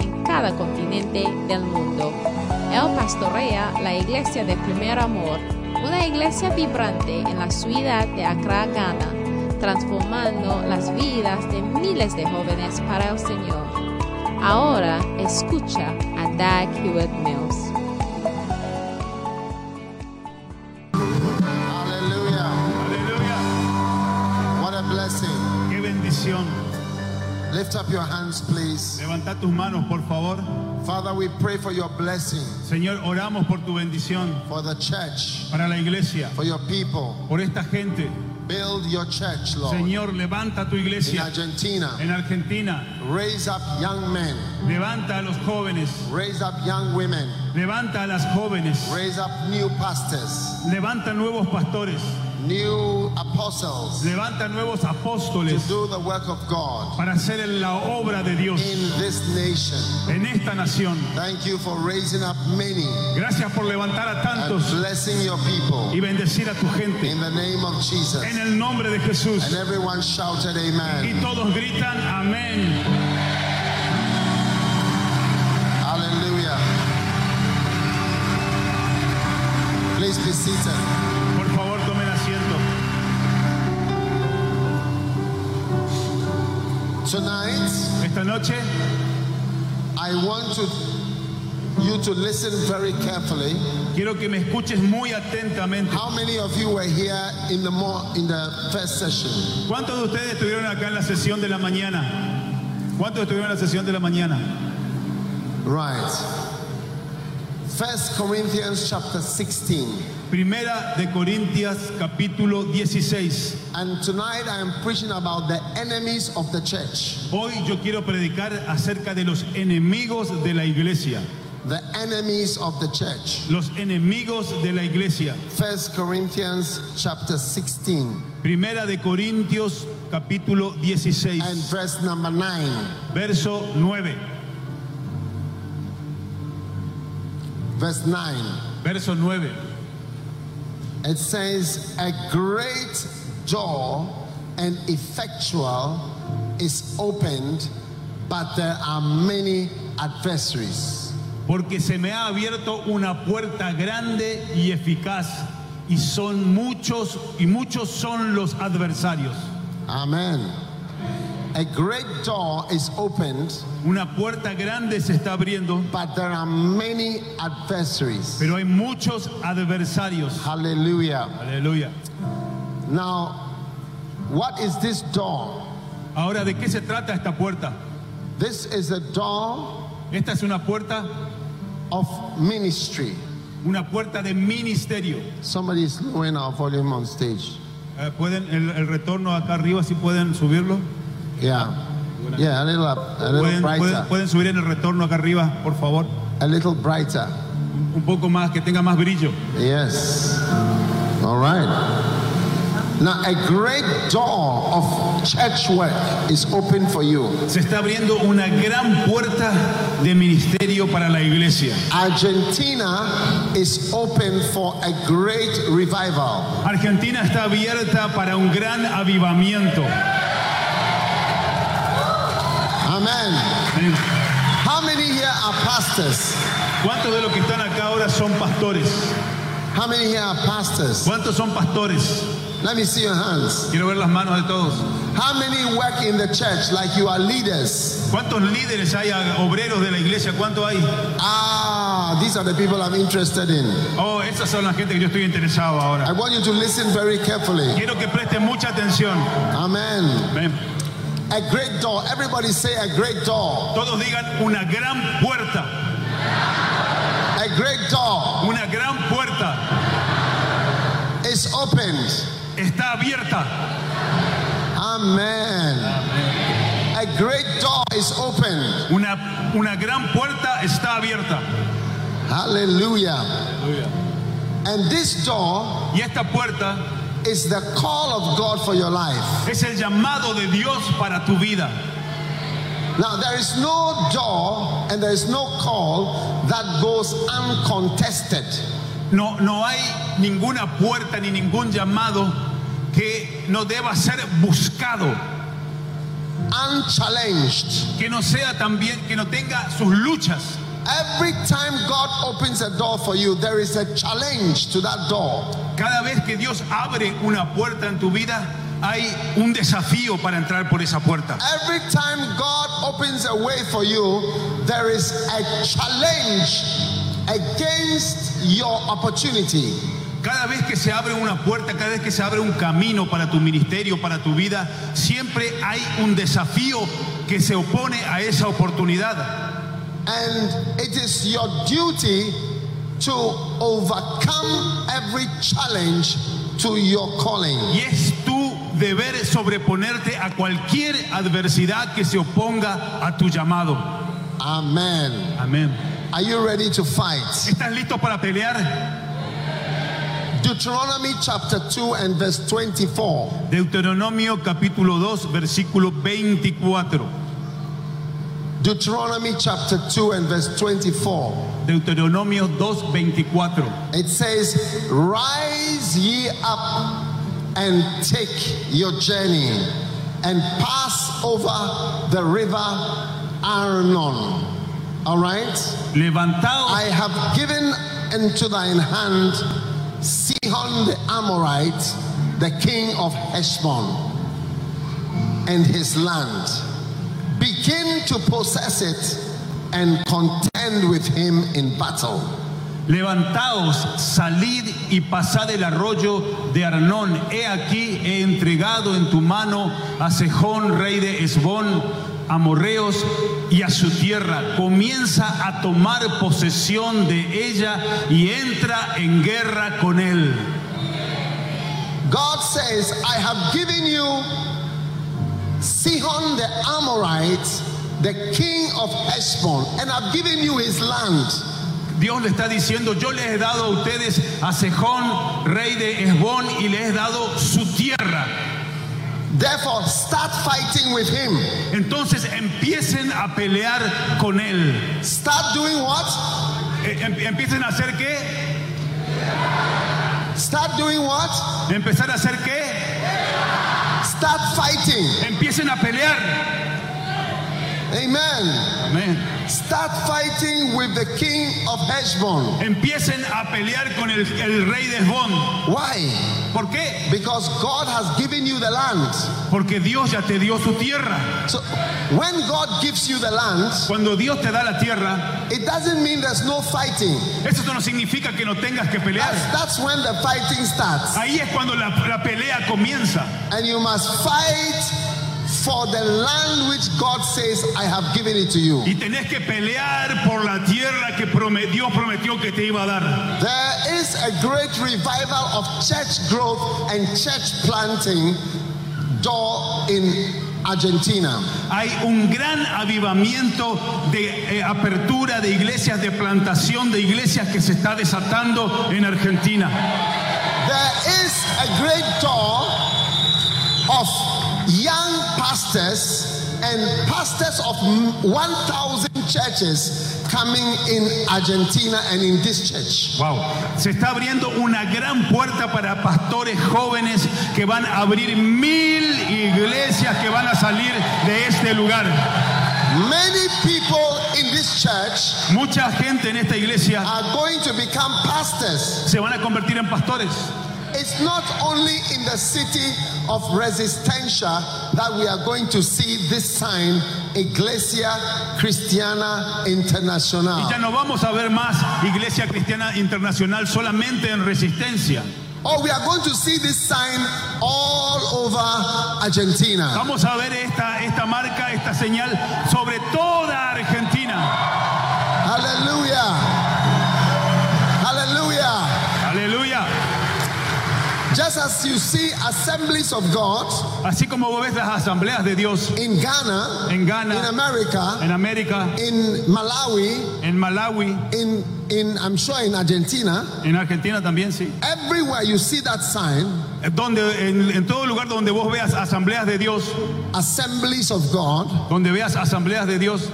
en cada continente del mundo. Él pastorea la iglesia de Primer Amor, una iglesia vibrante en la ciudad de Accra, Ghana, transformando las vidas de miles de jóvenes para el Señor. Ahora escucha a Doug Hewitt Mills. Hallelujah. Aleluya, What a blessing. qué bendición. Lift up your hands, please. Levanta tus manos, por favor. Father, we pray for your blessing, Señor, oramos por tu bendición for the church, para la iglesia, for your people. por esta gente. Build your church, Lord. Señor, levanta tu In iglesia Argentina, en Argentina. raise up young men, Levanta a los jóvenes, raise up young women, levanta a las jóvenes, raise up new pastors, levanta nuevos pastores, new apostles levanta nuevos to apóstoles do the work of God para hacer la obra de Dios in this nation. en esta nación. Thank you for raising up many Gracias por levantar a and tantos blessing your people y bendecir a tu gente. in the name of Jesus. En el nombre de Jesús. And everyone shouted, Y Amen. todos gritan amén. Hallelujah. Please be seated. Por favor, tomen asiento. Tonight, Esta noche I want to, you to listen very carefully. quiero que me escuches muy atentamente. How many of you were here in the more in the first session? ¿Cuántos de ustedes estuvieron acá en la sesión de la mañana? ¿Cuántos estuvieron en la sesión de la mañana? Right. First Corinthians chapter 16. Primera de Corintias capítulo 16. And tonight I am preaching about the enemies of the church. Hoy yo quiero predicar acerca de los enemigos de la iglesia. The enemies of the church. Los enemigos de la iglesia. First Corinthians chapter 16 Primera de Corintios capítulo and 16, verse number 9. verso 9. Verse 9. Verso 9. It says, A great door and effectual is opened, but there are many adversaries. Porque se me ha abierto una puerta grande y eficaz, y son muchos, y muchos son los adversarios. Amen. A great door is opened, Una puerta grande se está abriendo, but there are many adversaries. pero hay muchos adversarios. Hallelujah. Aleluya. Now, what is this door? Ahora, ¿de qué se trata esta puerta? This is a door Esta es una puerta, of ministry. una puerta de ministerio. Somebody is lowering our volume on stage. Eh, pueden el, el retorno acá arriba, si pueden subirlo. Yeah. Yeah, a little up, a little Pueden, pueden- brighter. pueden subir en el retorno acá arriba, por favor. A little brighter. Un- Un poco más, que tenga más brillo. Yes. All right. Now, a great door of church work is open for you. Se está abriendo una gran puerta de ministerio para la iglesia. Argentina is open for a great revival. Argentina está abierta para un gran avivamiento. Amen. How many here are pastors? ¿Cuántos de los que están acá ahora son pastores? How many here are pastors? ¿Cuántos son pastores? Let me see your hands. Quiero ver las manos de todos. How many work in the church like you are leaders? ¿Cuántos líderes hay, a- obreros de la iglesia? ¿Cuántos hay? Ah, these are the people I'm interested in. Oh, esas son las gente que yo estoy interesado I ahora. want you to listen very carefully. Quiero que presten mucha atención. Amen. Ven. A great door. Everybody say a great door. Todos digan una gran puerta, A great door una gran puerta. is opened. Está abierta. Amen. A great door is opened, Una una gran puerta está abierta. Hallelujah. And this door Y esta puerta is the call of God for your life. es el llamado de Dios para tu vida. Now, there is no door and there is no call that goes uncontested. No, no hay ninguna puerta ni ningún llamado que no deba ser buscado, unchallenged. que no sea también, que no tenga sus luchas. Every time God opens a door for you, there is a challenge to that door. Cada vez que Dios abre una puerta en tu vida, hay un desafío para entrar por esa puerta. Every time God opens a way for you, there is a challenge against your opportunity. Cada vez que se abre una puerta, cada vez que se abre un camino para tu ministerio, para tu vida, siempre hay un desafío que se opone a esa oportunidad. And it is your duty to overcome every challenge to your calling. Y es tu deber sobreponerte a cualquier adversidad que se oponga a tu llamado. Amen. Amén. Are you ready to fight? ¿Estás listo para pelear? Deuteronomy chapter 2 and verse 24. Deuteronomio capítulo 2, versículo 24. Deuteronomy chapter 2 and verse 24. Deuteronomio 2, 24. It says, Rise ye up and take your journey and pass over the river Arnon. All right? I Levantaos, have given into thine hand Sihon the Amorite, the king of Heshbon, and his land. Begin to possess it and contend with him in battle. levantaos, salid y pasad el arroyo de Arnón. He aquí, he entregado en tu mano a Sejón, rey de Esbón, a Morreos y a su tierra. Comienza a tomar posesión de ella y entra en guerra con él. God says, I have given you Sihon the Amorite, the king of Heshbon, and I've given you his land. Dios le está diciendo, yo les he dado a ustedes a Sejón, rey de Esbón, y les he dado su tierra. Therefore, start fighting with him. Entonces empiecen a pelear con él. Start doing what? Eh, em- empiecen a hacer qué? Start doing what? Empezar a hacer qué? Start fighting. Empiecen a pelear. Amen. Amén. Start fighting with the king of Heshbon. Empiecen a pelear con el, el rey de Esbón. Why? ¿Por qué? Because God has given you the land. Porque Dios ya te dio su tierra. So when God gives you the land, Cuando Dios te da la tierra, it doesn't mean there's no fighting. eso no significa que no tengas que pelear. That's, that's when the fighting starts. Ahí es cuando la- la pelea comienza. And you must fight for the land which God says, I have given it to you. Y tenés que pelear por la tierra que prome- Dios prometió que te iba a dar. There is a great revival of church growth and church planting door in Argentina. Hay un gran avivamiento de eh, apertura de iglesias, de plantación de iglesias que se está desatando en Argentina. There is a great door of young pastors and pastors of m- 1,000 churches coming in Argentina and in this church. Wow. Se está abriendo una gran puerta para pastores jóvenes que van a abrir mil iglesias que van a salir de este lugar. Many people in this church Mucha gente en esta iglesia are going to become pastors. se van a convertir en pastores. It's not only in the city of Resistencia that we are going to see this sign, Iglesia Cristiana Y ya Internacional. no vamos a ver más Iglesia Cristiana Internacional solamente en resistencia. Or Oh, we are going to see this sign all over Argentina. Vamos a ver esta, esta marca, esta señal sobre toda Argentina. Hallelujah. Hallelujah. Aleluya. Just Just as you see assemblies of God Así como vos ves las asambleas de Dios in Ghana, En Ghana. in America, en América, in Malawi, en Malawi, in in I'm sure in Argentina, en Argentina también, sí. everywhere you see that sign, Donde, en, en todo lugar donde vos veas asambleas de Dios, assemblies of God, donde veas asambleas de Dios,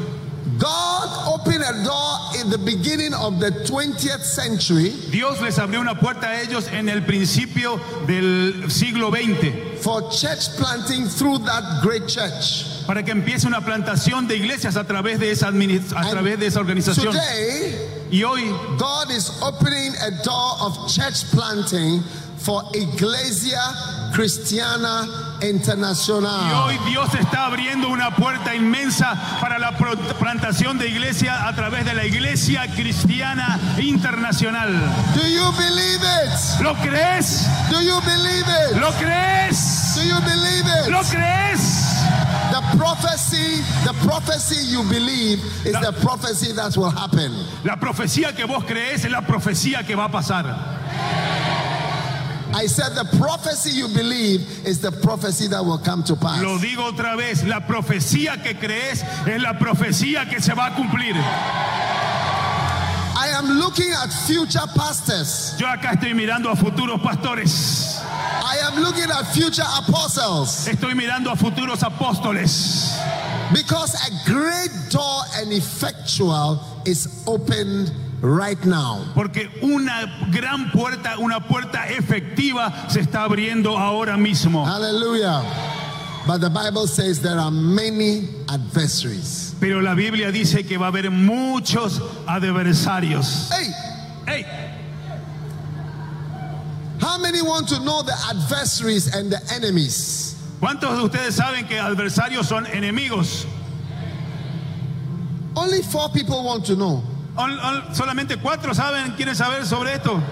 God opened a door in the beginning of the 20th century Dios les abrió una puerta a ellos en el principio del siglo XX for church planting through that great church. para que empiece una plantación de iglesias a través de esa, adminis- a través de esa organización. Today, Y hoy God is opening a door of church planting for Iglesia Cristiana Y Internacional. hoy Dios está abriendo una puerta inmensa para la pro- plantación de iglesia a través de la Iglesia Cristiana Internacional. Do you believe it? ¿Lo crees? Do you believe it? ¿Lo crees? Do you believe ¿Lo it? crees? The prophecy, the prophecy you believe is the prophecy that will happen. La profecía que vos crees es la profecía que va a pasar. I said the prophecy you believe is the prophecy that will come to pass. Lo digo otra vez, la profecía que crees es la profecía que se va a cumplir. I am looking at future pastors. Yo acá estoy mirando a futuros pastores. I am looking at future apostles. Estoy mirando a futuros apóstoles. Because a great door and effectual is opened right now. Porque una gran puerta, una puerta efectiva se está abriendo ahora Ah. mismo. Hallelujah. But the Bible says there are many adversaries. Pero la Biblia dice que va a haber muchos adversarios. Hey, ¡Ey! how many want to know the adversaries and the enemies? ¿Cuántos de ustedes saben que adversarios son enemigos? Only four people want to know. Ol- ol- Solamente cuatro saben, quieren saber sobre esto.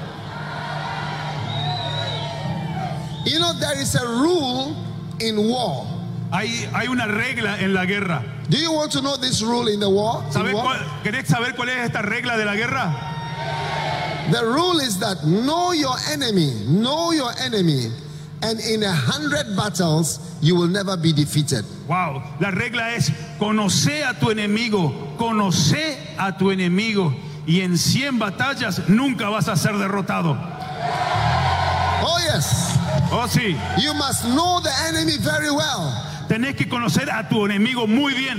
You know, there is a rule in war. Hay, hay una regla en la guerra. Do you want to know this rule in the war? In ¿Sabés war? cuál- ¿Querés saber cuál es esta regla de la guerra? The rule is that know your enemy, know your enemy, and in a hundred battles, you will never be defeated. Wow, la regla es conoce a tu enemigo, conoce a tu enemigo y en 100 batallas nunca vas a ser derrotado. Oh, yes. Oh sí, You must know the enemy very well. tenés que conocer a tu enemigo muy bien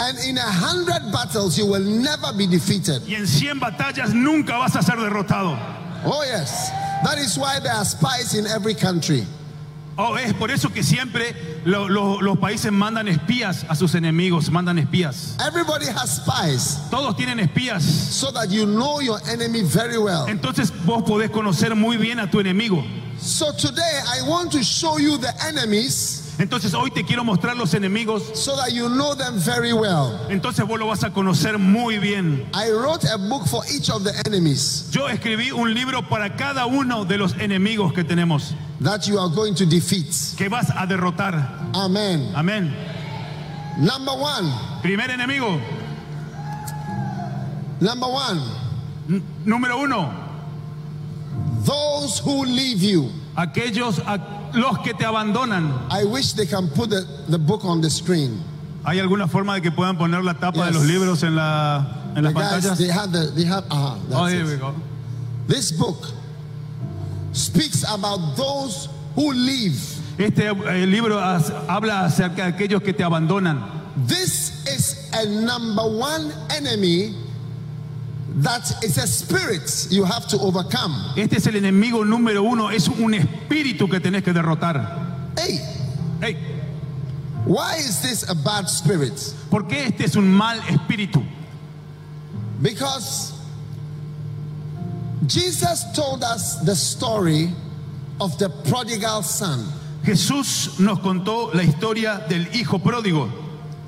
And in a hundred battles, you will never be defeated. y en 100 batallas nunca vas a ser derrotado. Oh, yes. That is why there are spies in every country. Oh, es por eso que siempre lo- lo- los países mandan espías a sus enemigos, mandan espías. Everybody has spies Todos tienen espías. so that you know your enemy very well. Entonces vos podés conocer muy bien a tu enemigo. So today, I want to show you the enemies Entonces hoy te quiero mostrar los enemigos so that you know them very well. Entonces vos lo vas a conocer muy bien. I wrote a book for each of the enemies Yo escribí un libro para cada uno de los enemigos que tenemos, that you are going to defeat. que vas a derrotar. Amen. Amén. Number one. Primer enemigo, Number one. n- número uno, Those who leave you. aquellos a- los que te abandonan. I wish they can put the, the book on the screen. ¿Hay alguna forma de que puedan poner la tapa de Yes. los libros en, la, The en las guys, they pantallas? have the they have ah. Oh, that's here it. we go. This book speaks about those who leave. Este eh, libro as- habla acerca de aquellos que te abandonan. This is a number one enemy that is a spirit you have to overcome. Este es el enemigo número uno, es un espíritu que tenés que derrotar. Hey, Hey, why is this a bad spirit? ¿Por qué este es un mal espíritu? Because Jesus told us the story of the prodigal son Jesús nos contó la historia del hijo pródigo,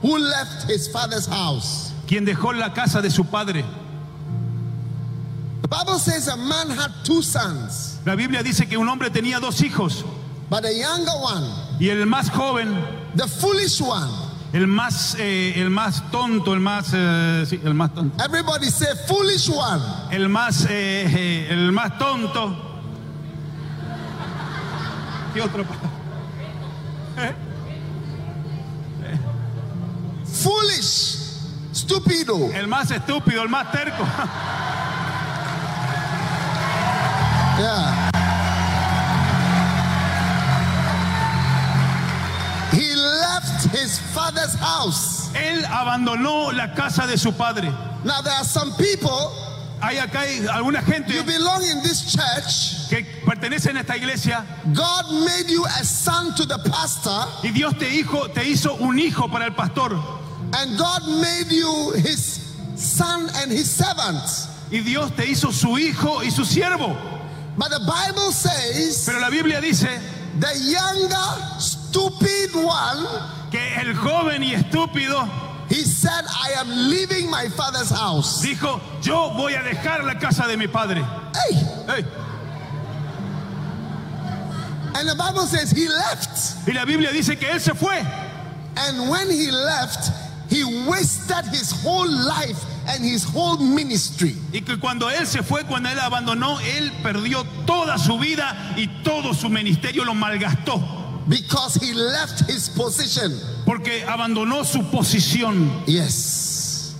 who left his father's house. quien dejó la casa de su padre. The Bible says a man had two sons, La Biblia dice que un hombre tenía dos hijos but the younger one, y el más joven, the foolish one, el más, eh, el más tonto, el más, eh, sí, el más tonto, everybody say foolish one, el más, eh, eh, el más tonto ¿Qué otro? pa- ¿Eh? Foolish, stupido. El más estúpido, el más terco. Yeah. He left his father's house. Él abandonó la casa de su padre. Now there are some people Hay acá hay alguna you gente belong in this church. que pertenecen a esta iglesia God made you a son to the pastor, y Dios te, hijo, te hizo un hijo para el pastor. and God made you his son and his servant. Y Dios te hizo su hijo y su siervo. But the Bible says Pero la Biblia dice the younger, stupid one, que el joven y estúpido he said, I am leaving my father's house. dijo, yo voy a dejar la casa de mi padre. Hey! Ey, And the Bible says he left. Y la Biblia dice que él se fue. And when he left, he wasted his whole life and his whole ministry. Y que cuando él se fue, cuando él abandonó, él perdió toda su vida y todo su ministerio lo malgastó. Because he left his position. Porque abandonó su posición. Yes.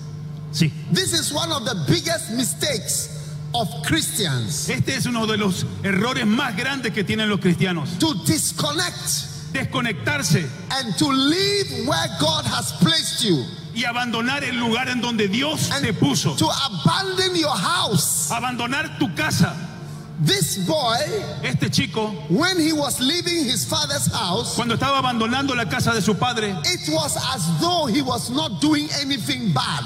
Sí. This is one of the biggest mistakes of Christians Este es uno de los errores más grandes que tienen los cristianos. to disconnect Desconectarse and to leave where God has placed you y abandonar el lugar en donde Dios and te puso. to abandon your house. abandonar tu casa. This boy, Este chico, when he was leaving his father's house, cuando estaba abandonando la casa de su padre, it was as though he was not doing anything bad.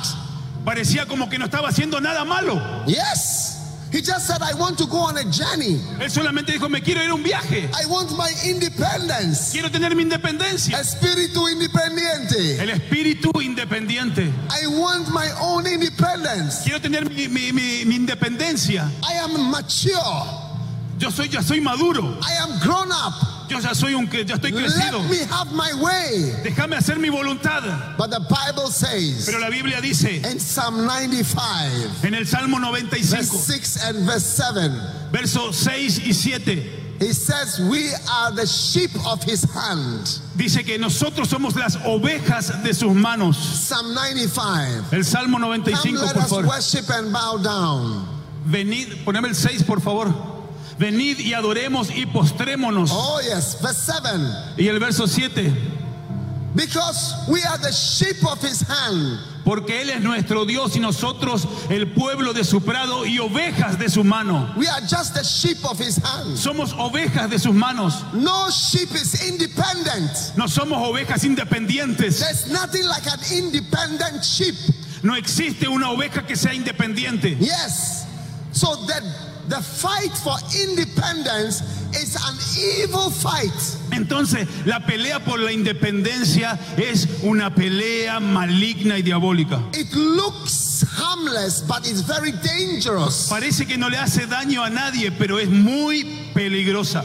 parecía como que no estaba haciendo nada malo. Yes. He just said, I want to go on a journey. Él solamente dijo, me quiero ir a un viaje, I want my independence. quiero tener mi independencia. Espíritu independiente. El espíritu independiente. I want my own independence. Quiero tener mi, mi- mi- mi independencia. I am mature. I Yo soy, ya soy maduro. am grown up. Yo ya soy un que ya estoy crecido. Let me have my way. Déjame hacer mi voluntad. But the Bible Pero says la Biblia dice in Psalm 95, en el Salmo verse 95, 6 and verse 7, versos 6 y 7, he says, We are the sheep of his hand. dice que nosotros somos las ovejas de sus manos. Psalm 95. El Salmo Come, 95, let por us favor. worship and bow down. Venid, poneme el 6, por favor. Venid y adoremos y postrémonos. Oh, yes, verse 7. Y el verso 7. Because we are the sheep of his hand. Porque Él es nuestro Dios y nosotros el pueblo de su prado y ovejas de su mano. We are just the sheep of his hand. Somos ovejas de sus manos. No sheep is independent. No somos ovejas independientes. There's nothing like an independent sheep. No existe una oveja que sea independiente. Yes. So that the fight for independence is an evil fight. Entonces, la pelea por la independencia es una pelea maligna y diabólica. It looks harmless, but it's very dangerous. Parece que no le hace daño a nadie, pero es muy peligrosa.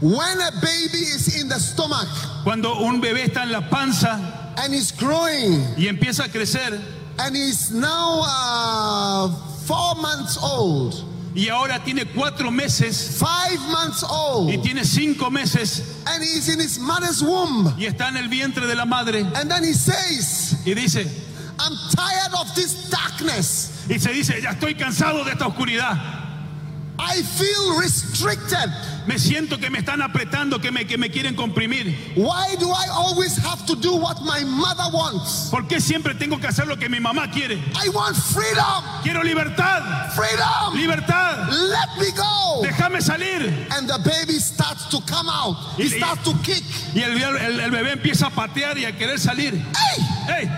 When a baby is in the stomach Cuando un bebé está en la panza and is growing, y empieza a crecer and he's now uh, four months old, y ahora tiene cuatro meses five months y old, tiene cinco meses and he's in his mother's womb. y está en el vientre de la madre And then he says, y dice, I'm tired of this darkness. y se dice, ya estoy cansado de esta oscuridad, I feel restricted. me siento que me están apretando, que me, que me quieren comprimir. Why do I always have to do what my mother wants? ¿Por qué siempre tengo que hacer lo que mi mamá quiere? I want freedom, Quiero libertad, freedom. libertad, Let me go. déjame salir. And the baby starts to come out. He Y- y- starts to kick. Y el, el- el bebé empieza a patear y a querer salir. Hey! ¡Ey!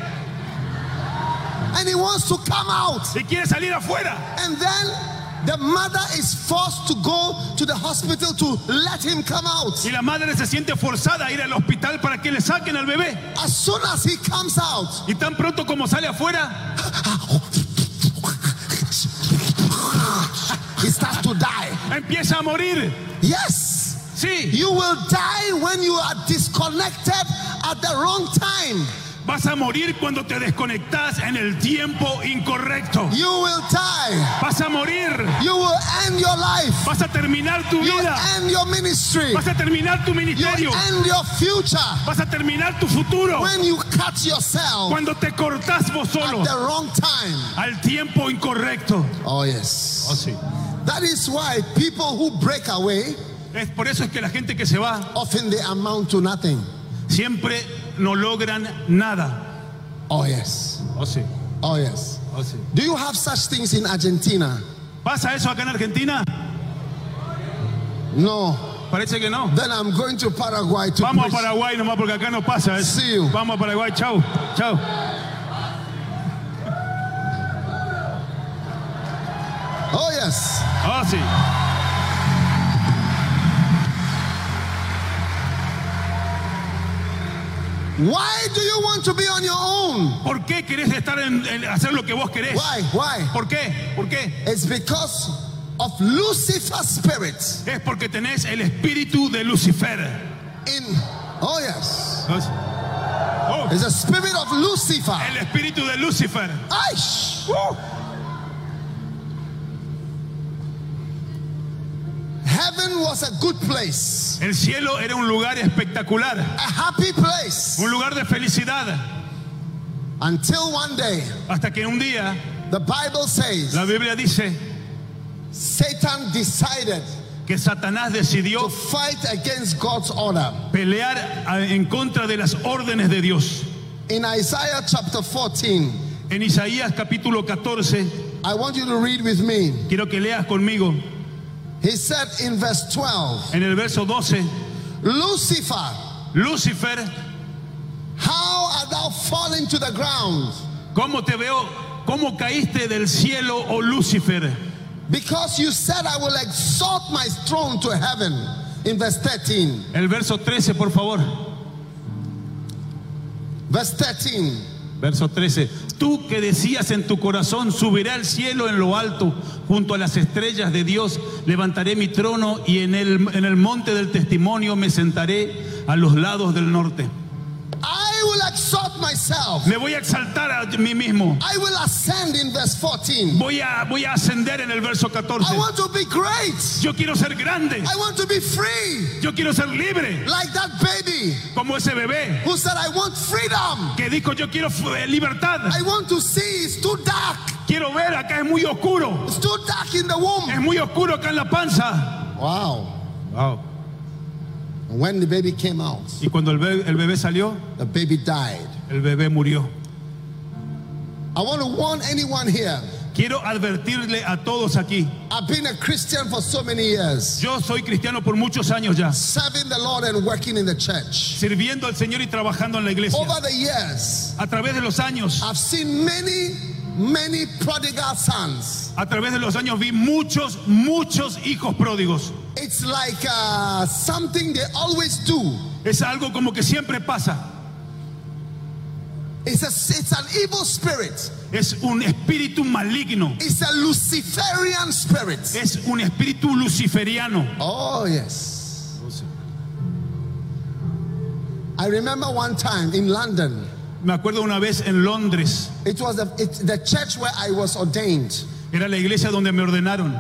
And he wants to come out. Y quiere salir afuera. And then the mother is forced to go to the hospital to let him come out. Y la madre se siente forzada a ir al hospital para que le saquen al bebé. As soon as he comes out, Y tan pronto como sale afuera, he starts to die. empieza a morir. Yes, Sí, you will die when you are disconnected at the wrong time. Vas a morir cuando te desconectas en el tiempo incorrecto. You will die. Vas a morir. You will end your life. Vas a terminar tu You will vida. end your ministry. Vas a terminar tu You ministerio. will end your future Vas a terminar tu futuro. when you cut yourself Cuando te cortás vos at solo the wrong time. al tiempo incorrecto. Oh, yes. Ah, sí. That is why people who break away Es por eso es que la gente que se va often they amount to nothing. siempre no logran nada. Oh, yes. Oh, sí. Oh, yes. Oh, sí. Do you have such things in Argentina? ¿Pasa eso acá en Argentina? No. Parece que no. Then I'm going to Paraguay to Vamos a preach. Paraguay nomás porque acá no pasa. eso. See you. Vamos a Paraguay. Chau. Chau. Oh, yes. Oh, sí. Why do you want to be on your own? ¿Por qué querés estar en, en hacer lo que vos querés? Why? Why? ¿Por qué? ¿Por qué? It's because of Lucifer's spirit Es porque tenés el espíritu de Lucifer. in. Oh, yes. Oh, sí. Oh, It's a spirit of Lucifer. el espíritu de Lucifer. Aish! Uh. Heaven was a good place, El cielo era un lugar espectacular, a happy place. un lugar de felicidad. Until one day, Hasta que un día the Bible says la Biblia dice Satan decided que Satanás to decidió fight against God's order. pelear a- en contra de las órdenes de Dios. In Isaiah chapter 14, En Isaías capítulo 14, I want you to read with me. quiero que leas conmigo, He said in verse 12, en el verso 12, Lucifer, Lucifer, how art thou fallen to the ground? ¿cómo te veo? ¿Cómo caíste del cielo, oh Lucifer? Because you said, I will exalt my throne to heaven. In verse 13, El verso 13, por favor. verse 13. Verso 13. Tú que decías en tu corazón, subiré al cielo en lo alto, junto a las estrellas de Dios, levantaré mi trono y en el, en el monte del testimonio me sentaré a los lados del norte. I will exalt myself. Me voy a exaltar a mí mismo. I will ascend in verse 14. Voy a, voy a ascender en el verso 14. I want to be great. Yo quiero ser grande. I want to be free. Yo quiero ser libre. Like that baby Como ese bebé who said, I want freedom. que dijo yo quiero eh, libertad. I want to see. It's too dark. Quiero ver acá es muy oscuro. It's too dark in the womb. Es muy oscuro acá en la panza. Wow. Wow. And When the baby came out, Y cuando el bebé, el bebé salió, the baby died. el bebé murió. I want to warn anyone here. Quiero advertirle a todos aquí, I've been a Christian for so many years, yo soy cristiano por muchos años ya, serving the Lord and working in the church. sirviendo al Señor y trabajando en la iglesia. Over the years, A través de los años, I've seen many, many prodigal sons. a través de los años vi muchos, muchos hijos pródigos. It's like uh, something they always do. Es algo como que siempre pasa. It's, a, it's an evil spirit. Es un espíritu maligno, It's a Luciferian spirit. es un espíritu luciferiano. Oh, yes. I remember one time in London. Me acuerdo una vez en Londres, It was the, it, the church where I was ordained. era la iglesia donde me ordenaron.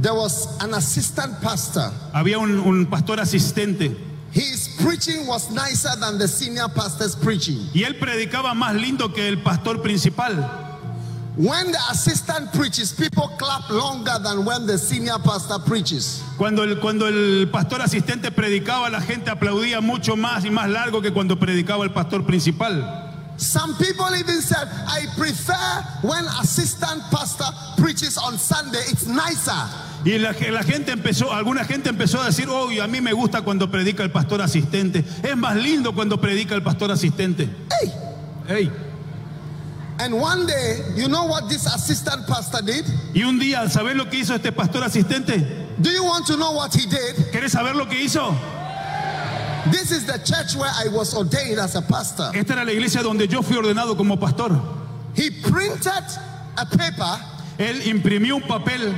There was an assistant pastor. Había un, un pastor asistente His preaching was nicer than the senior pastor's preaching. y él predicaba más lindo que el pastor principal. When the assistant preaches, people clap longer than when the senior pastor preaches. Cuando el, cuando el pastor asistente predicaba, la gente aplaudía mucho más y más largo que cuando predicaba el pastor principal. Some people even said, I prefer when assistant pastor preaches on Sunday, it's nicer. Y la, ge- la gente empezó, alguna gente empezó a decir, oh, y a mí me gusta cuando predica el pastor asistente. Es más lindo cuando predica el pastor asistente. Hey! Ey. And one day, you know what this assistant pastor did? Y un día, ¿sabés lo que hizo este pastor asistente? Do you want to know what he did? ¿Querés saber lo que hizo? This is the church where I was ordained as a pastor. Esta era la iglesia donde yo fui ordenado como pastor. He printed a paper Él imprimió un papel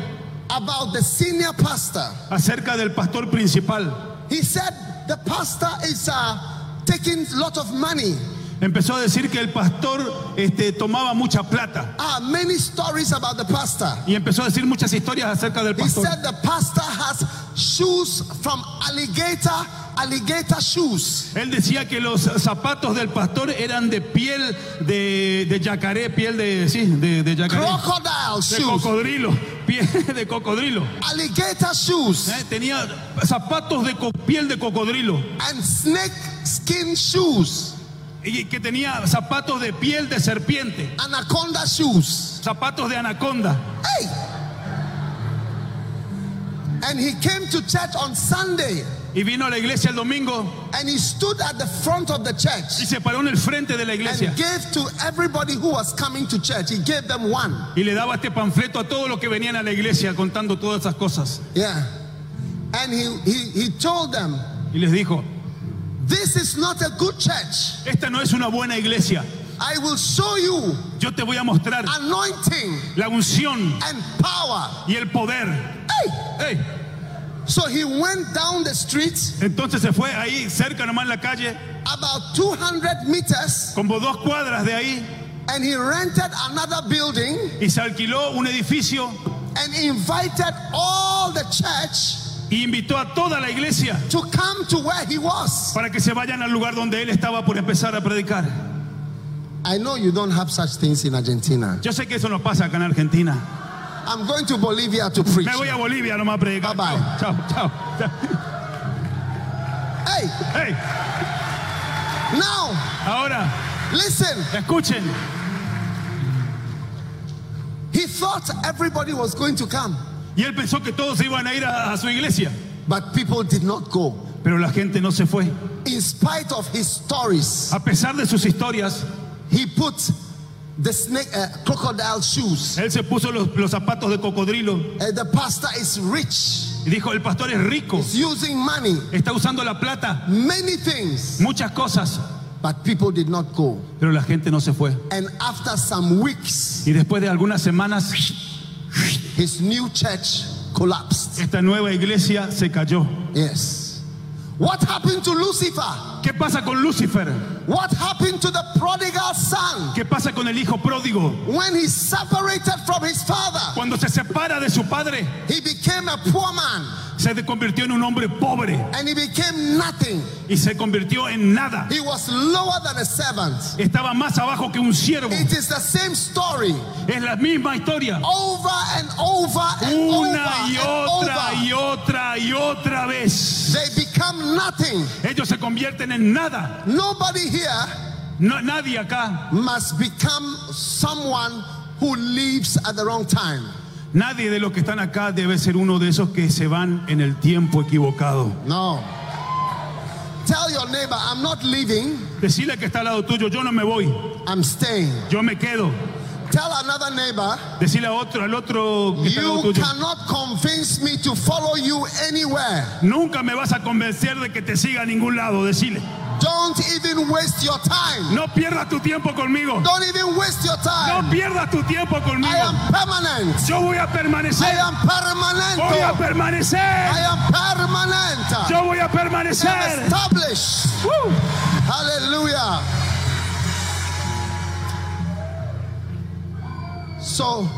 about the senior pastor. acerca del pastor principal. He said, The pastor is uh, taking lot of money. Empezó a decir que el pastor este, tomaba mucha plata Ah, many stories about the pastor. y empezó a decir muchas historias acerca del He pastor. said the pastor has shoes from alligator, alligator shoes. Él decía que los zapatos del pastor eran de piel de, de yacaré, piel de, sí, de, de yacaré, Crocodile de shoes. cocodrilo, piel de cocodrilo. Alligator shoes. Eh, Tenía zapatos de co- piel de cocodrilo And snake skin shoes. y que tenía zapatos de piel de serpiente, Anaconda shoes. zapatos de anaconda. Hey! And he came to church on Sunday Y vino a la iglesia el domingo and he stood at the front of the y church se paró en el frente de la iglesia and gave to everybody who was coming to church. He gave them one. y le daba este panfleto a todos los que venían a la iglesia contando todas esas cosas. Yeah. And he, he, he told them, Y les dijo, This is not a good church. esta no es una buena iglesia, I will show you yo te voy a mostrar anointing la unción and power. y el poder. Hey! ¡Ey! So he went down the street Entonces se fue ahí, cerca nomás en la calle, about 200 meters como dos cuadras de ahí, and he rented another building y se alquiló un edificio and invited all the church y invitó a toda la iglesia to come to where he was. para que se vayan al lugar donde él estaba por empezar a predicar. I know you don't have such things in Argentina. Yo sé que eso no pasa acá en Argentina. I'm going to Bolivia to preach. Me voy a Bolivia nomás a predicar. Bye bye. Chao, chao. chao. Hey, Hey, now ahora, listen. escuchen. He thought everybody was going to come, Y él pensó que todos se iban a ir a, a su iglesia, but people did not go. pero la gente no se fue. In spite of his stories, A pesar de sus historias, he put the snake, uh, crocodile shoes. él se puso los, los zapatos de cocodrilo Uh, the pastor is rich, y dijo, el pastor es rico, he's using money, está usando la plata, many things, muchas cosas, but people did not go. pero la gente no se fue. And after some weeks, Y después de algunas semanas, his new church collapsed. esta nueva iglesia se cayó. Yes. What happened to Lucifer? ¿Qué pasa con Lucifer? What happened to the prodigal son ¿Qué pasa con el hijo pródigo? when he separated from his father? Cuando se separa de su padre, He became a poor man se convirtió en un hombre pobre and he became nothing. y se convirtió en nada. He was lower than a servant. Estaba más abajo que un siervo. It is the same story Es la misma historia. over and over and Una y Oh, over otra and y over. otra y otra vez. They become nothing. Ellos se convierten en nada. Nobody here No- nadie acá, must become someone who leaves at the wrong time. nadie de los que están acá debe ser uno de esos que se van en el tiempo equivocado. No. Tell your neighbor, I'm not leaving. Decirle que está al lado tuyo, yo no me voy, I'm staying. yo me quedo. Tell another neighbor, Decirle a otro, al otro que está al lado you tuyo, cannot convince me to follow you anywhere. nunca me vas a convencer de que te siga a ningún lado. Decirle, Don't even waste your time. no pierdas tu tiempo conmigo, Don't even waste your time. no pierdas tu tiempo I am conmigo. permanent. Yo voy a I permanecer, am voy a permanent. I permanecer, am permanent. yo voy a I am permanecer. established. ¡Uh! Hallelujah. So,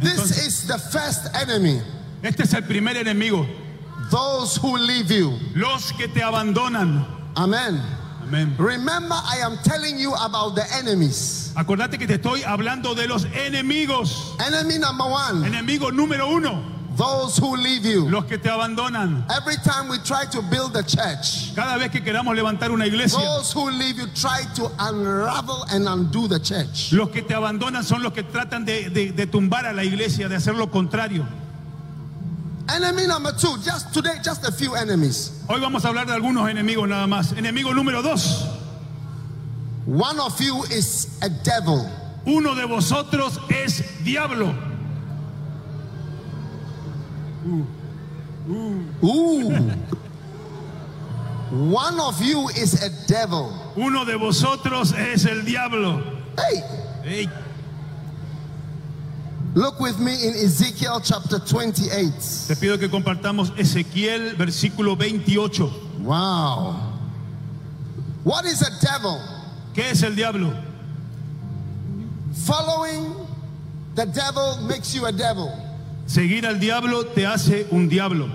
this is the first enemy. Este es el primer enemigo, Those who leave you. los que te abandonan. Amen. Amén. Remember, I am telling you about the enemies. Acordate que te estoy hablando de los enemigos. Enemy number one, Enemigo número uno, those who leave you. los que te abandonan. Every time we try to build a church, Cada vez que queramos levantar una iglesia, those who leave you try to unravel and undo the church. los que te abandonan son los que tratan de, de- de tumbar a la iglesia, de hacer lo contrario. Enemy number two, just today, just a few enemies. Hoy vamos a hablar de algunos enemigos nada más. Enemigo número dos, One of you is a devil. uno de vosotros es diablo. Ooh. One of you is a devil. Uno de vosotros es el diablo. Hey, Ey, look with me in Ezekiel chapter 28. te pido que compartamos Ezequiel, versículo 28. Wow. What is a devil? ¿Qué es el diablo? Following the devil makes you a devil. Seguir al diablo te hace un diablo.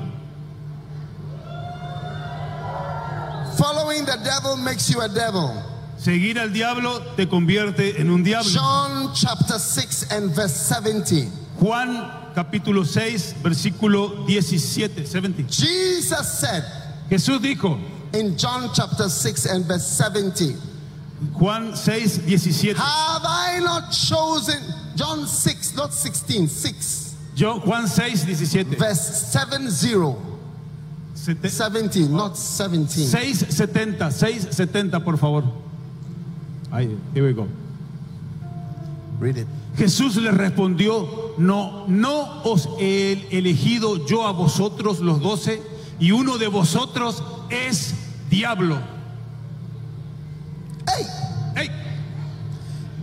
Following the devil makes you a devil. Seguir al diablo te convierte en un diablo. John chapter 6 and verse 70. Juan capítulo 6, versículo 17, 70. Jesus said Jesús dijo, in John chapter 6 and verse 70, Juan 6, 17. Have I not chosen John 6, not 16, 6, Yo, Juan 6, 17. verse 70, Sete- 17, not 17. 670, 670, por favor. Ahí, here we go. Read it. Jesús les respondió, no, no os he elegido yo a vosotros los doce, y uno de vosotros es diablo. Hey, ¡Ey!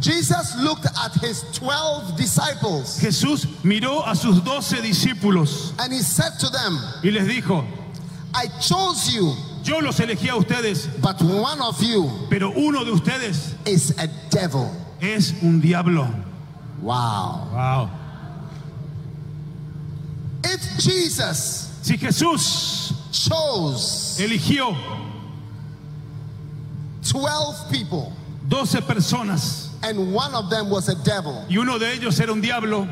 Jesus looked at his 12 disciples Jesús miró a sus doce discípulos and he said to them, y les dijo, I chose you, yo los elegí a ustedes, but one of you pero uno de ustedes is a devil. es un diablo. Wow. Wow. If Jesus Si Jesús chose eligió 12 people 12 personas and one of them was a devil, y uno de ellos era un diablo,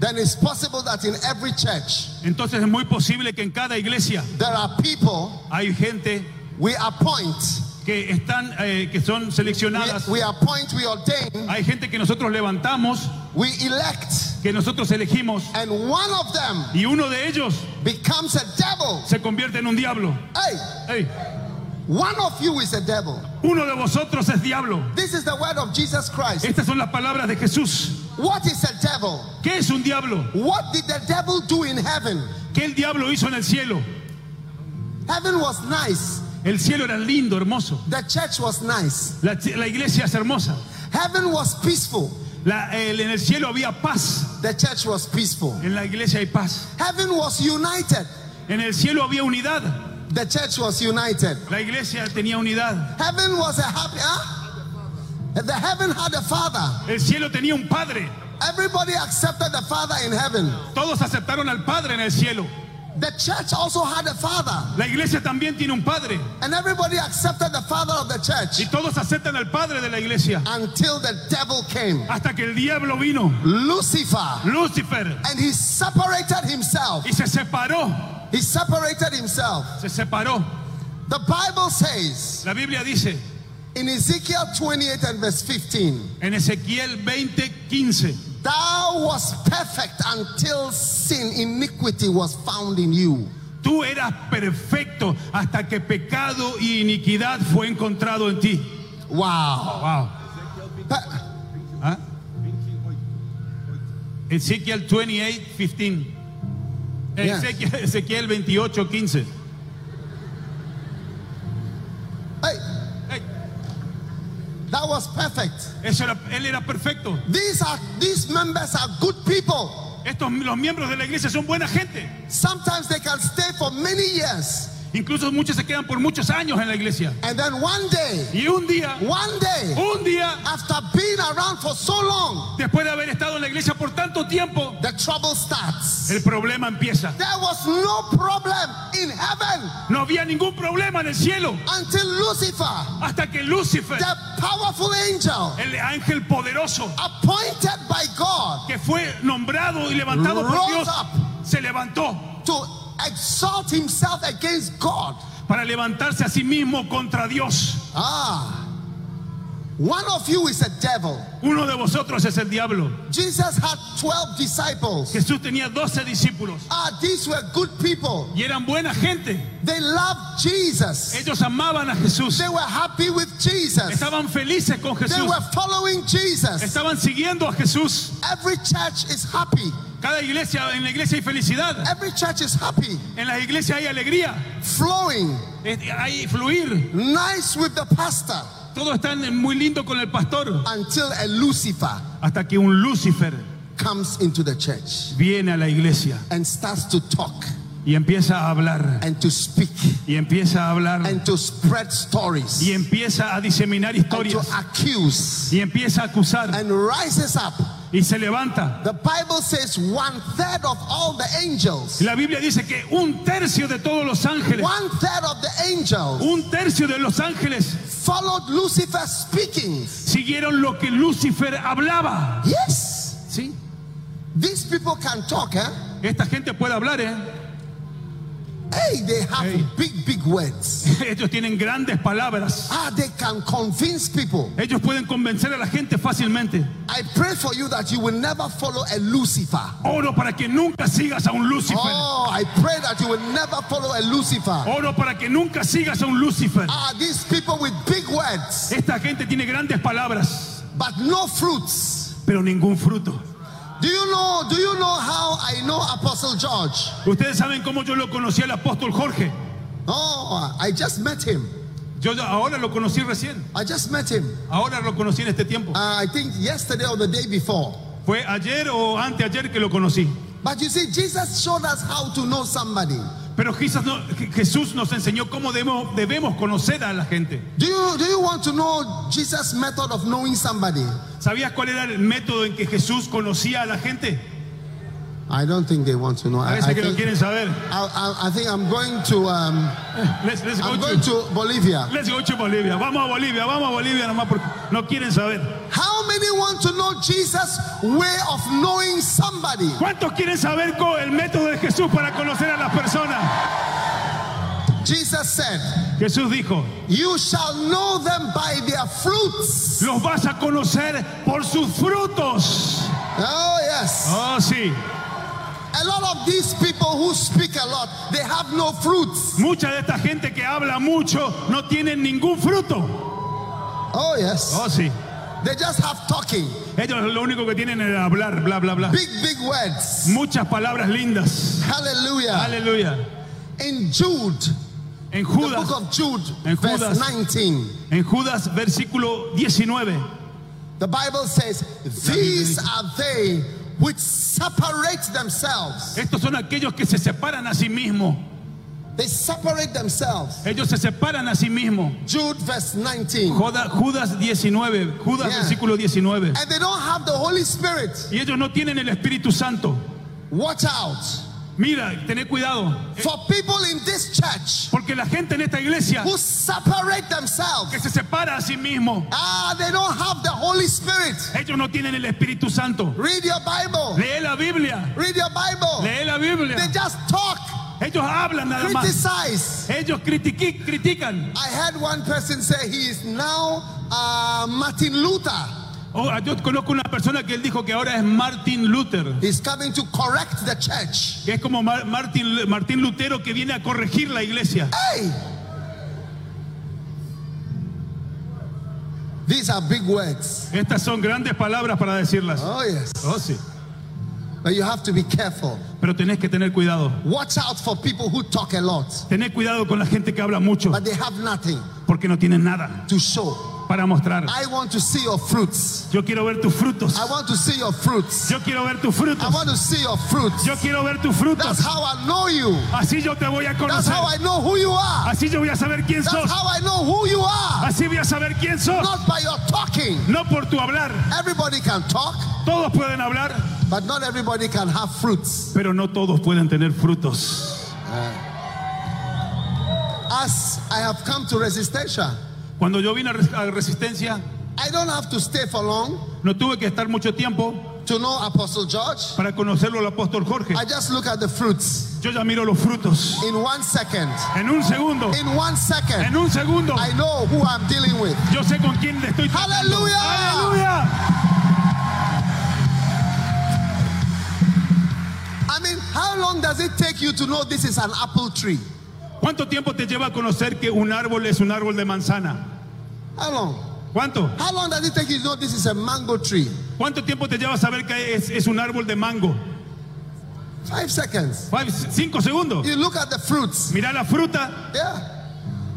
then it's possible that in every church entonces es muy posible que en cada iglesia there are people hay gente we appoint, que están eh, que son seleccionadas. we, we appoint, we ordain, Hay gente que nosotros levantamos, we elect, que nosotros elegimos and one of them y uno de ellos becomes a devil. se convierte en un diablo. Hey, Ey, one of you is a devil. uno de vosotros es diablo. This is the word of Jesus Christ. Estas son las palabras de Jesús. What is a devil? ¿Qué es un diablo? What did the devil do in heaven? ¿Qué el diablo hizo en el cielo? Heaven was nice. El cielo era lindo, hermoso. The church was nice. La, ch- la iglesia es hermosa. Heaven was peaceful. La- el- en el cielo había paz. The church was peaceful. En la iglesia hay paz. Heaven was united. En el cielo había unidad. The church was united. La iglesia tenía unidad. Heaven was a happy. Huh? The heaven had a father. El cielo tenía un padre. Everybody accepted the father in heaven. Todos aceptaron al padre en el cielo. The church also had a father, La iglesia también tiene un padre and everybody accepted the father of the y church todos aceptan al padre de la iglesia until the devil came, hasta que el diablo vino, Lucifer, Lucifer, and he separated himself. y se separó, He separated himself. se separó. The Bible says La Biblia dice in Ezekiel 28 and verse 15. en Ezequiel 20, 15, Thou was perfect until sin, iniquity was found in you. tú eras perfecto hasta que pecado y iniquidad fue encontrado en ti. Wow. Wow. Pe- ¿Ah? Ezequiel 28, 15. Yes. Ezequiel, Ezequiel 28, 15. Hey, Ey, that was perfect. eso era- él era perfecto. These are these members are good people. Estos, los miembros de la iglesia son buena gente. Sometimes they can stay for many years, Incluso muchos se quedan por muchos años en la iglesia. and then one day, Y un día, one day, un día, after being around for so long, después de haber estado en la iglesia por tanto tiempo, the trouble starts. el problema empieza. There was no problem in heaven No había ningún problema en el cielo until Lucifer, hasta que Lucifer, the powerful angel el ángel poderoso appointed by God, que fue nombrado y levantado por Rose Dios, up. se levantó to exalt himself against God. para levantarse a sí mismo contra Dios. Ah, one of you is a devil. Uno de vosotros es el diablo. Jesus had 12 disciples. Jesús tenía 12 discípulos Ah, these were good people. y eran buena gente. They loved Jesus. Ellos amaban a Jesús. They were happy with Jesus. Estaban felices con They Jesús. were following Jesus. Estaban siguiendo a Jesús. Every church is happy. Cada iglesia, en la iglesia hay felicidad. Every church is happy, En las iglesias hay alegría. flowing, Eh, Hay fluir. nice with the pastor Todo está en- muy lindo con el pastor. until a Lucifer Hasta que un Lucifer comes into the church viene a la iglesia and starts to talk. y empieza a hablar and to speak y empieza a hablar and to spread stories y empieza a diseminar and to historias accuse y empieza a acusar and rises up. y se levanta. The Bible says one third of all the angels, La Biblia dice que un tercio de todos los ángeles, one third of the angels un tercio de los ángeles followed Lucifer speaking. siguieron lo que Lucifer hablaba. Yes, ¿Sí? these people can talk, eh? Esta gente puede hablar, ¿eh? Hey, they have Hey. big, big words. Ellos tienen grandes palabras. Ah, they can convince people. Ellos pueden convencer a la gente fácilmente. I pray for you that you will never follow a Lucifer. Oro para que nunca sigas a un Lucifer. Oh, I pray that you will never follow a Lucifer. Oro para que nunca sigas a un Lucifer. Ah, these people with big words, Esta gente tiene grandes palabras, but no fruits. pero ningún fruto. Do you know? Do you know how I know Apostle George? Ustedes saben cómo yo lo conocí al apóstol Jorge. Oh, I just met him. Yo ya- ahora lo conocí recién. I just met him. Ahora lo conocí en este tiempo. Uh, I think yesterday or the day before. Fue ayer o anteayer que lo conocí. But you see, Jesus showed us how to know somebody. Pero quizás no- Je- Jesús nos enseñó cómo debemos, debemos conocer a la gente. Do you do you want to know Jesus' method of knowing somebody? ¿Sabías cuál era el método en que Jesús conocía a la gente? I don't think they want to know. I, I Parece que lo think, quieren saber. I, I, I think I'm going to um, Let's, let's go I'm to- going to Bolivia. let's go to Bolivia. Vamos a Bolivia, vamos a Bolivia nomás porque no quieren saber. How many want to know Jesus' way of knowing somebody? ¿Cuántos quieren saber co- el método de Jesús para conocer a las personas? Jesus said, Jesús dijo, "You shall know them by their fruits." los vas a conocer por sus frutos. Oh yes. Oh, sí. A lot of these people who speak a lot, they have no fruits. Mucha de esta gente que habla mucho no tienen ningún fruto. Oh yes. Oh, sí. They just have talking, Ellos lo único que tienen es hablar, bla, bla, bla. big big words. Muchas palabras lindas. Hallelujah. Aleluya. In Jude, En the book Judas, of Jude, En verse Judas. 19. en Judas, versículo 19. The Bible says, These are they which separate themselves. Estos son aquellos que se separan a sí mismos. They separate themselves. Ellos se separan a sí mismos. Jude, verse 19. Joda- Judas 19, Judas Yeah. versículo 19. And they don't have the Holy Spirit. Y ellos no tienen el Espíritu Santo. Watch out Mira, tené cuidado. for people in this church Porque la gente en esta iglesia who separate themselves. que se separa a sí mismo, Ah, they don't have the Holy Spirit. ellos no tienen el Espíritu Santo. Read your Bible. Lee la Biblia, Read your Bible. lee la They Biblia. just talk, Ellos hablan nada más. criticize. Ellos critiqui- critican. I heard one person say he is now uh, Martin Luther. Oh, yo conozco una persona que él dijo que ahora es Martin Luther. He's coming to correct the church. Que es como Mar- Martin, Martín Lutero que viene a corregir la iglesia. Hey! These are big words. Estas son grandes palabras para decirlas. Oh, yes. Oh, sí. But you have to be careful. Pero tenés que tener cuidado. Watch out for people who talk a lot, Tened cuidado con la gente que habla mucho but they have nothing porque no tienen nada to show. para mostrar. I want to see your fruits. Yo quiero ver tus frutos. I want to see your fruits. Yo quiero ver tus I frutos. want to see your fruits. Yo quiero ver tus That's frutos. how I know you. Así yo te voy a That's conocer. how I know who you are. Así yo voy a saber quién That's sos. how I know who you are. Así voy a saber quién sos. Not by your talking. No por tu hablar. Everybody can talk, Todos pueden hablar, but not everybody can have fruits. pero no todos pueden tener frutos. As I have come to Resistencia, Cuando yo vine a Res- a Resistencia, I don't have to stay for long no tuve que estar mucho tiempo to know Apostle George. para conocerlo al apóstol Jorge. I just look at the fruits Yo ya miro los frutos. in one second. En un segundo, In one second, en un segundo, I know who I'm dealing with. yo sé con quién le estoy tratando. Aleluya. ¡Aleluya! I mean, how long does it take you to know this is an apple tree? ¿Cuánto tiempo te lleva a conocer que un árbol es un árbol de manzana? How long? ¿Cuánto? How long does it take you to know this is a mango tree? ¿Cuánto tiempo te lleva a saber que es, es un árbol de mango? Five seconds. Five- cinco segundos. You look at the fruits. Mira la fruta. Yeah.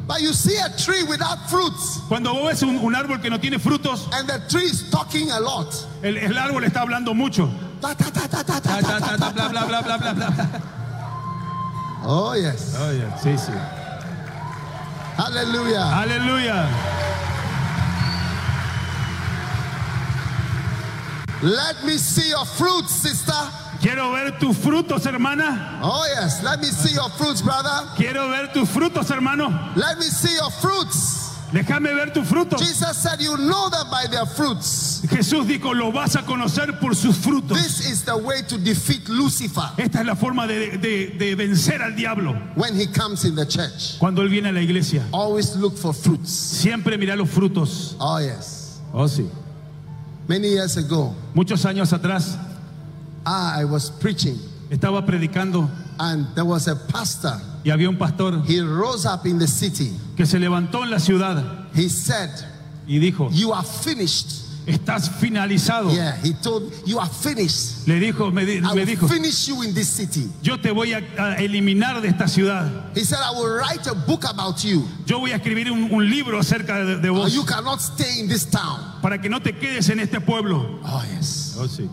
But you see a tree without fruits, Cuando vos ves un, un árbol que no tiene frutos, and the tree is talking a lot. el, el árbol está hablando mucho. Ta, ta, ta, ta, ta, ta, Ta, ta, ta, ta, ta, ta, bla, bla, bla, bla, bla, bla. Oh, yes. Oye, sí, sí. Hallelujah. Aleluya. Let me see your fruits, sister. Quiero ver tus frutos, hermana. Oh, yes. Let me see your fruits, brother. Quiero ver tus frutos, hermano. Let me see your fruits. Déjame ver tus frutos. Jesus said, You know them by their fruits. Jesús dijo, lo vas a conocer por sus frutos. This is the way to defeat Lucifer Esta es la forma de, de- de vencer al diablo. when he comes in the church. Cuando él viene a la iglesia, Always look for fruits. siempre mira los frutos. Oh, yes. Oh, sí. Many years ago, ah, Muchos años atrás I was preaching, estaba predicando and there was a pastor. y había un pastor He rose up in the city. que se levantó en la ciudad He said, y dijo, You are finished. estás finalizado. Yeah, he told you are finished. Le dijo, me, di- I me dijo, will finish you in this city. yo te voy a, a eliminar de esta ciudad. He said, I will write a book about you. Yo voy a escribir un, un libro acerca de, de Or you vos cannot stay in this town. para que no te quedes en este pueblo. Oh, yes. Oh, sí.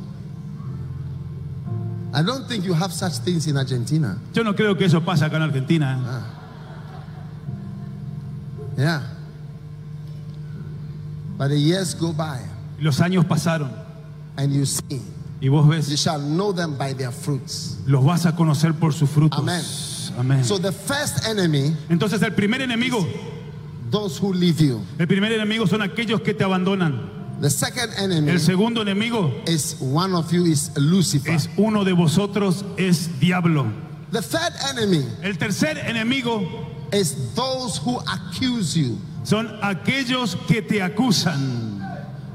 I don't think you have such things in Argentina. Yo no creo que eso pase acá en Argentina. ¿eh? Yeah. But the years go by, Los años pasaron and you see, y vos you ves, shall know them by their fruits. los vas a conocer por sus frutos. Amén. Amén. So the first enemy, Entonces el primer enemigo, those who leave you. el primer enemigo son aquellos que te abandonan. The second enemy El segundo enemigo is one of you is Lucifer. es uno de vosotros, es diablo. The third enemy El tercer enemigo is those who accuse you. son aquellos que te acusan.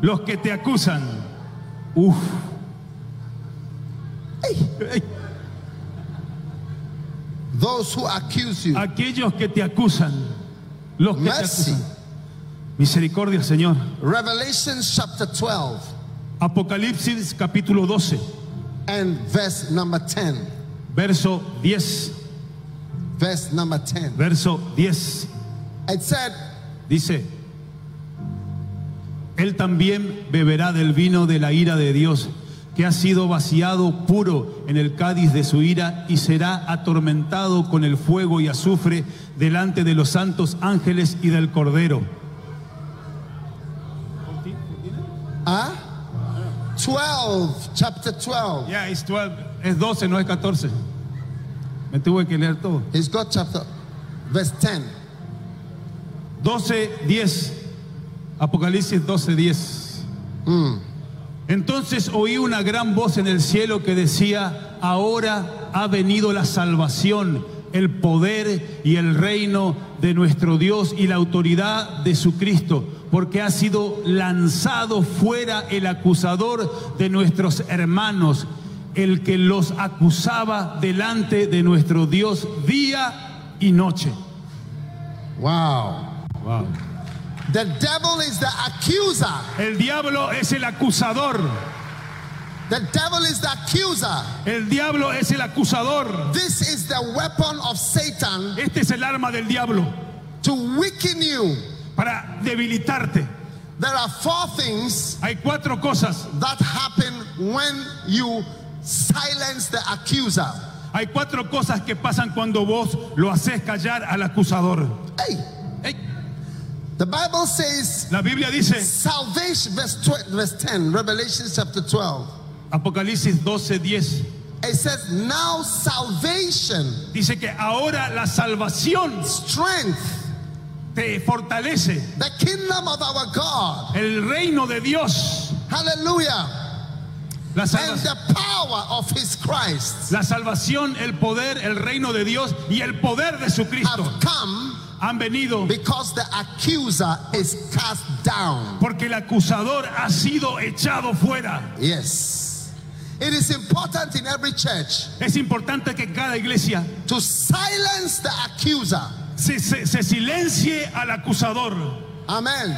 Los que te acusan. Uf. Ey. Those who accuse you. Aquellos que te acusan. Los que te Mercy. acusan. Misericordia, Señor. Revelation chapter 12 Apocalipsis capítulo 12, and verse number 10. verso 10. Verse number 10. Verso 10. It said, Dice, Él también beberá del vino de la ira de Dios, que ha sido vaciado puro en el cádiz de su ira y será atormentado con el fuego y azufre delante de los santos ángeles y del Cordero. huh? 12, chapter 12. Ya, es 12, es 12, no es 14. Me tuve que leer todo. He's got chapter, verse 10. 12, 10. Apocalipsis 12, 10. Entonces oí una gran voz en el cielo que decía, ahora ha venido la salvación, el poder y el reino de nuestro Dios y la autoridad de su Cristo, porque ha sido lanzado fuera el acusador de nuestros hermanos, el que los acusaba delante de nuestro Dios día y noche. Wow. Wow. The devil is the accuser. El diablo es el acusador. The devil is the accuser. El diablo es el acusador. This is the weapon of Satan Este es el arma del diablo to weaken you. para debilitarte. There are four things Hay cuatro cosas. that happen when you silence the accuser. Hay cuatro cosas que pasan cuando vos lo haces callar al acusador. Hey, Ey, the Bible says La Biblia dice, salvation, verse, 12, verse 10, Revelation chapter 12. Apocalipsis 12:10, It says, Now salvation, dice que ahora la salvación strength, te fortalece. the kingdom of our God, El reino de Dios, hallelujah, la and salvación, the power of his Christ la salvación, el poder, el reino de Dios y el poder de su Cristo have come han venido because the accuser is cast down. Porque el acusador ha sido echado fuera. Yes. It is important in every church Es importante que cada iglesia to silence the accuser. se, se- se silencie al acusador. Amen.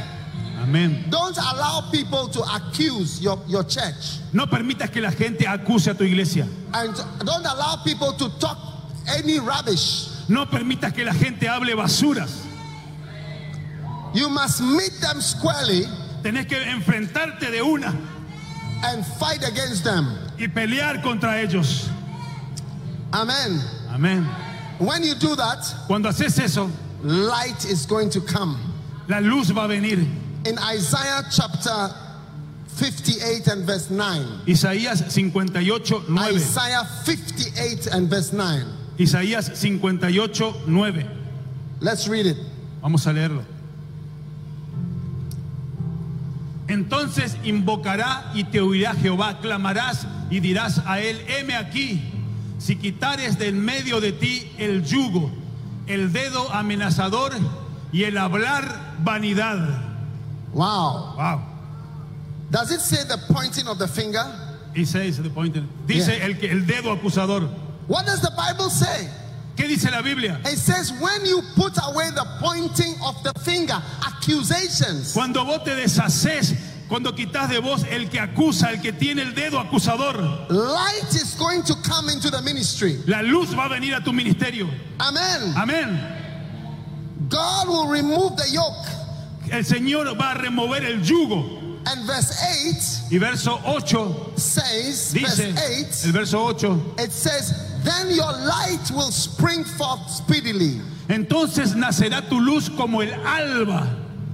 Amén. Don't allow people to accuse your, your church. No permitas que la gente acuse a tu iglesia. And don't allow people to talk any rubbish. No permitas que la gente hable basuras. You must meet them squarely Tenés que enfrentarte de una and fight against them. y pelear contra ellos. Amen. Amén. When you do that, Cuando haces eso, light is going to come. la luz va a venir. In Isaiah chapter 58 and verse 9. Isaías 58, 9. Isaiah 58 and verse 9. Isaías 58, 9. Let's read it. Vamos a leerlo. Entonces invocará y te oirá Jehová, clamarás y dirás a él, heme aquí, si quitares del medio de ti el yugo, el dedo amenazador y el hablar vanidad. Wow. Wow. Does it say the pointing of the finger? It says the pointer. Dice Yeah. el, que- el dedo acusador. What does the Bible say? ¿Qué dice la Biblia? It says, when you put away the pointing of the finger, accusations. Cuando vos te deshaces, cuando quitas de vos el que acusa, el que tiene el dedo acusador, Light is going to come into the ministry. la luz va a venir a tu ministerio. Amen. Amén. God will remove the yoke. El Señor va a remover el yugo. And verse Y verso 8 8 says, dice, verse 8, el verso 8, It says, Then your light will spring forth speedily. entonces nacerá tu luz como el alba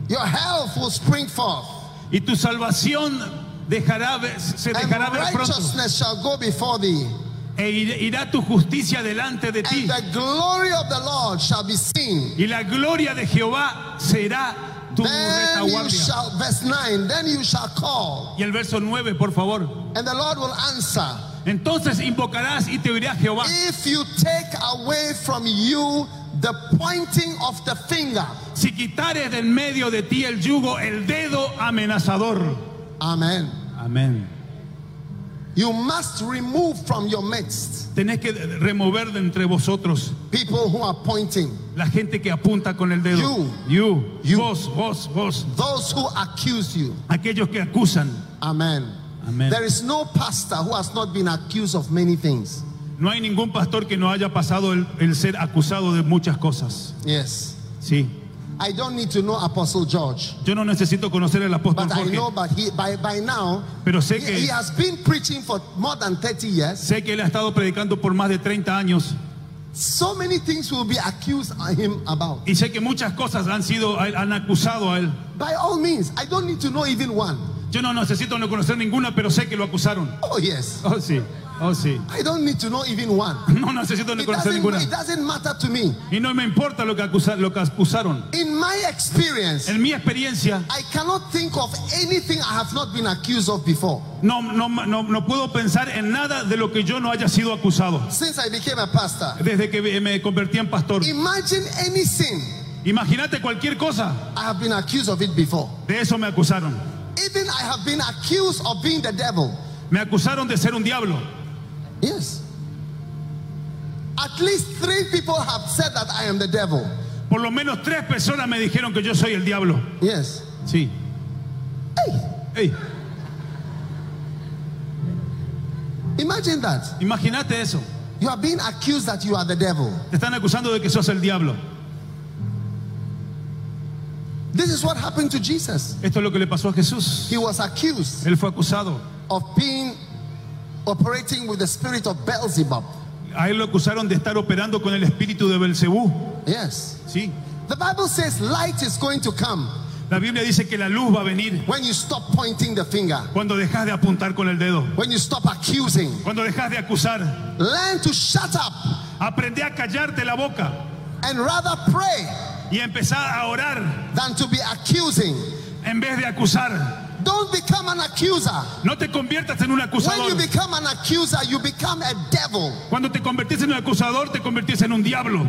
Your health will spring forth. y tu salvación dejará, ver- se And dejará ver pronto. righteousness shall go before thee. E ir- irá tu justicia delante de And ti. the glory of the Lord shall be seen. Y la gloria de Jehová será tu Then you retaguardia. shall, verse 9, then you shall call, Y el verso 9, por favor. and the Lord will answer. Entonces invocarás y te oirá Jehová. If you take away from you the pointing of the finger. Si quitares del medio de ti el yugo, el dedo amenazador. Amen. Amén. You must remove from your midst Tenés que remover de entre vosotros people who are pointing, la gente que apunta con el dedo. You. You. You. Vos, vos, vos. those who accuse you. Aquellos que acusan. Amen. Amen. There is no pastor who has not been accused of many things. No hay ningún pastor que no haya pasado el, el ser acusado de muchas cosas. Yes. Sí. I don't need to know Apostle George, Yo no necesito conocer al apóstol but I Jorge, know but he by, by now pero sé he, que he has been preaching for more than 30 years. Sé que él ha estado predicando por más de 30 años So many things will be accused of him about. y sé que muchas cosas han sido a él- han acusado a él. By all means, I don't need to know even one. Yo no necesito no conocer ninguna, pero sé que lo acusaron. Oh yes. Oh sí, oh sí. I don't need to know even one. No necesito no It conocer doesn't, ninguna it doesn't matter to me. y no me importa lo que acusa- lo que acusaron. In my experience, En mi experiencia I cannot think of anything I have not been accused of before. no, no, no, no puedo pensar en nada de lo que yo no haya sido acusado. Since I became a pastor, Desde que me convertí en pastor. Imagine any sin. Imagínate cualquier cosa. I have been accused of it before. De eso me acusaron. Even I have been accused of being the devil. Me acusaron de ser un diablo. Yes. At least three people have said that I am the devil. Por lo menos tres personas me dijeron que yo soy el diablo. Yes. Sí. Ey, Imagine that. imagínate eso. You are being accused that you are the devil. Te están acusando de que sos el diablo. This is what happened to Jesus. Esto es lo que le pasó a Jesús. He was accused Él fue acusado. of being operating with the spirit of Beelzebub. A él lo acusaron de estar operando con el espíritu de Belcebú. Yes. Sí. The Bible says light is going to come La Biblia dice que la luz va a venir when you stop pointing the finger, cuando dejas de apuntar con el dedo, when you stop accusing. cuando dejas de acusar. Learn to shut up. Aprende a callarte la boca and rather pray y a empezar a orar than to be accusing. en vez de acusar. Don't become an accuser. No te conviertas en un When acusador. you become an accuser, you become a devil. Cuando te convertís en un acusador, te convertís en un diablo.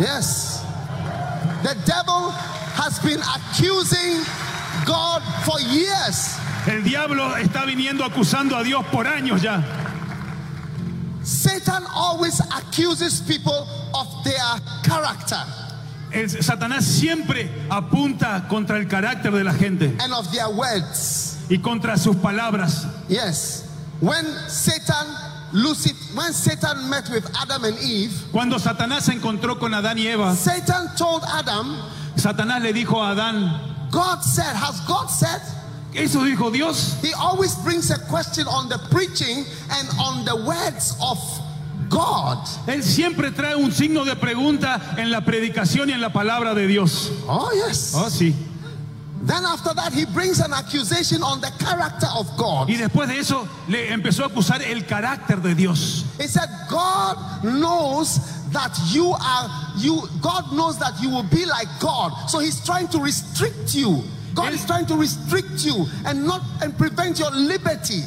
Yes. The devil has been accusing God for years. El diablo está viniendo acusando a Dios por años ya. Satan always accuses people of their character El Satanás siempre apunta contra el carácter de la gente and of their words. y contra sus palabras. Yes. When Satan Lucifer, when Satan met with Adam and Eve, Cuando Satanás se encontró con Adán y Eva, Satan told Adam, Satanás le dijo a Adán, God said, has God said? eso dijo Dios. He always brings a question on the preaching and on the words of God. Él siempre trae un signo de pregunta en la predicación y en la palabra de Dios. Oh, yes. Oh, sí. Then after that, he brings an accusation on the character of God. Y después de eso le empezó a acusar el carácter de Dios. He said, God knows that you are you God knows that you will be like God. So he's trying to restrict you. God is trying to restrict you and not and prevent your liberty.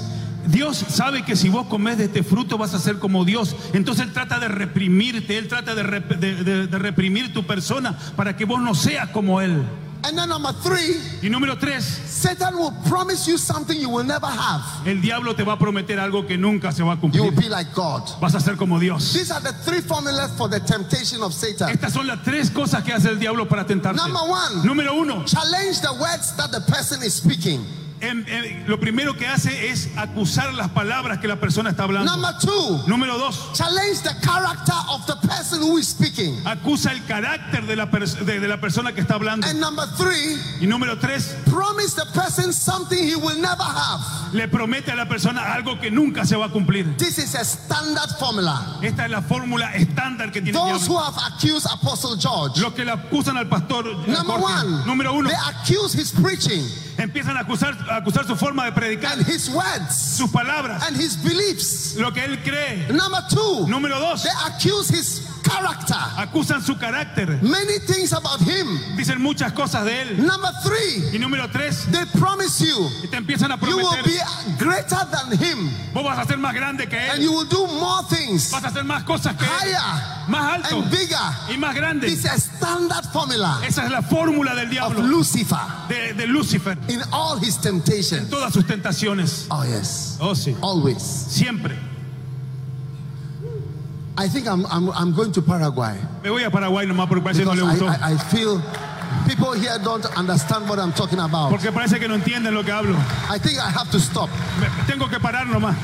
Dios sabe que si vos comes de este fruto vas a ser como Dios. Entonces Él trata de reprimirte, Él trata de, rep- de- de- de reprimir tu persona para que vos no seas como Él. And then number three, Y número tres, Satan will promise you something you will never have. el diablo te va a prometer algo que nunca se va a You will cumplir. be like God. Vas a ser como Dios. These are the three formulas for the temptation of Satan. Estas son las tres cosas que hace el diablo para tentarte. Number one. Número uno, Challenge the words that the person is speaking. em- em, lo primero que hace es acusar las palabras que la persona está hablando. Number two, Número dos, challenge the character of the person who is speaking. acusa el carácter de la, pers- de, de la persona que está hablando. And number three, Y número tres, promise the person something he will never have. le promete a la persona algo que nunca se va a cumplir. This is a standard formula. Esta es la fórmula estándar que tiene el Those diablo. who have accused Apostle George, Los que le acusan al pastor eh, number Jorge, one, número uno, they accuse his preaching empiezan a acusar, a acusar su forma de predicar, and his words sus palabras, and his beliefs. lo que él cree. Number two, Número dos, they accuse his character, acusan su carácter, many things about him. dicen muchas cosas de él. Number three, Y número tres, they promise you te empiezan a you will prometer, be greater than him vos vas a ser más grande que and él, you will do more things vas a hacer más cosas que él, higher más alto and bigger. y más grande. It's a standard formula Esa es la fórmula del of diablo, Lucifer de, de Lucifer, in all his temptations. todas sus tentaciones. Oh, yes, Oh, sí, always. siempre. I think I'm, I'm, I'm going to Paraguay Me voy a Paraguay nomás porque parece que no because le I, gustó. I, I feel people here don't understand what I'm talking about. Porque parece que no entienden lo que hablo. I think I have to stop. Me- tengo que parar nomás.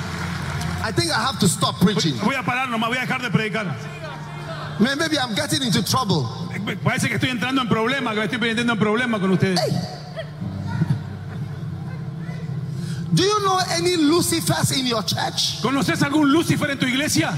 I think I have to stop preaching. Voy a parar nomás, voy a dejar de predicar. May- Maybe I'm getting into trouble. Me- Parece que estoy entrando en problemas, que me estoy metiendo en problemas con ustedes. Do you know any Lucifers in your church? ¿Conoces algún Lucifer en tu iglesia?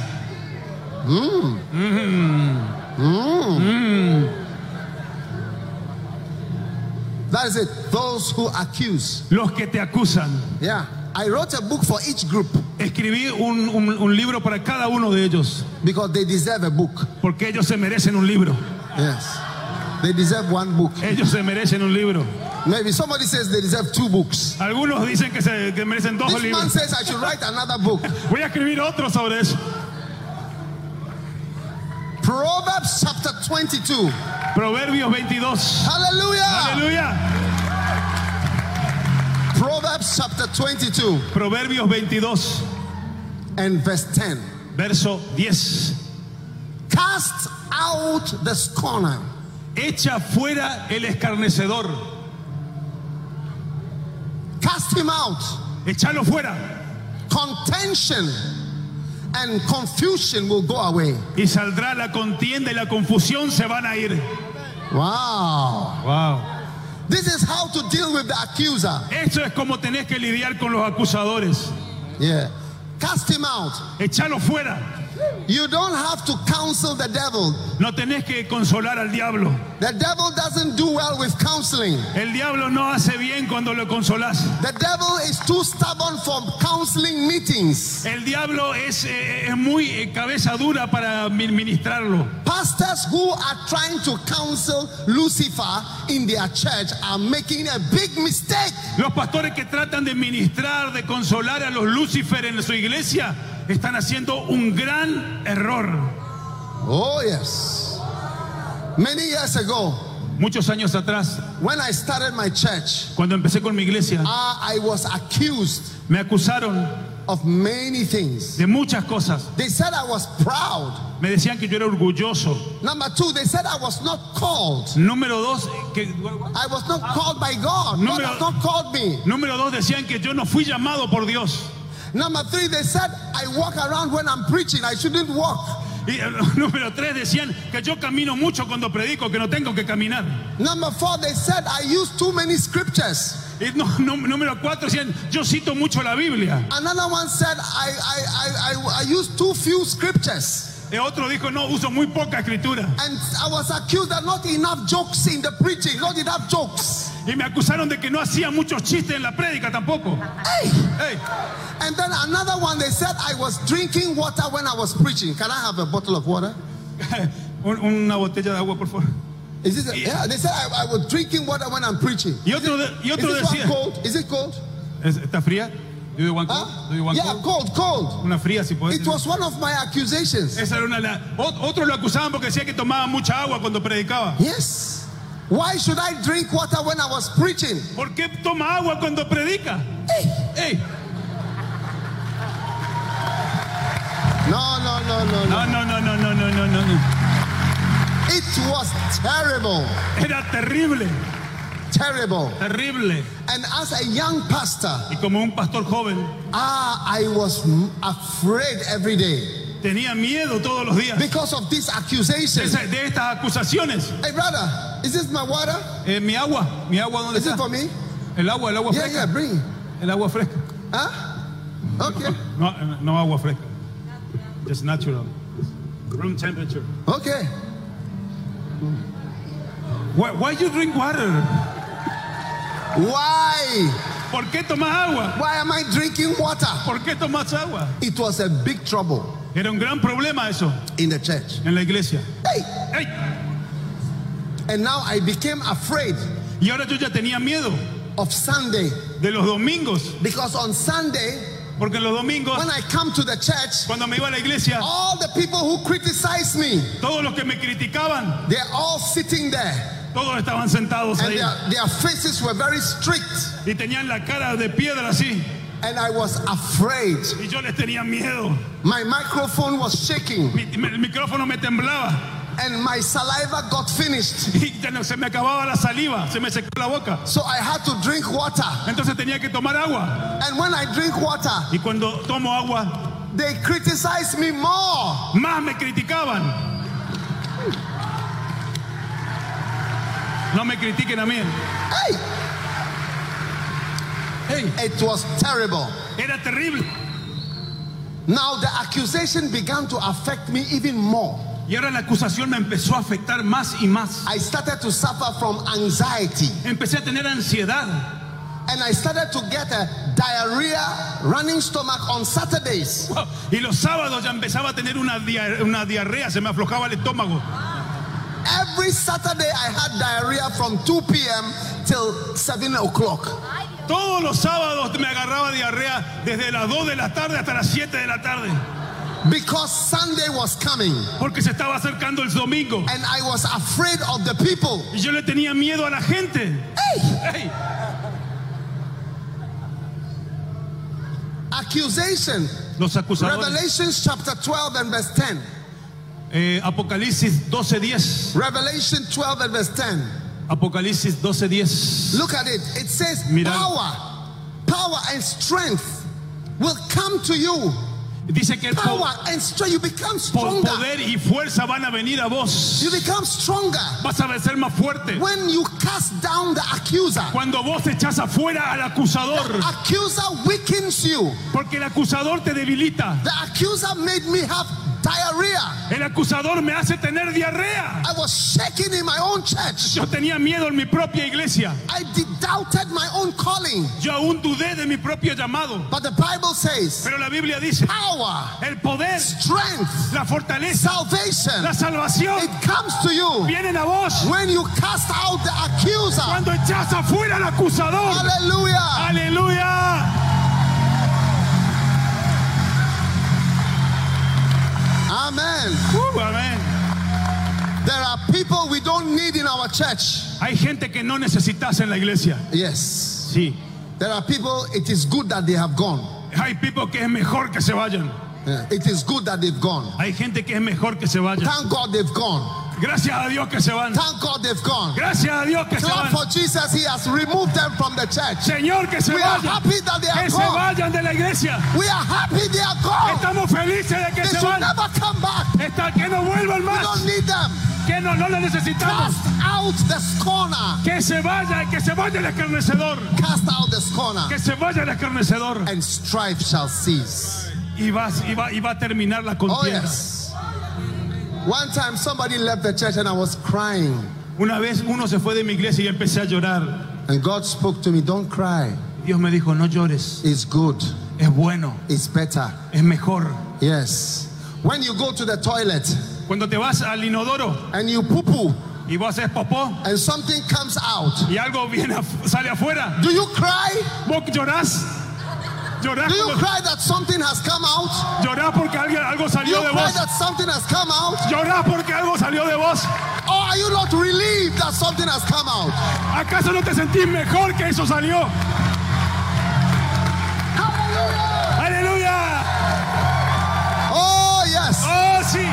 That is it. Those who accuse. Los que te acusan. Yeah. I wrote a book for each group Escribí un, un- un libro para cada uno de ellos, because they deserve a book. porque ellos se merecen un libro. Yes. They deserve one book. Ellos se merecen un libro. Maybe somebody says they deserve two books. Algunos dicen que se que merecen dos This man libros. says I should write another book. Voy a escribir otro sobre eso. Proverbs chapter 22. Proverbios 22. Hallelujah. Aleluya. Proverbs chapter 22 Proverbios 22, and verse 10. verso 10. Cast out the scorner Echa fuera el escarnecedor. Cast him out. Échalo fuera. Contention and confusion will go away. Y saldrá la contienda y la confusión se van a ir. Wow. Wow. This is how to deal with the accuser. Eso es como tenés que lidiar con los acusadores. Yeah. Cast him out. Échalo fuera. You don't have to counsel the devil. No tenés que consolar al diablo. The devil doesn't do well with counseling. El diablo no hace bien cuando lo consolás. The devil is too stubborn for counseling meetings. El diablo es, eh, es muy eh, cabeza dura para mi- ministrarlo. Pastors who are trying to counsel Lucifer in their church are making a big mistake. Los pastores que tratan de ministrar, de consolar a los Lucifer en su iglesia, están haciendo un gran error. Oh, yes. Many years ago, Muchos años atrás, when I started my church, uh, cuando empecé con mi iglesia, I I was accused me acusaron of many things. de muchas cosas. They said I was proud. Me decían que yo era orgulloso. Number two, they said I was not called. Número dos, que, I was not called by God. God Número- has not called me. número dos decían que yo no fui llamado por Dios. Number three, they said I walk around when I'm preaching. I shouldn't walk. Y eh, número tres decían que yo camino mucho cuando predico, que no tengo que caminar. Number four, they said I use too many scriptures. Eh, no, no- número cuatro, decían, yo cito mucho la Biblia. Another one said, I, I, I, I, I used too few scriptures. Eh, otro dijo, no, uso muy poca escritura. And I was accused that not enough jokes in the preaching, not enough jokes. Y me acusaron de que no hacía muchos chistes en la prédica tampoco. Hey! Ey, And then another one, they said, I was drinking water when I was preaching. Can I have a bottle of water? un- una botella de agua, por favor. Is this a, yeah, they said I, I was drinking water when I'm preaching. Y otro, de- y Is otro this one decía, cold? Is it cold? ¿Es- ¿está fría? Do you want cold? Huh? Do you want Yeah, cold? cold, cold. Una fría, si puedes. It was one of my accusations. Esa era una de las- Ot- Otros lo acusaban porque decía que tomaba mucha agua cuando predicaba. Yes. Why should I drink water when I was preaching? ¿Por qué toma agua cuando predica? Ey, No, no, no, no, no. No, no, no, no, no, no, no, no, no. It was terrible, Era terrible, terrible. terrible. And as a young pastor, Y como un pastor joven, ah, I was m- afraid every day tenía miedo todos los días because of this de, accusation. esa- de estas acusaciones. Hey, brother, is this my water? Eh, mi agua, mi agua, ¿dónde Is it está? for me? El agua, el agua Yeah, fresca. yeah, bring. it. El agua fresca. Huh? Okay, No, eh, no agua fresca. Just natural. Room temperature. okay. Why, why you drink water? Why? ¿Por qué tomas agua? Why am I drinking water? ¿Por qué tomas agua? It was a big trouble Era un gran problema eso in the church. en la iglesia. Hey, ¡Ey! and now I became afraid Y ahora yo ya tenía miedo of Sunday de los domingos, because on Sunday, porque los domingos, when I come to the church, cuando me iba a la iglesia, all the people who criticize me, todos los que me criticaban, they're all sitting there, todos estaban sentados and ahí their, their faces were very strict, y tenían la cara de piedra así, and I was afraid. y yo les tenía miedo. My microphone was shaking, Mi- me- el micrófono me temblaba and my saliva got finished, y ya no- se me acababa la saliva, se me secó la boca. so I had to drink water. Entonces tenía que tomar agua. And when I drink water, Y cuando tomo agua, they criticize me more. más me criticaban. No me critiquen a mí. Hey, Ey, it was terrible. era terrible. Now the accusation began to affect me even more. Y ahora la acusación me empezó a afectar más y más. I started to suffer from anxiety Empecé a tener ansiedad. and I started to get a diarrhea, running stomach on Saturdays. Wow. Y los sábados ya empezaba a tener una, dia- una diarrea, se me aflojaba el estómago. Every Saturday I had diarrhea from 2 p.m. till 7 o'clock. Todos los sábados me agarraba diarrea desde las 2 de la tarde hasta las 7 de la tarde. Because Sunday was coming Porque se estaba acercando el domingo. and I was afraid of the people. Y yo le tenía miedo a la gente. Ey, Accusation. Los acusadores. Revelations chapter 12 and verse 10. Eh, Apocalipsis 12:10. Revelation 12 and verse 10. Apocalipsis 12:10. Look at it. It says Mira. power, power and strength will come to you. Dice que el po- Power and strength. You become po- stronger. poder y fuerza van a venir a vos. You become stronger Vas a ser más fuerte. when you cast down the accuser. Cuando vos echás afuera al acusador. Accuser weakens you. Porque el acusador te debilita. The accuser made me have diarrhea. El acusador me hace tener diarrea. I was shaking in my own church. Yo tenía miedo en mi propia iglesia. I did- doubted my own calling. Yo aún dudé de mi propio llamado. But the Bible says Pero la Biblia dice, power, el poder, strength, la fortaleza, la salvation, salvación it comes to you. vienen a vos When you cast out the accuser, cuando echás afuera al acusador. hallelujah. Aleluya. Amen. Uh, amén. There are people we don't need in our church. Hay gente que no necesitas en la iglesia. Yes. Sí. There are people, it is good that they have gone. Hay people que es mejor que se vayan. Yeah. It is good that they've gone. Hay gente que es mejor que se vayan. Thank God they've gone. Gracias a Dios que se van. Thank God they've gone. Gracias a Dios que se Clap van. for Jesus. He has removed them from the church. Señor, que se We are vayan. happy that they Que are se gone. vayan de la la iglesia. We are happy they are gone. Estamos felices de que They se should van. never come back. Está, que no We vuelvan don't más. need them. Que no, no la necesitamos. Cast out the scorner. Que se vaya, que se vaya el escarnecedor. Cast out the scorner. Que se vaya el escarnecedor. And strife shall cease. Y va, y va, y va a terminar la Oh, contienda. yes. One time somebody left the church and I was crying. Una vez uno se fue de mi iglesia y yo empecé a llorar. And God spoke to me, Don't cry. Dios me dijo, no llores. It's good. Es bueno, It's better. es mejor. Yes. When you go to the toilet Cuando te vas al inodoro and you poo poo y vos haces popó and something comes out, y algo viene, af- sale afuera, do you cry? vos llorás. Llorás, Do you como- cry that something has come out? llorás porque alguien, algo Do salió you de cry vos. that something has come out? Llorás porque algo salió de vos. Or are you not relieved that something has come out? ¿Acaso no te sentís mejor que eso salió? ¡Aleluya! Oh, yes. ¡Oh, sí!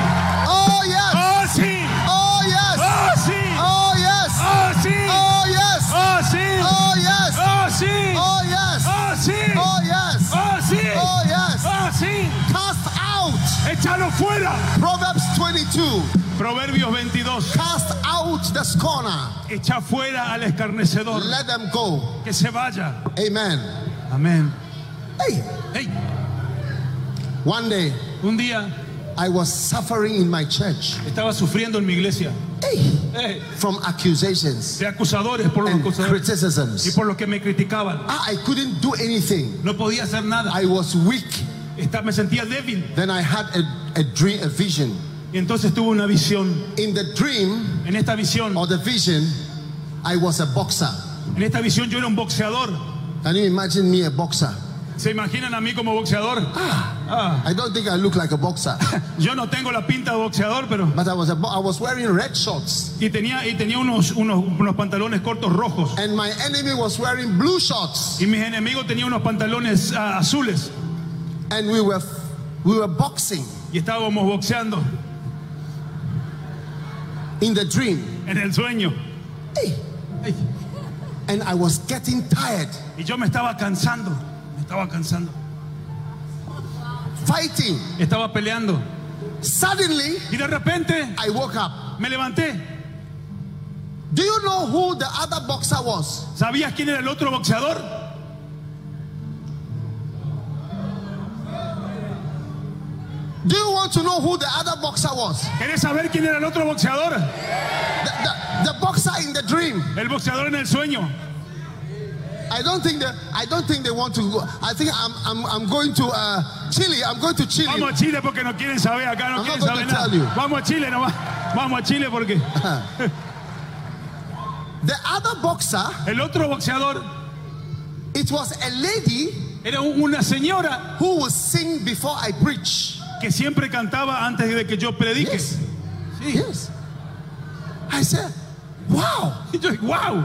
Oh, yes. ¡Oh, sí! Oh, yes. ¡Oh, sí! Oh, yes. ¡Oh, sí! Oh, yes. ¡Oh, sí! Oh, yes. Oh, yes. ¡Oh, sí! ¡Oh, sí! Oh, yes. ¡Oh, sí! Oh, yes. ¡Oh, sí! Cast out. ¡Échalo fuera! Proverbs 22. Proverbios 22. Cast out the scorner. Echa fuera al escarnecedor. Let them go. Que se vaya. Amen. Amén. Hey. Hey, One day, un día I was suffering in my church estaba sufriendo en mi iglesia hey, eh, from accusations de acusadores por los and acusadores y criticisms. por los que me criticaban. I I couldn't do anything. No podía hacer nada. I was weak. Esta- me sentía débil. Then I had a, a dream, a vision. Y entonces tuve una visión. In the dream En esta visión, or the vision, I was a boxer. en esta visión yo era un boxeador. Can you imagine me a boxer? ¿Se imaginan a mí como boxeador? I don't think I look like a boxer, Yo no tengo la pinta de boxeador, pero but I was a bo- I was wearing red shorts, y tenía y tenía unos unos, unos pantalones cortos rojos. and my enemy was wearing blue shorts, Y mis enemigos tenían unos pantalones ah, azules and we were f- we were boxing y estábamos boxeando in the dream, en el sueño. Hey. Ay, and I was getting tired Y yo me estaba cansando, me estaba cansando. fighting. Estaba peleando Suddenly, y de repente I woke up. me levanté. Do you know who the other boxer was? ¿Sabías quién era el otro boxeador? Do you want to know who the other boxer was? ¿Querés saber quién era el otro boxeador? The, the, the boxer in the dream. El boxeador en el sueño. I don't think that I don't think they want to go. I think I'm I'm, I'm going to uh, Chile. I'm going to Chile. Vamos a Chile porque no quieren saber acá, no I'm not quieren saber gonna tell nada. you. Vamos a Chile nomás. Vamos a Chile porque The other boxer. el otro boxeador It was a lady era un- una señora who would sing before I preach. que siempre cantaba antes de que yo predique. Yes. Sí. Yes. I said, wow, Y yo, wow,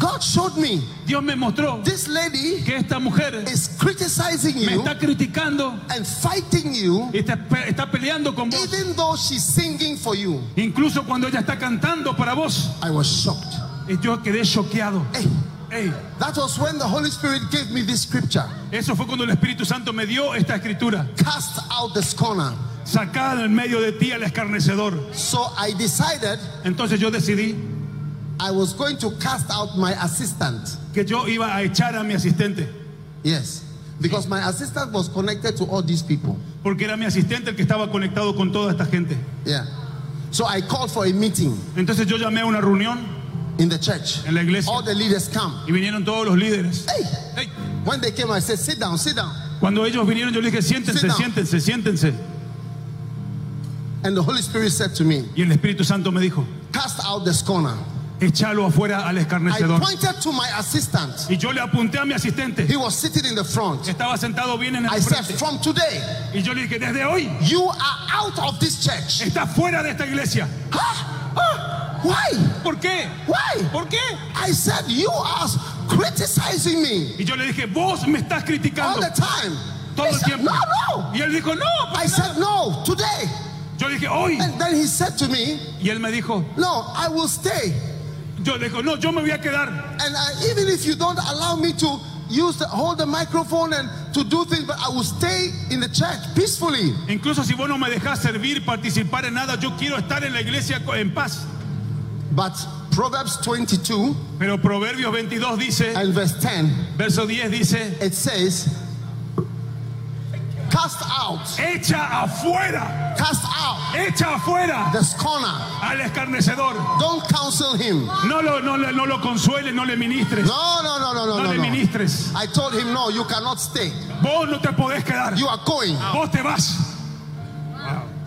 God showed me Dios me mostró this lady que esta mujer is criticizing me you está criticando and fighting you, y está, pe- está peleando con vos. even though she's singing for you. Incluso cuando ella está cantando para vos. I was shocked. Y yo quedé choqueado. Hey, Ey, that was when the Holy Spirit gave me this scripture eso fue cuando el Espíritu Santo me dio esta escritura. cast out the scorner. Sacada en medio de ti al escarnecedor. So I decided Entonces yo decidí I was going to cast out my assistant. que yo iba a echar a mi asistente. Yes, because my assistant was connected to all these people. Porque era mi asistente el que estaba conectado con toda esta gente. Yeah. So I called for a meeting Entonces yo llamé a una reunión in the church. en la iglesia All the leaders come. y vinieron todos los líderes. Hey, Ey, when they came, I said, sit down, sit down. Cuando ellos vinieron yo les dije, siéntense, Sit down. siéntense, siéntense. And the Holy Spirit said to me, Y el Espíritu Santo me dijo, cast out the scorner. échalo afuera al I escarnecedor. pointed to my assistant. Y yo le apunté a mi asistente. He was sitting in the front. Estaba sentado bien en I el said, frente. from today, Y yo le dije, desde hoy, you are out of this church. está fuera de esta iglesia. Huh? Huh? Why? ¿Por qué? Why? ¿Por qué? I said, you are criticizing me Y yo le dije, vos me estás all criticando the time. todo He el said, tiempo. no, no. Y él dijo, no. I pues said, no, today. no". Yo le dije, hoy. And then he said to me, Y él me dijo, no, I will stay. yo le digo, no, yo me voy a quedar. And I, even if you don't allow me to, use the, hold the microphone and to do things, but I will stay in the church peacefully. Incluso si vos no me dejás servir, participar en nada, yo quiero estar en la iglesia co- en paz. But Proverbs 22 Pero Proverbios 22 dice, and verse 10, verso 10 dice, it says, Cast out, echa afuera, cast out echa afuera the scorner. al escarnecedor. Don't counsel him. No lo, no, le- no lo consueles, no le ministres, No, no, no, no, no, no, no. le no. ministres. I told him, No, you cannot stay. Vos no te podés quedar, You are going. vos te vas.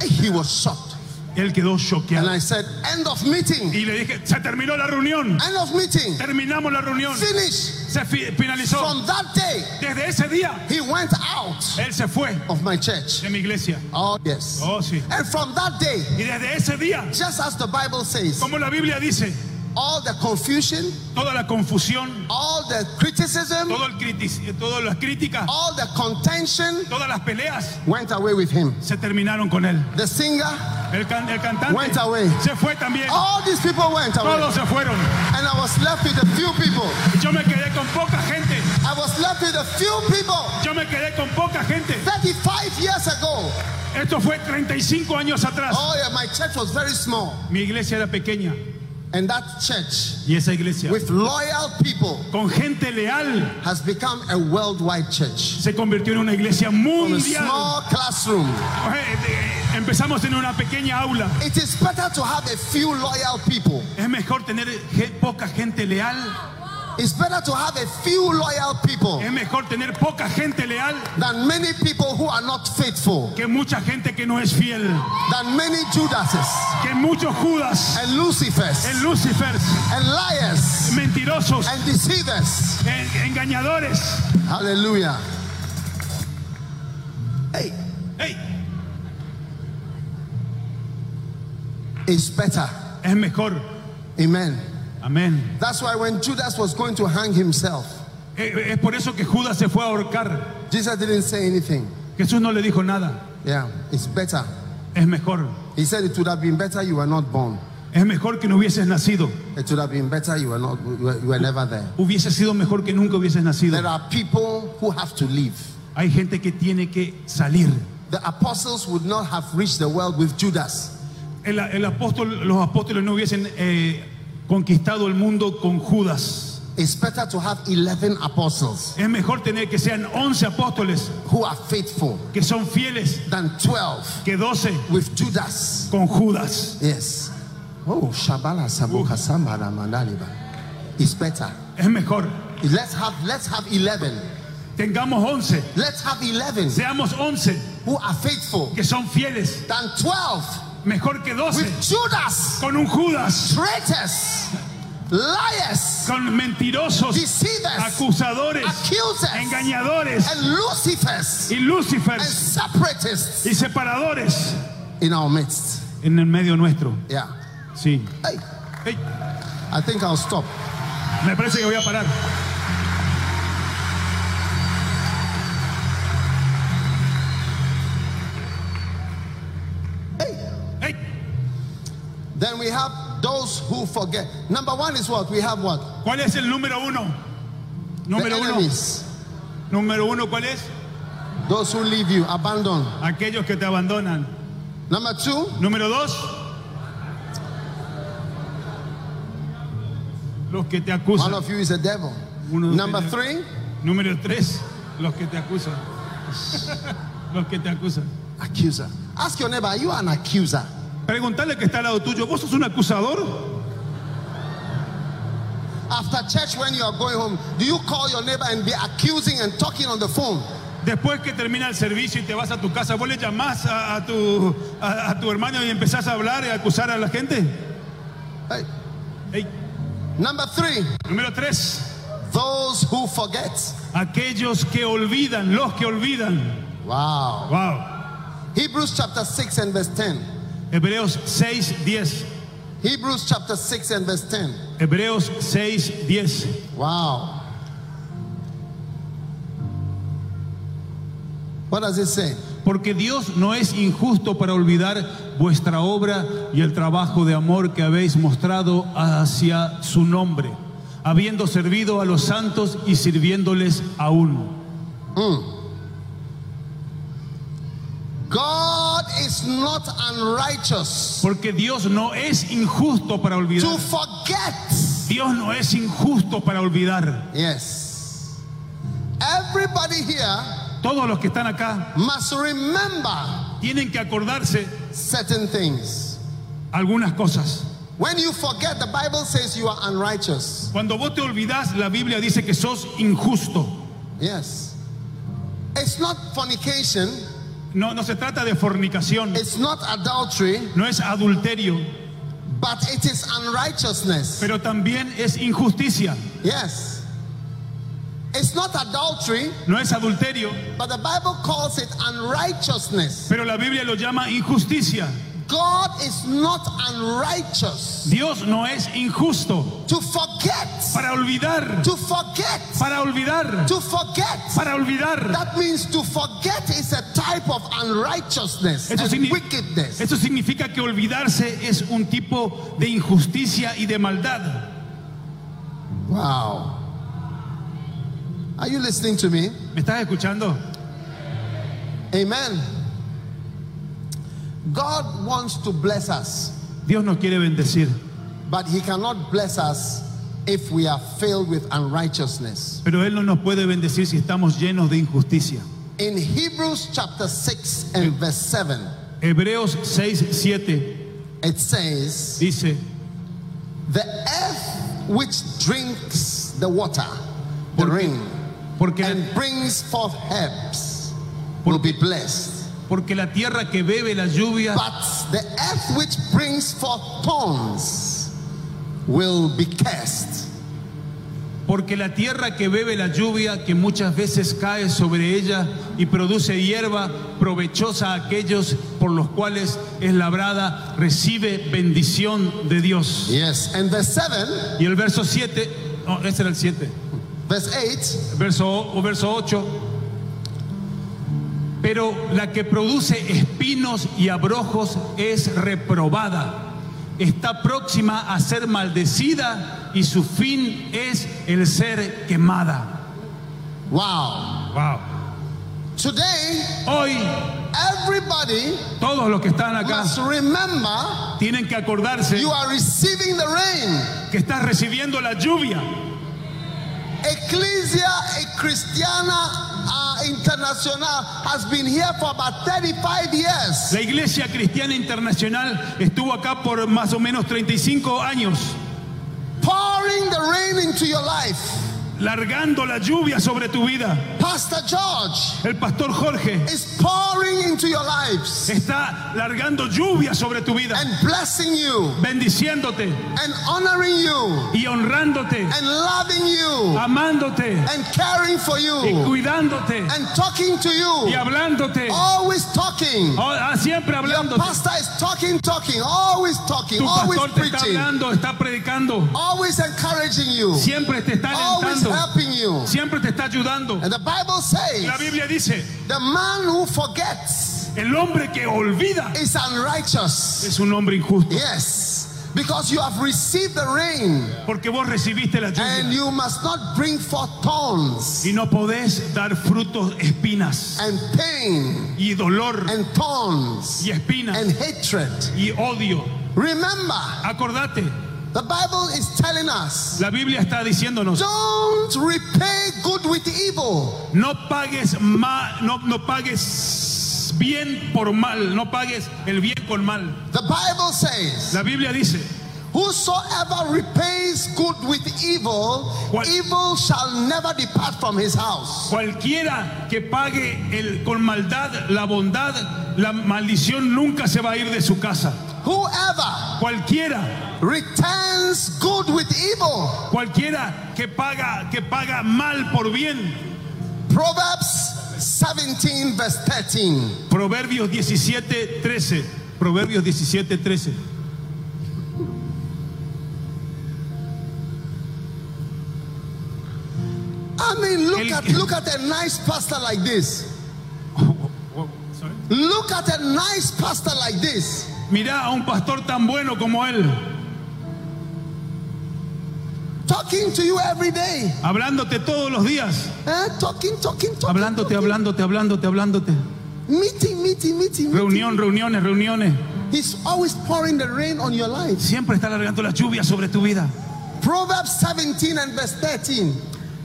He was shocked. Él quedó And choqueado. I said, End of meeting. Y le dije, se terminó la reunión, End of meeting. terminamos la reunión, Finish. se fi- finalizó. From that day, Desde ese día, he went out él se fue of my church. de mi iglesia. Oh, yes. Oh, sí. And from that day, Y desde ese día, just as the Bible says, como la Biblia dice, all the confusion, toda la confusión, all the criticism, todo el critic- todas las críticas, all the contention todas las peleas went away with him. se terminaron con él. The singer, El, can- el cantante Went away. se fue también. all these people went away. Todos se fueron. And I was left with a few people. Yo me quedé con poca gente. I was left with a few people. Yo me quedé con poca gente. 35 years ago, Esto fue 35 años atrás. oh yeah, my church was very small. Mi iglesia era pequeña. And that church, Y esa iglesia, with loyal people, con gente leal, has become a worldwide church. se convirtió en una iglesia From a mundial. small classroom. Eh, eh, Empezamos en una pequeña aula. It is better to have a few loyal people. Es mejor tener ge- poca gente leal It's better to have a few loyal people Es mejor tener poca gente leal than many people who are not faithful, que mucha gente que no es fiel, than many Judases que muchos Judas, and Lucifers el Lucifer, and liars mentirosos, and deceivers. en- engañadores. Hallelujah. Hey, Ey, it's better. es mejor. Amen. Amén. That's why when Judas was going to hang himself, Eh, Es por eso que Judas se fue a ahorcar. Jesus didn't say anything. Jesús no le dijo nada. Yeah, it's better. Es mejor. He said it would have been better you were not born. Es mejor que no hubieses nacido. It would have been better you were not you were, you were never there. Hubiese sido mejor que nunca hubieses nacido. There are people who have to leave. Hay gente que tiene que salir. The apostles would not have reached the world with Judas. El, el apóstol, los apóstoles no hubiesen eh, conquistado el mundo con Judas. It's better to have 11 apostles Es mejor tener que sean 11 apóstoles who are faithful que son fieles than 12 que 12 with Judas. con Judas. Yes. Oh, Shabala Saboka Sambala Mandaliba. It's better. Es mejor. Let's have let's have 11. Tengamos 11, Let's have 11 seamos 11 who are faithful que son fieles. than 12 Mejor que 12 with Judas. con un Judas, Traitors. Liars. con mentirosos, Deceivers. acusadores, Accusers. engañadores And Lucifers. y Lucifer And separatists y separadores in our midst. en el medio nuestro. Yeah. Sí. Hey, Ey, I think I'll stop. me parece que voy a parar. Hey. Ey, Then we have those who forget. Number one is what? We have what? ¿Cuál es el número uno? The Número uno. enemies. Número uno, ¿cuál es? Those who leave you, abandon. Aquellos que te abandonan. Number two, Número dos, los que te one acusan. of you is a devil. Uno de Number ustedes. three, Número tres, los que te acusan. los que te acusan. accuser. Ask your neighbor, are you an accuser? Preguntarle que está al lado tuyo, ¿vos sos un acusador? After church, when you are going home, do you call your neighbor and be accusing and talking on the phone? Después que termina el servicio y te vas a tu casa, ¿vos le llamás a, a tu, a, a tu hermano y empezás a hablar y a acusar a la gente? Hey. Ey. Number three, Número tres, those who forget. aquellos que olvidan, los que olvidan. Wow. Wow. Hebrews chapter 6 and verse 10. Hebreos 6, 10. Hebrews chapter 6 and verse 10. Hebreos 6, 10. Wow. What does it say? Porque Dios no es injusto para olvidar vuestra obra y el trabajo de amor que habéis mostrado hacia su nombre, habiendo servido a los santos y sirviéndoles aún. God is not unrighteous Porque Dios no es injusto para to olvidar. forget. Dios no es injusto para olvidar. Yes. Everybody here Todos los que están acá must remember tienen que acordarse certain things. algunas cosas. When you forget, the Bible says you are unrighteous. Cuando vos te olvidás, la Biblia dice que sos injusto. Yes. It's not fornication, No, no se trata de fornicación, it's not adultery, no es adulterio, but it is unrighteousness. pero también es injusticia. Yes. It's not adultery, No es adulterio, but the Bible calls it unrighteousness. pero la Biblia lo llama injusticia. God is not unrighteous Dios no es injusto to forget, para olvidar, to forget, para olvidar, to forget. para olvidar. That means to forget is a type of unrighteousness Eso, and signi- wickedness. eso significa que olvidarse es un tipo de injusticia y de maldad. Wow. Are you listening to me? ¿Me estás escuchando? Amen. God wants to bless us, Dios nos quiere bendecir, but He cannot bless us if we are filled with unrighteousness. pero Él no nos puede bendecir si estamos llenos de injusticia. In Hebrews chapter 6 and verse 7, Hebreos 6, 7 it says, dice, The earth which drinks the water, the Porque- rain, porque, and brings forth herbs will be blessed. porque la tierra que bebe la lluvia, But the earth which brings forth thorns will be cursed. porque la tierra que bebe la lluvia, que muchas veces cae sobre ella y produce hierba provechosa a aquellos por los cuales es labrada, recibe bendición de Dios. Yes, and verse 7, Y el verso 7, no, ese era el 7. verse 8, verso, o verso 8. Pero la que produce espinos y abrojos es reprobada. Está próxima a ser maldecida y su fin es el ser quemada. wow. Wow. Today, Hoy everybody todos los que están acá must remember tienen que acordarse you are receiving the rain. que estás recibiendo la lluvia. Ecclesia e Christiana uh, International has been here for about 35 years. La Iglesia Cristiana Internacional estuvo acá por más o menos 35 años, pouring the rain into your life. largando la lluvia sobre tu vida. Pastor George El pastor Jorge is pouring into your lives está largando lluvia sobre tu vida, and blessing you bendiciéndote and honoring you y honrándote, and loving you amándote and caring for y you cuidándote and talking to y you. hablándote. Always talking. Oh, ah, siempre Your hablándote. pastor is talking, talking, always talking, Tu always pastor te está preaching, hablando, está predicando, always encouraging you, siempre te está always alentando, helping you. siempre te está ayudando. And the Bible La says Biblia dice, the man who forgets el hombre que olvida is unrighteous. es un hombre injusto, Yes, because you have received the rain porque vos recibiste la and lluvia you must not bring forth thorns y no podés dar frutos espinas and pain y dolor and thorns y espinas and hatred. y odio. Remember, Acordate, the Bible is telling us la Biblia está diciéndonos, don't repay good with evil. no pagues ma- no, no pagues bien por mal, no pagues el bien con mal. The Bible says, La Biblia dice, Whosoever repays good with evil, What? evil shall never depart from his house. cualquiera que pague el, con maldad la bondad, la maldición nunca se va a ir de su casa. Whoever Cualquiera, returns good with evil, cualquiera que paga que paga mal por bien. Proverbs 17, verse 13. Proverbios 17, 13. Proverbios 17, 13. I mean, look El- at look at a nice pastor like this. Look at a nice pastor like this. Mirá a un pastor tan bueno como él. Talking to you every day. hablándote todos los días, Eh, talking, talking, talking. hablándote, hablándote, hablándote, hablándote. Meeting, meeting, meeting. Reunión, reuniones, reuniones. He's always pouring the rain on your life. Siempre está alargando la lluvia sobre tu vida. Proverbs 17 and verse 13.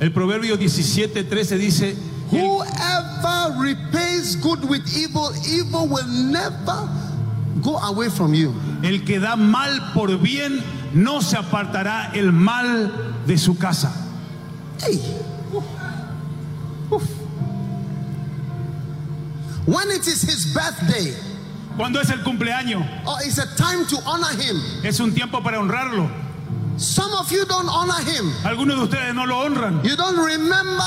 El proverbio 17, 13 dice, "El- Whoever repays good with evil, evil will never go away from you. el que da mal por bien, no se apartará el mal de su casa. Hey. Oof. Oof. When it is his birthday, Cuando es el cumpleaños, or it's a time to honor him, es un tiempo para honrarlo. some of you don't honor him. Algunos de ustedes no lo honran. You don't remember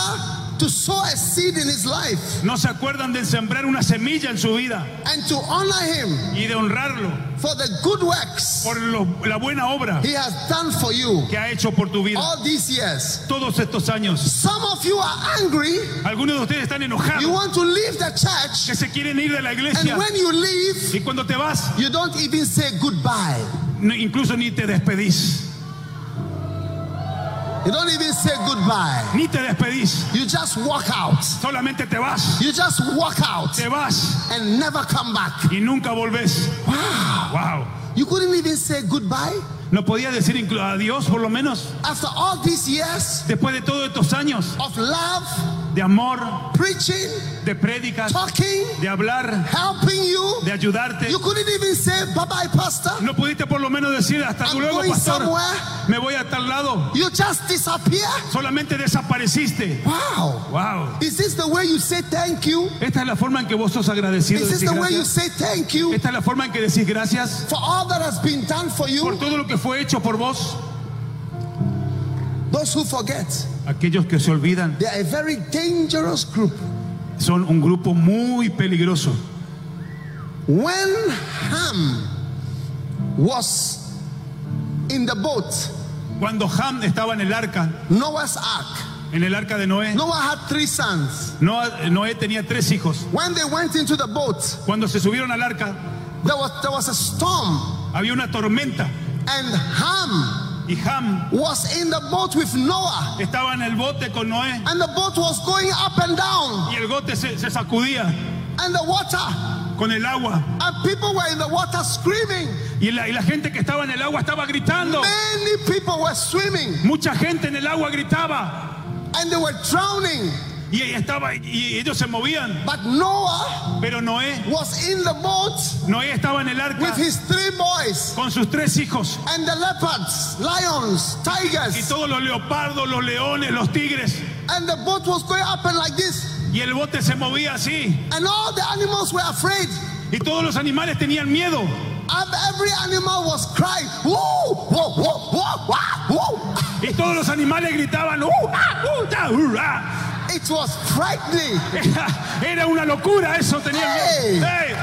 to sow a seed in his life No se acuerdan de sembrar una semilla en su vida and to honor him y de honrarlo for the good works por lo- la buena obra he has done for you que ha hecho por tu vida all these years. todos estos años. Some of you are angry. Algunos de ustedes están You enojados want to leave the church, que se quieren ir de la iglesia and when you leave, y cuando te vas you don't even say goodbye. no- incluso ni te despedís, You don't even say goodbye. ni te despedís, You just walk out. solamente te vas, You just walk out te vas and never come back. y nunca volvés. Wow. Wow. You couldn't even say goodbye No podía decir inclu- adiós por lo menos after all these years después de todos estos años of love, de amor, preaching, de prédicas, talking, de hablar, helping you. de ayudarte. You couldn't even say bye bye, pastor. No pudiste por lo menos decir hasta I'm luego, going pastor. somewhere. Me voy a tal lado. You just disappear. Solamente desapareciste. Wow. Wow. Is this the way you say thank you? Esta es la forma en que vos sos agradecido. Is this decís the way you gracias. say thank you Esta es la forma en que decís gracias for all that has been done for por you? todo lo que fue hecho por vos. Those who forget, Aquellos que se olvidan they are a very dangerous group. son un grupo muy peligroso. When Ham was in the boat, Cuando Ham estaba en el arca, Noah's ark, en el arca de Noé, Noah had three sons. Noa- Noé tenía tres hijos. When they went into the boat, Cuando se subieron al arca, there was, there was a storm, había una tormenta and Ham y Ham was in the boat with Noah, estaba en el bote con Noé and the boat was going up and down, y el bote se- se sacudía and the water, con el agua. and people were in the water screaming. Y la, y la gente que estaba en el agua estaba gritando. Many people were swimming, Mucha gente en el agua gritaba. and they were drowning, Y, y estaba, y ellos se movían. but Noah Pero Noé, was in the boat Noé estaba en el arca with his three boys. con sus tres hijos. and the leopards, lions, Y tigers, todos los leopardos, los leones, los tigres. and the boat was going up and like this, Y el bote se movía así. and all the animals were afraid. Y todos los animales tenían miedo. And every animal was crying, whoa, whoa, whoa, whoa, whoa, whoa. Y todos los animales gritaban. "Uh, ah, uh, ta, uh, ah". It was frightening. Era, era una locura eso. Tenían miedo. ¡Ey!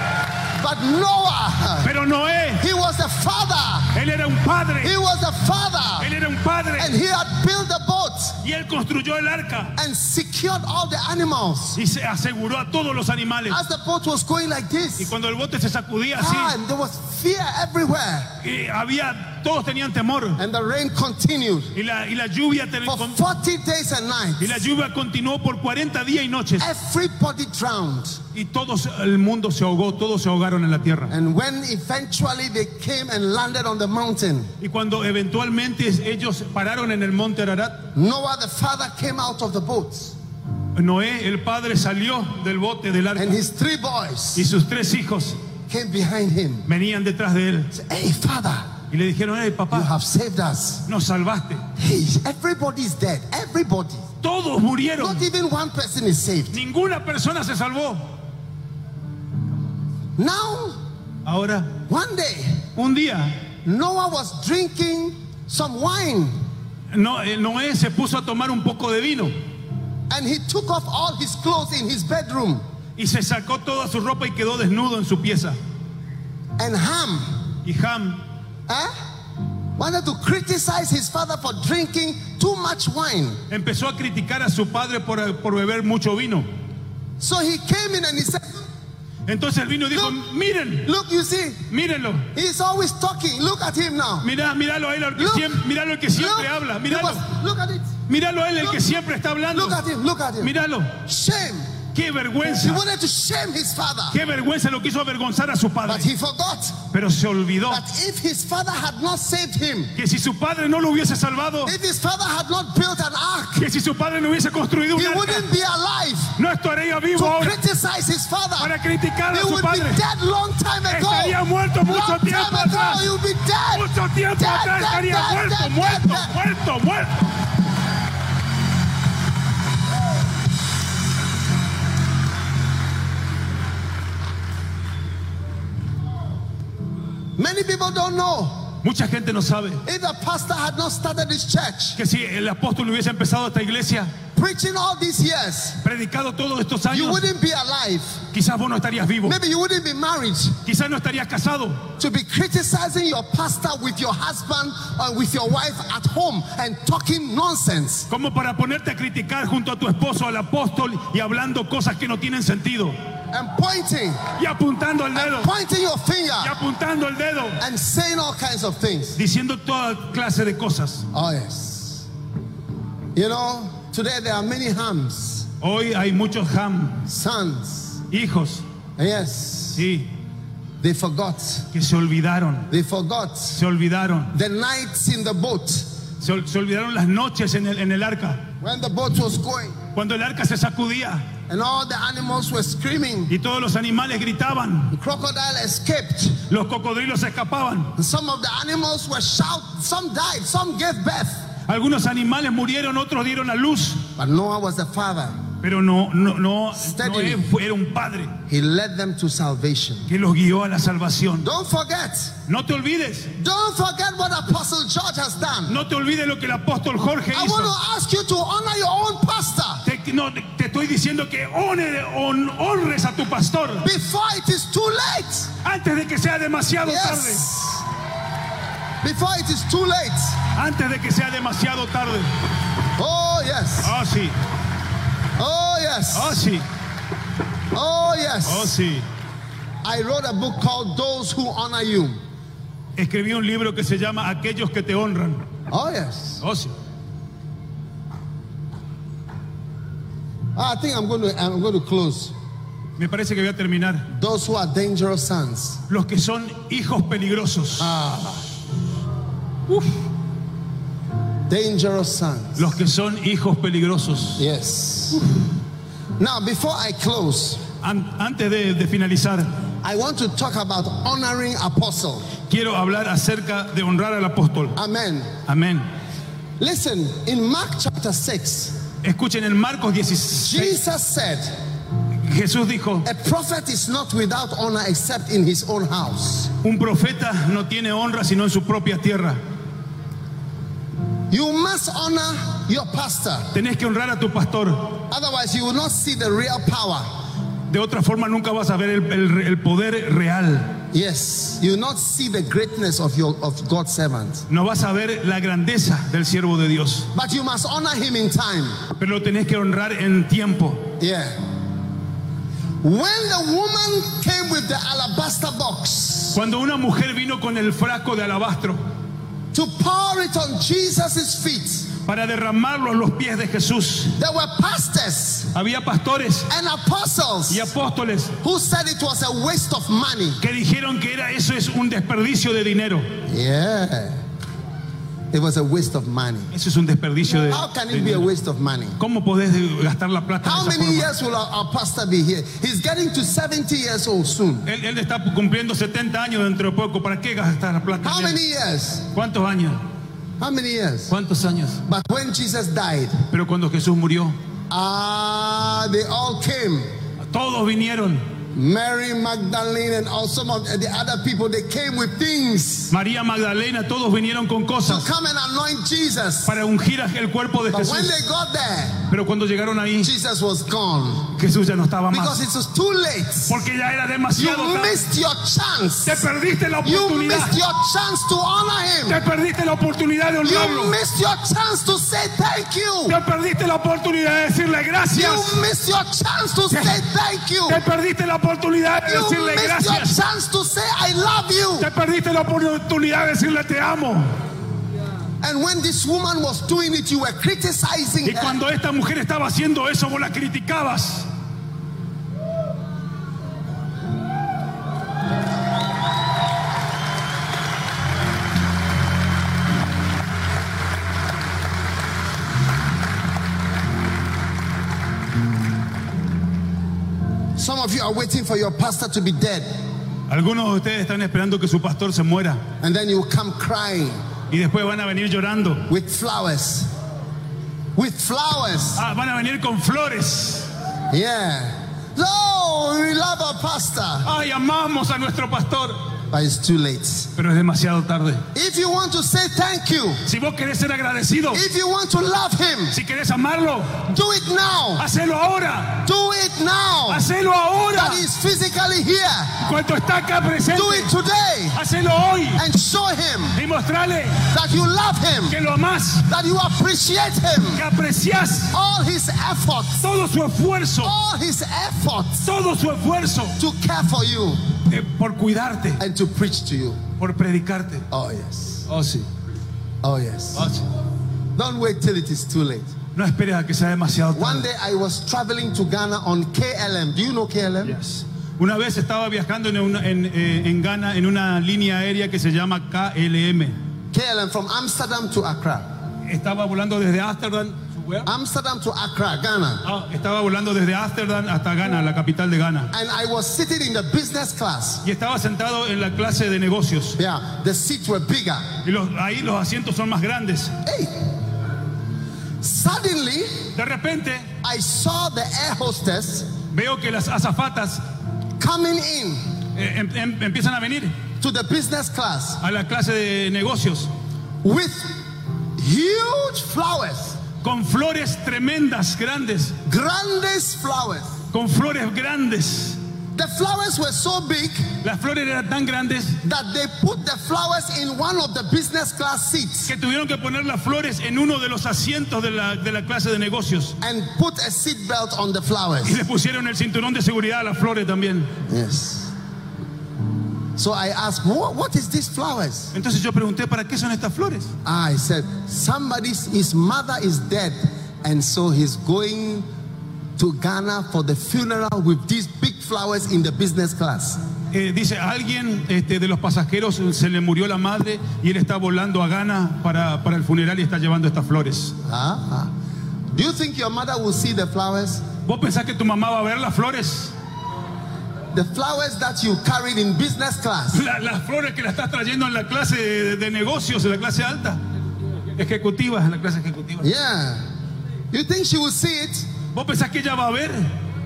But Noah, Pero Noé, he was a father. él era un padre. He was a father. Él era un padre. And he had built the boat Y él construyó el arca. and secured all the animals. y se aseguró a todos los animales. As the boat was going like Y this, cuando el bote se sacudía así, and there was fear everywhere. y había, todos tenían temor. And the rain continued Y la, y la lluvia te- for 40 days and nights. y la lluvia continuó por 40 días y noches. Everybody drowned. Y todo el mundo se ahogó, todos se ahogaron en la tierra. And when eventually they came and landed on the mountain, Y cuando eventualmente ellos pararon en el monte Ararat, Noah the father came out of the boat Noé, el padre, salió del bote del and arca. his three Y boys sus tres hijos came behind him. venían detrás de él. Said, Hey, father, Y le dijeron, hey you papá, have saved us. nos salvaste. Hey, everybody's dead. Everybody. Todos murieron. Not even one person is saved. Ninguna persona se salvó. Now, Ahora, one day, un día Noah was drinking some wine No, eh, Noé se puso a tomar un poco de vino and he took off all his clothes in his bedroom. y se sacó toda su ropa y quedó desnudo en su pieza. And Ham, Y Ham eh, wanted to criticize his father for drinking too much wine. empezó a criticar a su padre por, por beber mucho vino. So he came in and he said, Entonces él vino y dijo, No. miren, Look, you see, mírenlo. he's always talking. Look at him now. Mirá, míralo a él, el que Look. siempre, míralo el que siempre habla. Look, Míralo, because- look at it. míralo a él, el Look. que siempre está hablando. Look at him. Look at him. Míralo. Shame. Qué He vergüenza. wanted to shame his father, Qué vergüenza lo quiso avergonzar a su but padre. he forgot Pero se olvidó that if his father had not saved him, que si su padre no lo hubiese salvado, if his father had not built an ark, que si su padre no hubiese construido un he arca, wouldn't be alive no estaría vivo to ahora criticize his father. para criticar a He su would be padre. dead long time ago. Estaría muerto mucho long tiempo time ago, atrás. he would be dead. Mucho tiempo Dead, atrás dead, estaría dead, muerto, dead, muerto, dead, dead. muerto, muerto. Many people don't know. Mucha gente no sabe If the pastor had not started his church, que si el apóstol hubiese empezado esta iglesia, preaching all these years, predicado todos estos you años, wouldn't be alive. quizás vos no estarías vivo, Maybe you wouldn't be married. quizás no estarías casado. To be criticizing your pastor with your husband or with your wife at home and talking nonsense. Como para ponerte a criticar junto a tu esposo, al apóstol, y hablando cosas que no tienen sentido. and pointing, Y apuntando el dedo, pointing your finger y apuntando el dedo, and saying all kinds of things. diciendo toda clase de cosas. Oh, yes. You know, today there are many hams, Hoy hay muchos ham, sons. hijos, Yes, sí, they forgot. que se olvidaron, They forgot se olvidaron, the nights in the boat se, ol- se olvidaron las noches en el, en el arca, when the boat was going cuando el arca se sacudía and all the animals were screaming. y todos los animales gritaban, The crocodile escaped. los cocodrilos se escapaban, And some of the animals were shout. Some died. Some gave birth. algunos animales murieron, otros dieron a luz, But Noah was the father. pero no, no, no, Steadily. Noé fue- era un padre He led them to salvation. que los guió a la salvación. Don't forget. No te olvides, Don't forget what Apostle George has done. no te olvides lo que el apóstol Jorge I want hizo. to ask you to honor your own pastor Te, no, te estoy diciendo que honre- hon- honres a tu pastor before it is too late. antes de que sea demasiado tarde. Yes. Before it is too late. Antes de que sea demasiado tarde. Oh, yes. Oh sí, Oh, yes. oh sí, Oh, oh yes. sí. I wrote a book called Those Who Honor You. Escribí un libro que se llama Aquellos que te honran. Oh, yes. Oh sí. Ah, I think I'm going to, I'm going to close. Me parece que voy a terminar. Those who are dangerous sons. Los que son hijos peligrosos. Uf. Dangerous sons. Los que son hijos peligrosos. Yes. Now, before I close, An- antes de, de finalizar, I want to talk about honoring apostle. quiero hablar acerca de honrar al apóstol. Amen. Amén. Listen, in Mark chapter 6, Escuchen en Marcos 16. Jesus said, Jesús dijo, A prophet is not without honor except in his own house. un profeta no tiene honra sino en su propia tierra. You must honor your pastor, Tenés que honrar a tu pastor. otherwise, you will not see the real power. De otra forma nunca vas a ver el, el- el poder real. Yes, you will not see the greatness of your of God's servant. No vas a ver la grandeza del siervo de Dios. But you must honor him in time. Pero lo tenés que honrar en tiempo. Yeah. When the woman came with the alabaster box Cuando una mujer vino con el frasco de alabastro to pour it on Jesus' feet, para derramarlo a los pies de Jesús, there were pastors había pastores and y apostles apóstoles who said it was a waste of money. que dijeron que era eso es un desperdicio de dinero. Yeah. It was a waste of money. Eso es un desperdicio de, How can de it be a dinero. waste of money? ¿Cómo podés gastar la plata? How de esa many forma? years will our, our pastor be here? He's getting to 70 years old soon. Él, él está cumpliendo 70 años dentro de poco. ¿Para qué gastar la plata? How en él? many years? ¿Cuántos años? How many years? ¿Cuántos años? But when Jesus died, Pero cuando Jesús murió, ah, they all came. todos vinieron. Mary Magdalene and all some of the other people, they came with things María Magdalena, todos vinieron con to cosas come and anoint Jesus. para ungir el cuerpo de But when Jesús. they got there, Pero cuando llegaron ahí, Jesus was gone Jesús ya no estaba because más. it was too late. Porque ya era You demasiado tarde. missed your chance. Te perdiste la You oportunidad. missed your chance to honor him. Te perdiste la oportunidad de You honrarlo. missed your chance to say thank you. Te perdiste la oportunidad de decirle You gracias. missed your chance to say thank you. Te perdiste la oportunidad de You decirle missed your gracias. chance to say, I love you. Te perdiste la oportunidad de decirle te amo. And when this woman was doing it, you were criticizing Y her. cuando esta mujer estaba haciendo eso, vos la criticabas. Some of you are waiting for your pastor to be dead. Algunos de ustedes están esperando que su pastor se muera And then you come crying y después van a venir llorando. with flowers. With flowers. Ah, van a venir con flores. Yeah. No, we love our pastor. Ay, amamos a nuestro pastor. But it's too late. Pero es demasiado tarde. If you want to say thank you, Si vos querés ser agradecido, if you want to love him, si querés amarlo, do it now. hacelo ahora. Do it now. Hacelo ahora. That is physically here. Cuando está acá presente, Do it today. hacelo hoy. And show him Y mostrale that you love him, que lo amás, that you appreciate him. que apreciás All his efforts, todo su esfuerzo, all his efforts todo su esfuerzo to care for you eh, por cuidarte, and to preach to you. por predicarte. Oh, yes. Oh sí, Oh, yes. oh sí. Don't wait till it is too late. No esperes a que sea demasiado One tarde. day I was traveling to Ghana on KLM. Do you know KLM? Yes. Una vez estaba viajando en, una- en, eh, en Ghana en una línea aérea que se llama KLM. KLM from Amsterdam to Accra. Estaba volando desde Ámsterdam. Ah. ¿where? Amsterdam to Accra, Ghana. Ah, estaba volando desde Ámsterdam hasta Ghana, la capital de Ghana. And I was sitting in the business class. Y estaba sentado en la clase de negocios. Yeah, the seats were bigger. Y los- ahí los asientos son más grandes. Hey. Suddenly, De repente I saw the air hostess veo que las azafatas coming in eh, em- em- empiezan a venir to the business class a la clase de negocios with huge flowers, con flores tremendas, grandes, grandest flowers. con flores grandes. The flowers were so big Las flores eran tan grandes that they put the flowers in one of the business class seats que tuvieron que poner las flores en uno de los asientos de la, de la clase de negocios. and put a seatbelt on the flowers. Y le pusieron el cinturón de seguridad a las flores también. Yes. So I asked, what, what is these flowers? Entonces yo pregunté, ¿para qué son estas flores? I said, somebody's his mother is dead, and so he's going to Ghana for the funeral with these big flowers in the business class. Eh, dice, a alguien este, de los pasajeros se le murió la madre y él está volando a Ghana para, para el funeral y está llevando estas flores. Ah, do you think your mother will see the flowers? ¿Vos pensás que tu mamá va a ver las flores? The flowers that you carried in business class. La- las flores que la estás trayendo en la clase de, de negocios, en la clase alta. Ejecutiva, en la clase ejecutiva. Yeah. You think she will see it? ¿Vos pensás que ella va a ver?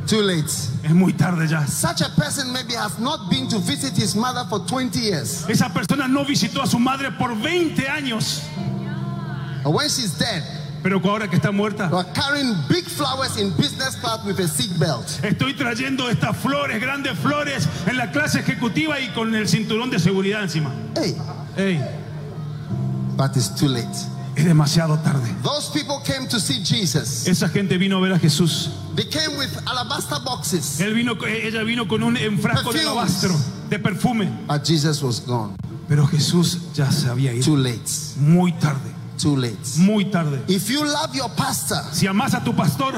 Too late. Es muy tarde ya. Such a person maybe has not been to visit his mother for 20 years. Esa persona no visitó a su madre por 20 años, And when she's dead, pero ahora que está you muerta, are carrying big flowers in business class with a seat belt. estoy trayendo estas flores, grandes flores, en la clase ejecutiva y con el cinturón de seguridad encima. Hey, Ey, but it's too late. es demasiado tarde. Those people came to see Jesus. Esa gente vino a ver a Jesús. They came with alabaster boxes, Él vino, ella vino con un en frasco de Perfumes. alabastro, de perfume. but Jesus was gone. Pero Jesús ya se había ido. Too late. Muy tarde, Too late. muy tarde. If you love your pastor, Si amás a tu pastor,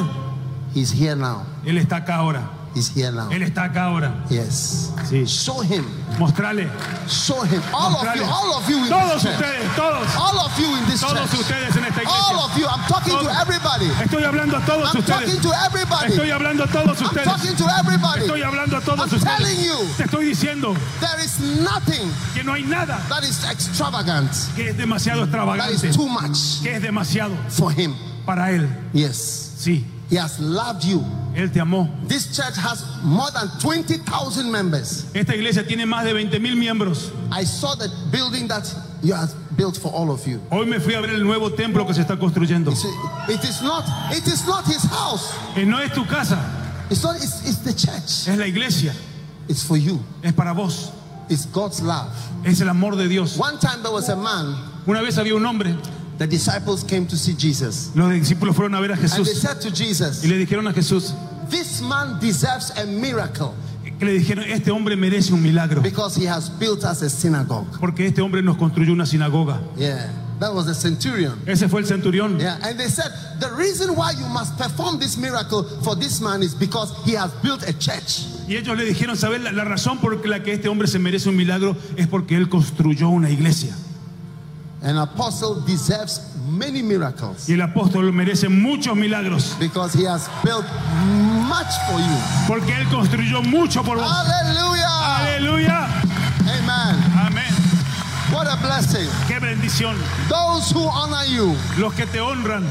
he's here now. él está acá ahora. He's here now. Él está acá ahora. Yes. Sí. Show him. Mostrale. Show him. All of you. mostrale. All of you in todos this church. ustedes, todos. All of you in this Todos church. ustedes en esta iglesia. All of you. I'm talking to Todos. everybody. Estoy hablando a todos I'm ustedes. talking to everybody. Estoy hablando a todos I'm ustedes. talking to Estoy everybody. hablando a todos I'm ustedes. telling you. Te estoy diciendo There is nothing que no hay nada that is extravagant, que es demasiado that is extravagante, too much que es demasiado for him. para él. Yes. Sí, He has loved you. él te amó. This church has more than 20,000 members. Esta iglesia tiene más de 20 mil miembros. I saw the building that you have built for all of you. Hoy me fui a ver el nuevo templo que se está construyendo. It's, it is not it is not his house. Eh, no es tu casa, It's not it's, it's the church. es la iglesia. It's for you. Es para vos. It's God's love. Es el amor de Dios. One time there was a man, Una vez había un hombre, the disciples came to see Jesus. los discípulos fueron a ver a And they Jesús said to y Jesus, le dijeron a Jesús This man deserves a miracle. que le dijeron, este hombre merece un milagro, because he has built us a synagogue. porque este hombre nos construyó una sinagoga. Yeah, that was the centurion. Ese fue el centurión. Yeah, and they said the reason why you must perform this miracle for this man is because he has built a church. Y ellos le dijeron, ¿sabes? La, la razón por la que este hombre se merece un milagro es porque él construyó una iglesia. An apostle deserves many miracles Y el apóstol merece muchos milagros, because he has built much for you. porque él construyó mucho por vos. Hallelujah! Aleluya. Amen. Amén. What a blessing. Qué bendición. Those who honor you, Los que te honran,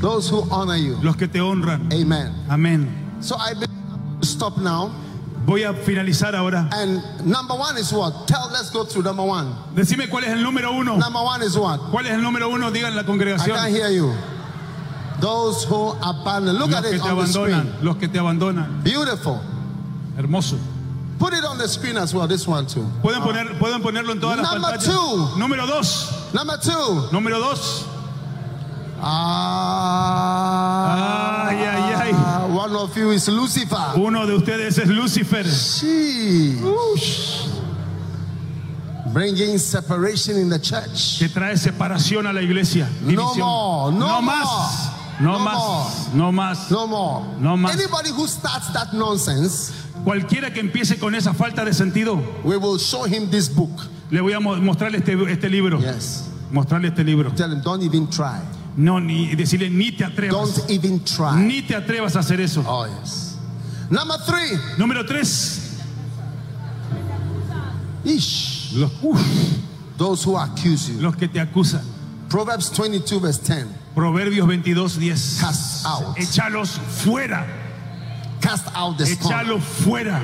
those who honor you. los que te honran. Amen. Amén. So I believe stop now. Voy a finalizar ahora. And number one is what? Tell, let's go through number one. Decime cuál es el número uno. Number one is what? ¿Cuál es el número uno? Digan la I can't congregación. hear you. Those who abandon. Look Los at que it te on the screen. abandonan, los que te abandonan. Beautiful. Hermoso. Put it on the screen as well, this one too. Pueden, poner, pueden ponerlo en todas las Number pantallas. two. Número dos. Number two. Número dos. Ah, Ay, ay, ay. One of you is Lucifer. Uno de ustedes es Lucifer. She. Bringing separation in the church. que trae separación a la iglesia. División. more, no more, más, no, no más, no más. No more. No mas. Anybody who starts that nonsense, Cualquiera que empiece con esa falta de sentido, we will show him this book. le voy a mo- mostrar este, este libro. Yes. Mostrarle este libro. Tell him, don't even try. No, ni decirle ni te atrevas. Don't even try. Ni te atrevas a hacer eso. Oh, yes. Number three. Número tres. Ish. Los, uf, Those who accuse you. los que te acusan. Proverbs 22, verse 10. Proverbios 22, 10. Cast out. Echalos fuera. Cast out the storm. Echalos fuera.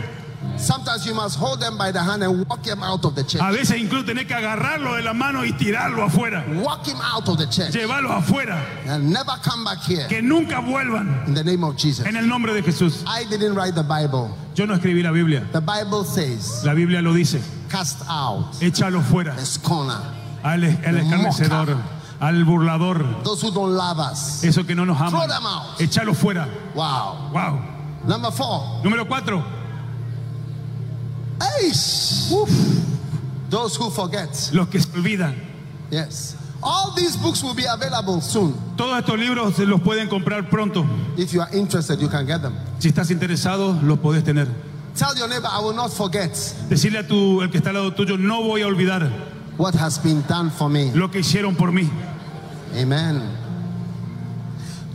Sometimes you must hold them by the hand and walk them out of the A church. veces incluso tenés que agarrarlo de la mano y tirarlo afuera. Walk him out of the church Llevarlo afuera. and never come back here Que nunca vuelvan. in the name of Jesus. En el nombre de Jesús. I didn't write the Bible. Yo no escribí la Biblia. The Bible says, La Biblia lo dice. cast out Échalo fuera. the scorner, Al, al escarnecedor. Al burlador. those who don't love us. Eso que no nos ama. Throw them out. Échalo fuera. Wow. Wow. Number four, Número cuatro. Aish. those who forget. Los que se olvidan. Yes. All these books will be available soon. Todos estos libros se los pueden comprar pronto. If you are interested, you can get them. Si estás interesado, los podés tener. Tell your neighbor, I will not forget Decirle a tu, el que está al lado tuyo, no voy a olvidar what has been done for me. lo que hicieron por mí. Amen.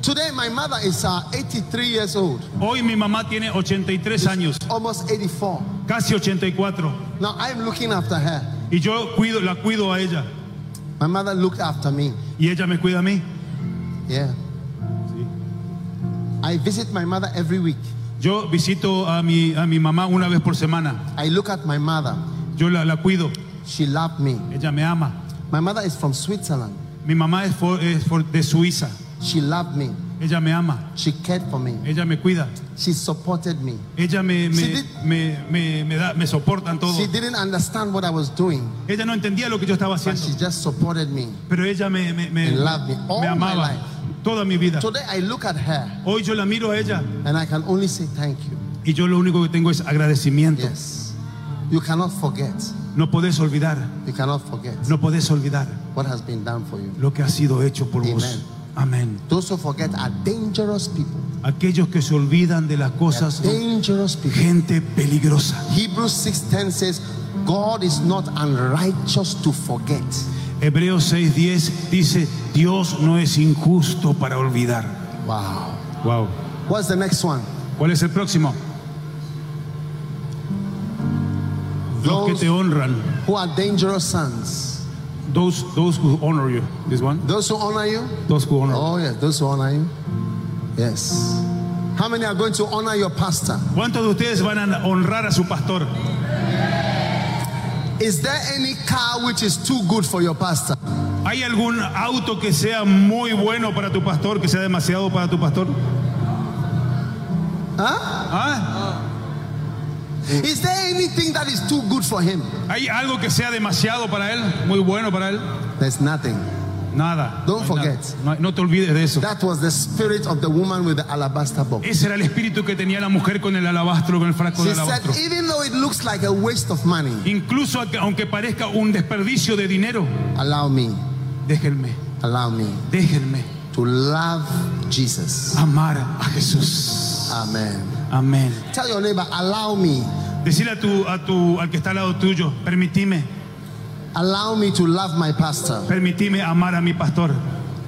Today, my mother is uh, 83 years old, Hoy mi mamá tiene 83 años, almost 84. casi 84, Now, I'm looking after her. y yo cuido, la cuido a ella, My mother looked after me. y ella me cuida a mí. Yeah. I visit my mother every week. Yo visito a mi, a mi mamá una vez por semana. I look at my mother. Yo la, la cuido. She loved me. Ella me ama. My mother is from Switzerland. Mi mamá es, for- es for- de Suiza. She loved me. Ella me ama. She cared for me. Ella me cuida. She supported me. Ella me, me, Sí, di- me, me- me da, me soporta en todo. She didn't understand what I was doing, Ella no entendía lo que yo estaba but haciendo, she just supported me. pero ella me, me, me- And loved me all me my amaba life. toda mi vida. Today I look at her Hoy yo la miro a ella and I can only say thank you. y yo lo único que tengo es agradecimiento. Yes. You cannot forget. No podés olvidar, You cannot forget no podés olvidar what has been done for you. lo que ha sido hecho por vos. Amen. Amén. Those who forget are dangerous people. Aquellos que se olvidan de las They're cosas son dangerous people. gente peligrosa. Hebrews 6:10 says, God is not unrighteous to forget. Hebreos 6:10 dice, Dios no es injusto para olvidar. Wow. Wow. What's the next one? ¿Cuál es el próximo? Los que Those te honran. who are dangerous sons. Those, those who honor you. This one. Those who honor you? Those who honor. Oh, yes, those who honor you. Yes. How many are going to honor your pastor? ¿Cuántos de ustedes van a honrar a su pastor? Is there any car which is too good for your pastor? ¿Hay algún auto que sea muy bueno para tu pastor, que sea demasiado para tu pastor? Huh? ¿Ah? Is there anything that is too good for him? ¿Hay algo que sea demasiado para él, muy bueno para él? There's nothing. Nada. Don't no hay nada. forget. No hay- no te olvides de eso. That was the spirit of the woman with the alabaster box. Ese era el espíritu que tenía la mujer con el alabastro, con el frasco de She said, alabastro. even though it looks like a waste of money, Incluso aunque- aunque parezca un desperdicio de dinero, allow me, déjenme, allow me déjenme to love Jesus. amar a Jesús. Amen. Amén. Tell your neighbor, allow me, Decirle a tu, a tu, al que está al lado tuyo, permitime, allow me to love my pastor. permitime amar a mi pastor,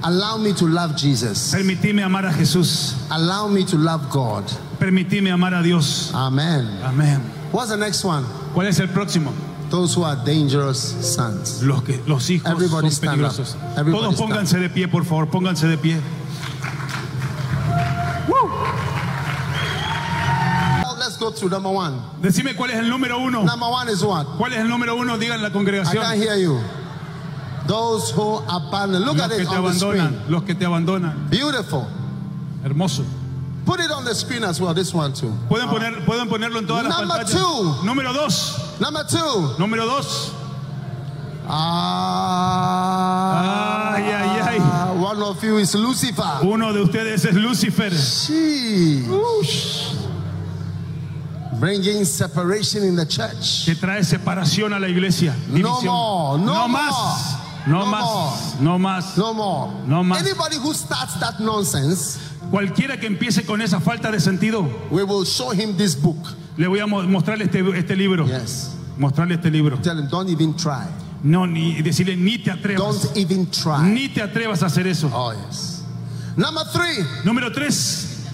Allow me to love Jesus. permitime amar a Jesús, Allow me to love God. permitime amar a Dios. Amen. Amén. What's the next one? ¿Cuál es el próximo? Those who are dangerous sons. Los, que, los hijos Everybody son stand peligrosos. up. Everybody Todos stand pónganse de pie, por favor, pónganse de pie. Now let's go through number one. Decime cuál es el número uno. Number one is what? ¿Cuál es el número uno? Digan la I congregación. can't hear you. Those who abandon. Look Los at que it te on the screen. abandonan, los que te abandonan. Beautiful. Hermoso. Put it on the screen as well, this one too. Pueden, poner, pueden ponerlo en todas las Ah. Number pantallas. two. Número dos. Number two. Número dos. Ah, Ay, ay, ay. One of you is Lucifer. Uno de ustedes es Lucifer. Sheesh. Bringing separation in the church. que trae separación a la iglesia. división. more, no more, más, no, no más, more. no más. No more. No más. Anybody who starts that nonsense, Cualquiera que empiece con esa falta de sentido, we will show him this book. le voy a mo- mostrarle este, este libro. Yes. Mostrarle este libro. Tell him, don't even try. No, ni decirle ni te atrevas. Don't even try. Ni te atrevas a hacer eso. Oh, yes. Number three. Número tres.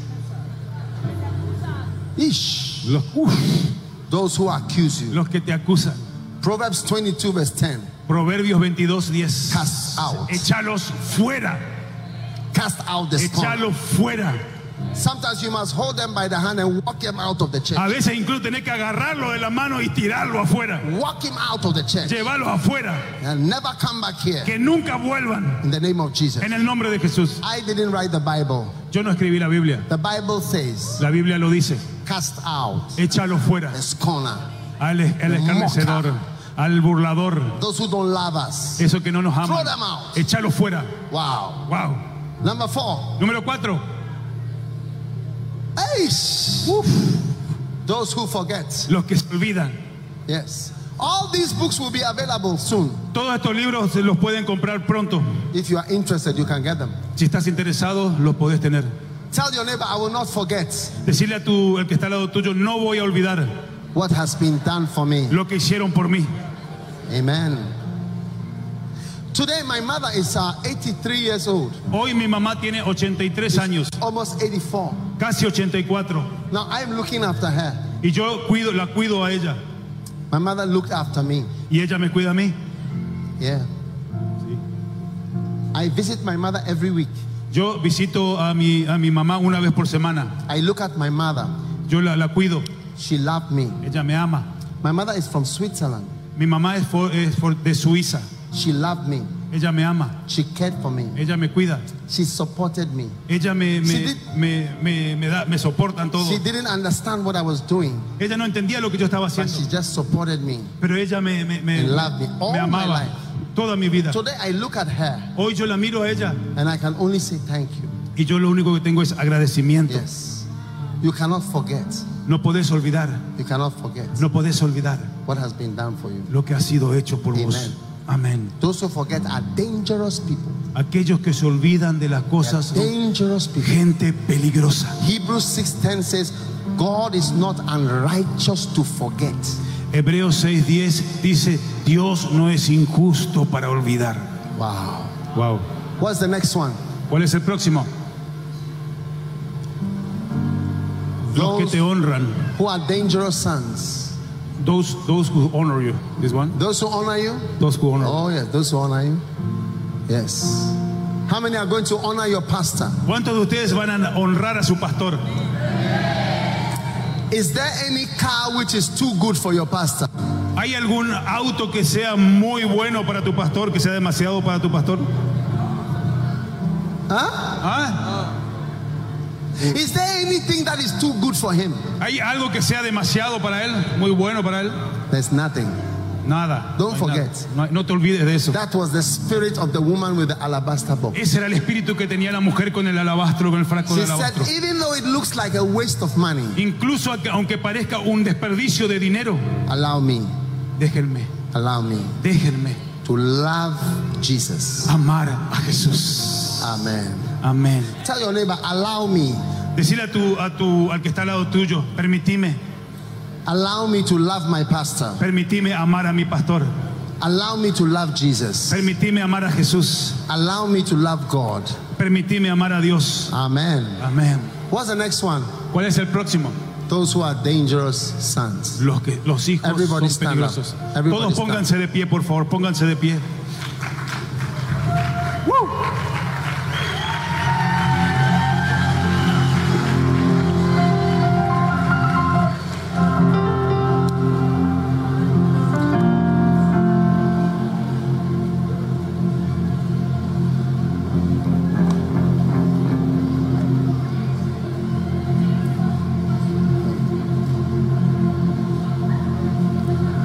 Ish. Los, uf, Those who accuse you. los que te acusan. Proverbs 22, verse 10. Proverbios 22, 10. Cast out. Échalos fuera. Cast out the scorn. Échalos fuera. Sometimes you must hold them by the hand and walk them out of the church. A veces incluso tenés que agarrarlo de la mano y tirarlo afuera. Walk him out of the church Llevarlos afuera. and never come back here Que nunca vuelvan. in the name of Jesus. En el nombre de Jesús. I didn't write the Bible. Yo no escribí la Biblia. The Bible says, La Biblia lo dice. cast out Échalo fuera. the scorner, Al, al escarnecedor. Al burlador. those who don't love us. Eso que no nos ama. Throw them out. Échalo fuera. Wow. Wow. Number four, Número cuatro. Aish. those who forget. Los que se olvidan. Yes. All these books will be available soon. Todos estos libros se los pueden comprar pronto. If you are interested, you can get them. Si estás interesado, los podés tener. Tell your neighbor, I will not forget Decirle a tu, el que está al lado tuyo, no voy a olvidar what has been done for me. lo que hicieron por mí. Amen. Today, my mother is uh, 83 years old, Hoy mi mamá tiene 83 años, almost 84. casi 84, Now, I'm looking after her. y yo cuido, la cuido a ella My mother looked after me. y ella me cuida a mí. Yeah. I visit my mother every week. Yo visito a mi, a mi mamá una vez por semana. I look at my mother. Yo la, la cuido. She loved me. Ella me ama. My mother is from Switzerland. Mi mamá es, for- es for- de Suiza. She loved me. Ella me ama. She cared for me. Ella me cuida. She supported me. Ella She me, me, did- me, me, me da, me soportan todo. She didn't understand what I was doing, Ella no entendía lo que yo estaba but haciendo, she just supported me. pero ella me, me, me, And loved me all me my amaba life. toda mi vida. Today, I look at her Hoy yo la miro a ella and I can only say thank you. y yo lo único que tengo es agradecimiento. Yes. You cannot forget. No podés olvidar, You cannot forget no podés olvidar what has been done for you. lo que ha sido hecho por vos. Amen. Amén. Those who forget are dangerous people. Aquellos que se olvidan de las cosas son Dangerous people. gente peligrosa. Hebrews 6:10 says, God is not unrighteous to forget. Hebreos 6:10 dice, Dios no es injusto para olvidar. Wow. Wow. What's the next one? ¿Cuál es el próximo? Los que Those te honran. who are dangerous sons. Those, those who honor you. This one. Those who honor you? Those who honor. Oh, yes. Those who honor you? Yes. How many are going to honor your pastor? ¿Cuántos de ustedes van a honrar a su pastor? Is there any car which is too good for your pastor? ¿Hay algún auto que sea muy bueno para tu pastor, que sea demasiado para tu pastor? Huh? ¿Ah? Is there anything that is too good for him? ¿Hay algo que sea demasiado para él, muy bueno para él? There's nothing. Nada. Don't no hay nada. forget. No hay- no te olvides de eso. That was the spirit of the woman with the alabaster box. Ese era el espíritu que tenía la mujer con el alabastro, con el frasco She de said, alabastro. even though it looks like a waste of money, Incluso aunque- aunque parezca un desperdicio de dinero, allow me, déjenme, allow me déjenme to love Jesus. amar a Jesús. Amen. Amén. Tell your neighbor, allow me, Decirle a tu, a tu, al que está al lado tuyo, permitime, allow me to love my pastor. permitime amar a mi pastor, Allow me to love Jesus. permitime amar a Jesús, Allow me to love God. permitime amar a Dios. Amen. Amén. What's the next one? ¿Cuál es el próximo? Those who are dangerous sons. Los, que, los hijos Everybody son stand up. peligrosos. Everybody Todos stand pónganse de pie, por favor, pónganse de pie.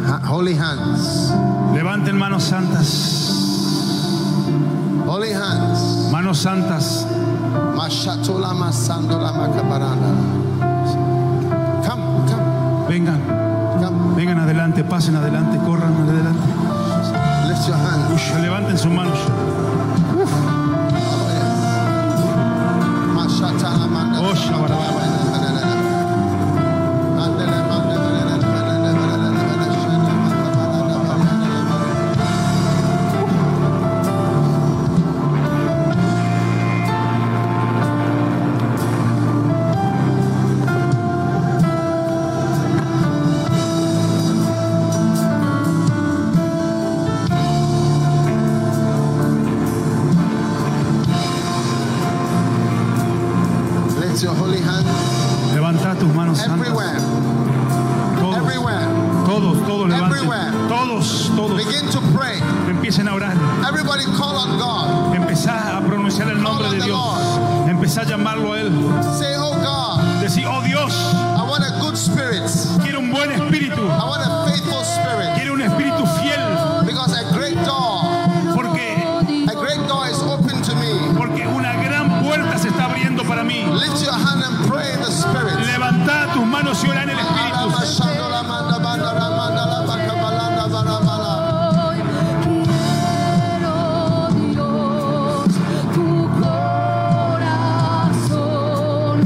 Ha- holy hands. Levanten manos santas, Holy hands. manos santas. Mashatolama sandolama kabaranda. Come, come, Vengan, come. vengan adelante, pasen adelante, corran adelante. Lift your hands. Levanten sus manos. Oh, yes. Mashatalama- Oh, shabarabara. Lift your holy hand Levanta tus manos santas. everywhere, Todos, everywhere. todos, todos levanten. Everywhere. Todos, todos. Begin to pray. Empiecen a orar. Everybody call on God. Empezá a pronunciar el nombre de Dios. Empezá a llamarlo a Él. Say, Oh God, Decir, oh Dios, I want a good spirit. quiero un buen espíritu. I want a faithful spirit. Quiero un espíritu fiel. Because a great door, Porque, a great door is open to me. porque una gran puerta se está abriendo para mí. Lift your hand and pray in the spirit. Levanta tus manos y ora en el espíritu. Hoy quiero Dios tu corazón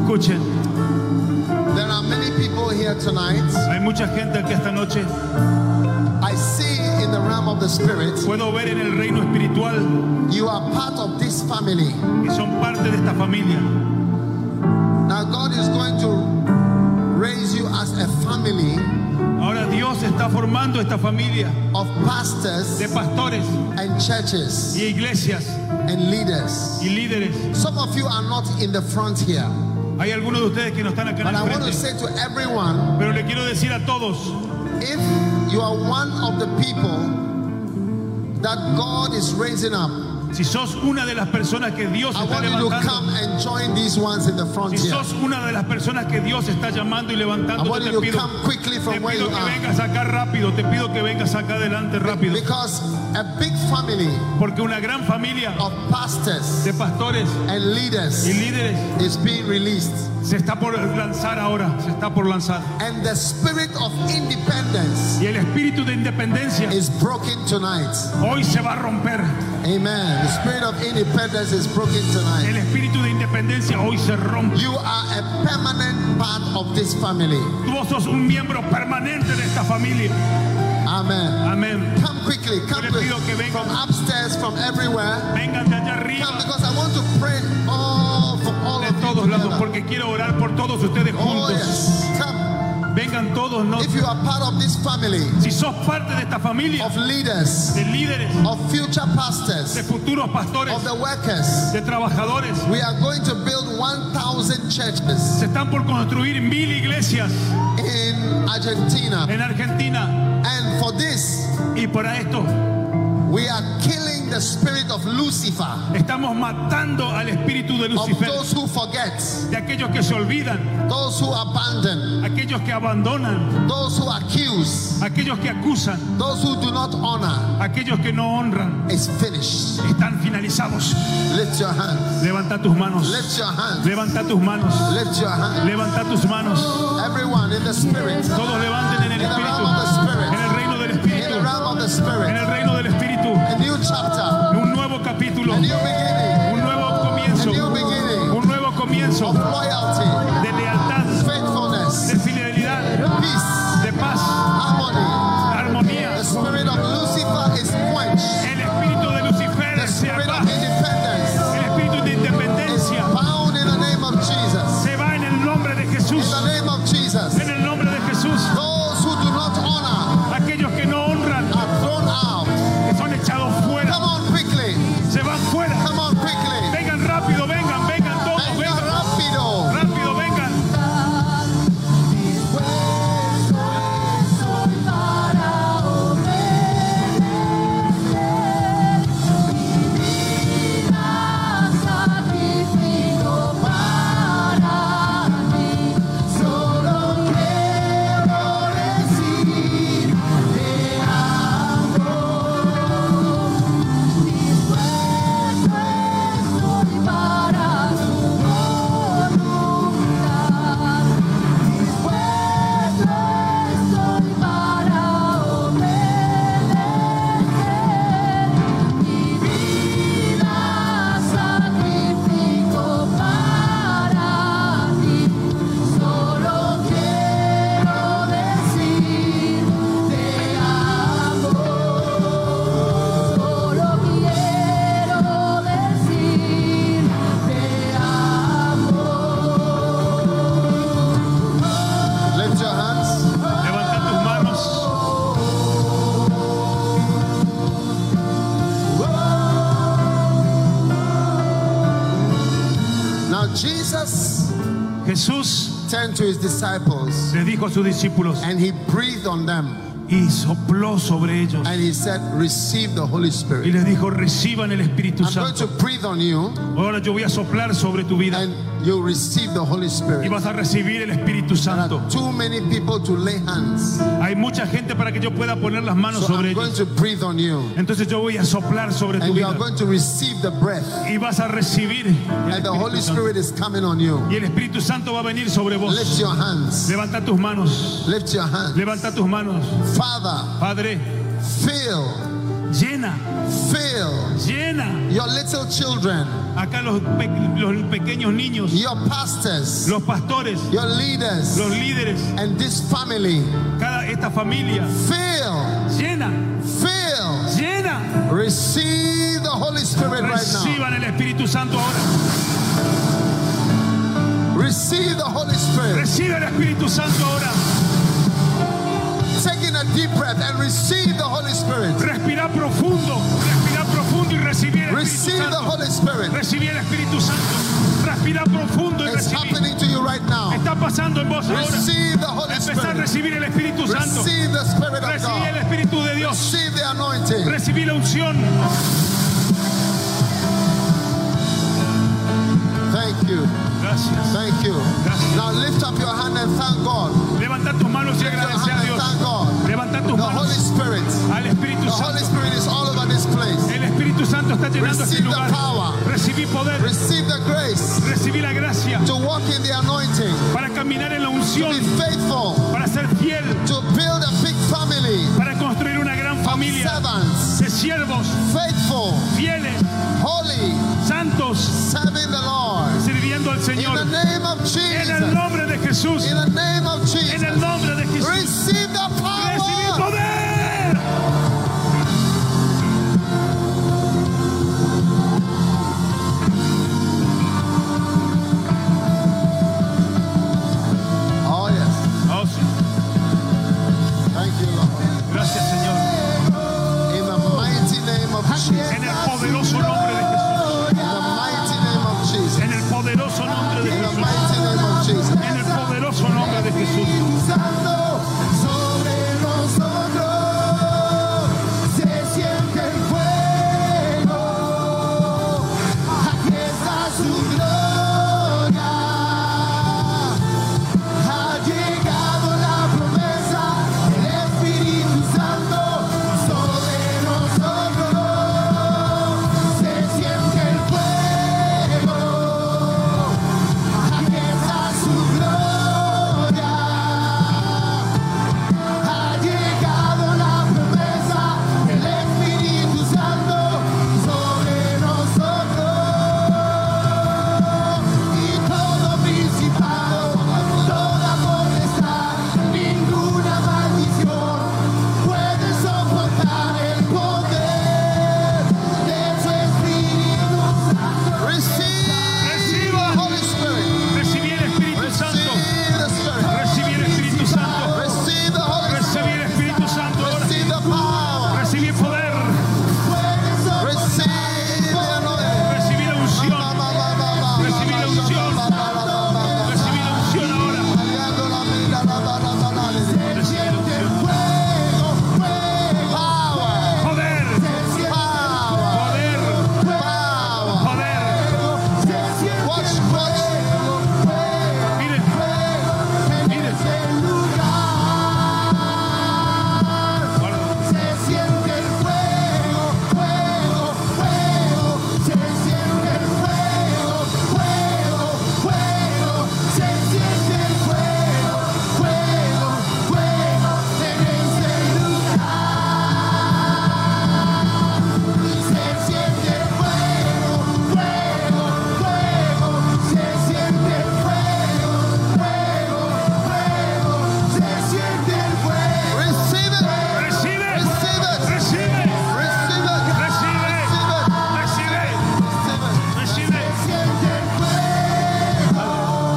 Escuchen, There are many people here tonight. hay mucha gente aquí esta noche. I see in the realm of the spirit, Puedo ver en el reino espiritual you are part of this family. que son parte de esta familia. Now, God is going to raise you as a family Ahora Dios está formando esta familia of de pastors pastores and churches y iglesias and leaders. y líderes. Some of you are not in the front here, Hay algunos de ustedes que no están acá en but el I want to frente, say to everyone pero le quiero decir a todos, if you are one of the people that God is raising up, si sos una de las personas que Dios I está want you to come levantando, and join these ones in the front si here. sos una de las personas que Dios está llamando y I levantando, want yo te you to pido, come quickly te from where you pido que are. vengas acá rápido, te pido que vengas acá adelante rápido, Because a big family porque una gran familia of pastors de pastores and leaders y líderes is being released. se está por lanzar ahora, se está por lanzar. And the spirit of independence Y el espíritu de independencia is broken tonight. hoy se va a romper. Amen. The spirit of independence is broken El tonight. espíritu de independencia hoy se rompe. You are a permanent part of this family. Tú vos sos un miembro permanente de esta familia. Amen. Amén. Come quickly. Come le quickly. pido que venga. From upstairs, from everywhere. Vengan de allá Come arriba, because I want to pray all for all de of todos you. lados, together. porque quiero orar por todos ustedes Oh, juntos. yes. Come. Vengan todos, no. If you are part of this family Si sos parte de esta familia, of leaders, de líderes, of future de pastors, futuros pastores, of the workers, de trabajadores, we are going to build 1,000 churches se están por construir mil iglesias in Argentina. en Argentina. And for this, Y para esto, we are killing the spirit of Lucifer, estamos matando al espíritu de of Lucifer, those who forget, de aquellos que se olvidan, those who abandon, aquellos que abandonan, those who accuse, aquellos que acusan, those who do not honor. aquellos que no honran. It's finished. Están finalizados. Lift your hand. Levanta tus manos. Lift your hand. Levanta tus manos. Lift your hand. Levanta tus manos. Everyone in the spirit, Todos levanten en el In the Espíritu. realm of the Spirit. En el reino del in Espíritu. the realm of the En spirit, el reino del Espíritu. a new chapter, Un nuevo capítulo. a new beginning Un nuevo comienzo. A new beginning. Un nuevo of comienzo loyalty, de lealtad, faithfulness, de fidelidad, peace, de paz, harmony. armonía. The spirit of Lucifer is quenched. El espíritu de The Lucifer se spirit of apaga. independence. El espíritu de is independencia bound in the name of Jesus. se va en el nombre de In Jesús. the name of Jesus. En el nombre de Jesús. Those who do not honor Aquellos que no honran, are thrown out. que son echados fuera, Come on quickly. se van fuera. Come on quickly. Vengan rápido, vengan, vengan todos, Venga vengan. rápido. Rápido, vengan. Sacrifico para ti, solo quiero decir te amo. Dispuesto estoy para tu voluntad, dispuesto Pues estoy para obedecer. Mi vida sacrifico para ti, solo quiero decir te amo, solo quiero decir te amo. Lift your hands. Levanta tus manos. Now Jesus Jesús turned to his disciples le dijo a sus discípulos and he breathed on them y sopló sobre ellos and he said, Receive the Holy y Spirit. les dijo, reciban el Espíritu I'm going to Santo. breathe on you Ahora yo voy a soplar sobre tu vida and you'll receive the Holy y Spirit. vas a recibir el Espíritu Santo. Too many people to lay hands. Hay mucha gente para que yo pueda poner las manos So sobre I'm going ellos. to breathe on you Entonces yo voy a soplar sobre tu and you vida are going to receive the breath. y vas a recibir el And the Holy Espíritu Santo. Spirit is coming on you. Y el Espíritu Santo va a venir sobre vos. Lift your hands. Levanta tus manos. Lift your hands. Levanta tus manos. Father, Padre, fill llena, Fill llena. your little children, Acá los, pe- los pequeños niños, your pastors, los pastores, your leaders, los líderes, and this family. cada esta familia, Fill, llena, fill. llena. Receive the Holy Spirit right now. Reciban el Espíritu Santo ahora. Receive the Holy Spirit. Reciban el Espíritu Santo ahora. Taking a deep breath and receive the Holy Spirit. Respira profundo, respira profundo y recibí el Espíritu Receive the Santo. Holy Spirit. Recibí el Espíritu Santo. Respira profundo y It's recibí. happening to you right now. Está pasando en vos ahora. Receive the Holy Empezá a Spirit. recibir el Espíritu Santo. Receive the Spirit of Recibí el God. Espíritu de Dios. Receive the anointing. Recibí la unción. Thank you. Gracias. Thank you. Gracias. Now lift up your hand and thank God. Levanta tus manos y Lift your agradece a hand and Dios. thank God. Levanta tus The Holy manos Spirit. al Espíritu The Holy Santo. Spirit is all over this place. El Espíritu Santo está llenando este Receive the lugar. power. Recibí poder. Receive the grace Recibí la gracia to walk in the anointing. para caminar en la Be unción, faithful para ser fiel, to build a big family. para construir una gran familia Servants. de siervos, Faithful. fieles, Holy. santos, Serving the Lord. sirviendo al In Señor. the name of En el Jesus. nombre de Jesús. In the name of En el Jesus. nombre de Jesús. Receive the Recibí power. poder. Oh, yes. Oh, sí. Thank you, Lord. Gracias, Señor. In the mighty name of Jesus. En el poderoso nombre de Jesús. In the mighty name of Jesus. En el poderoso nombre de In the Jesús. mighty name of Jesus. En el poderoso nombre de Jesús.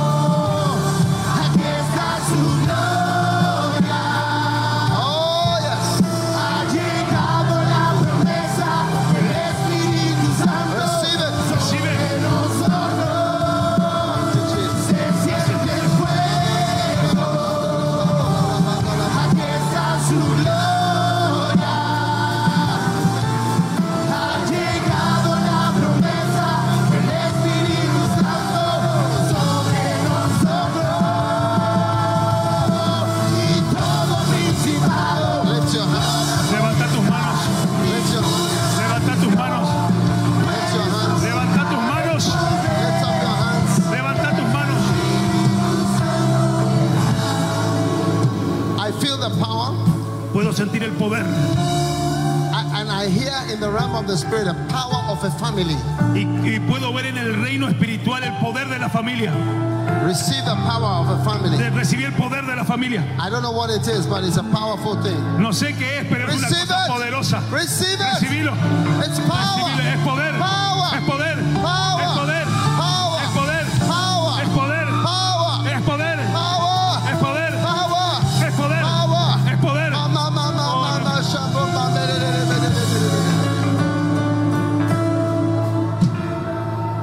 Oh, hear in the realm of the spirit the power of a family. Y, y puedo ver en el reino espiritual el poder de la familia. Receive the power of a family. De- Recibí el poder de la familia. I don't know what it is, but it's a powerful thing. No sé qué es, pero es una Receive cosa poderosa. it. Receive it. Recibilo. It's power. Recibilo. Es poder. Power. Es poder. Power. Es poder. Power. Es poder. Power. Es poder. Power. Es poder. Power. Es poder. Power. Es poder. Power. Es poder. Mama, mama, mama, shabba, mama, de, de, de, de, de, de, de,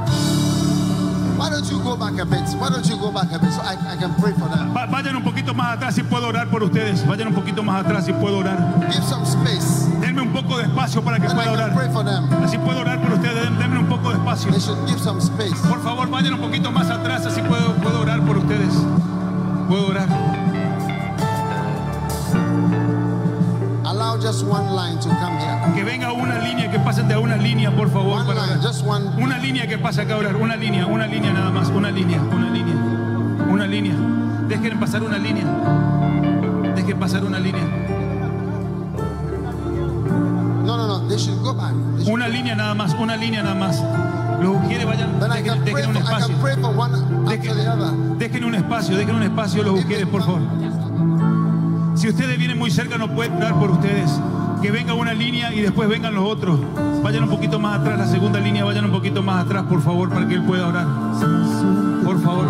de. Why don't you go back a bit? Why don't you go back a bit so I, I can pray for them? Va- Vayan un poquito más atrás y puedo orar por ustedes. Vayan un poquito más atrás y puedo orar. Give some space Denme un poco de espacio para que and I pueda can orar. pray for them. Así puedo orar por ustedes. Den- Denme un poco de espacio. They should give some space. Por favor, vayan un poquito más atrás, así puedo, puedo orar por ustedes. Puedo orar. Allow just one line to come here. Que venga una línea, que pasen de a una línea, por favor. One para line, orar. just one. Una línea que pasa acá a orar, una línea, una línea nada más, una línea, una línea, una línea. Dejen pasar una línea. Dejen pasar una línea. No, no, no. They should go back. They should- Una línea nada más, una línea nada más. Los ujieres vayan, Then I dejen, can pray dejen un for, I espacio. can pray for one after the other. Dejen, dejen un espacio, dejen un espacio los ujieres, por favor. Si ustedes vienen muy cerca, no pueden orar por ustedes. Que venga una línea y después vengan los otros. Vayan un poquito más atrás, la segunda línea, vayan un poquito más atrás, por favor, para que él pueda orar. Por favor.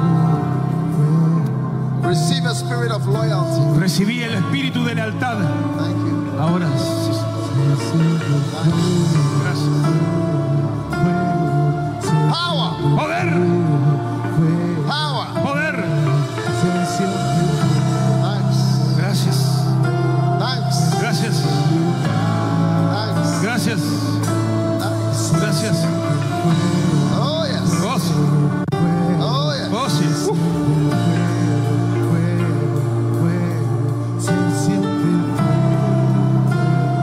Receive a spirit of loyalty. Recibí el espíritu de lealtad. Thank you. Ahora. sí, Gracias. Power, Poder, power. poder. Thanks, Gracias. thanks, Gracias. thanks, Gracias. thanks. Gracias. Oh yes, Vos, oh yes. vos. Uf, Siempre uh,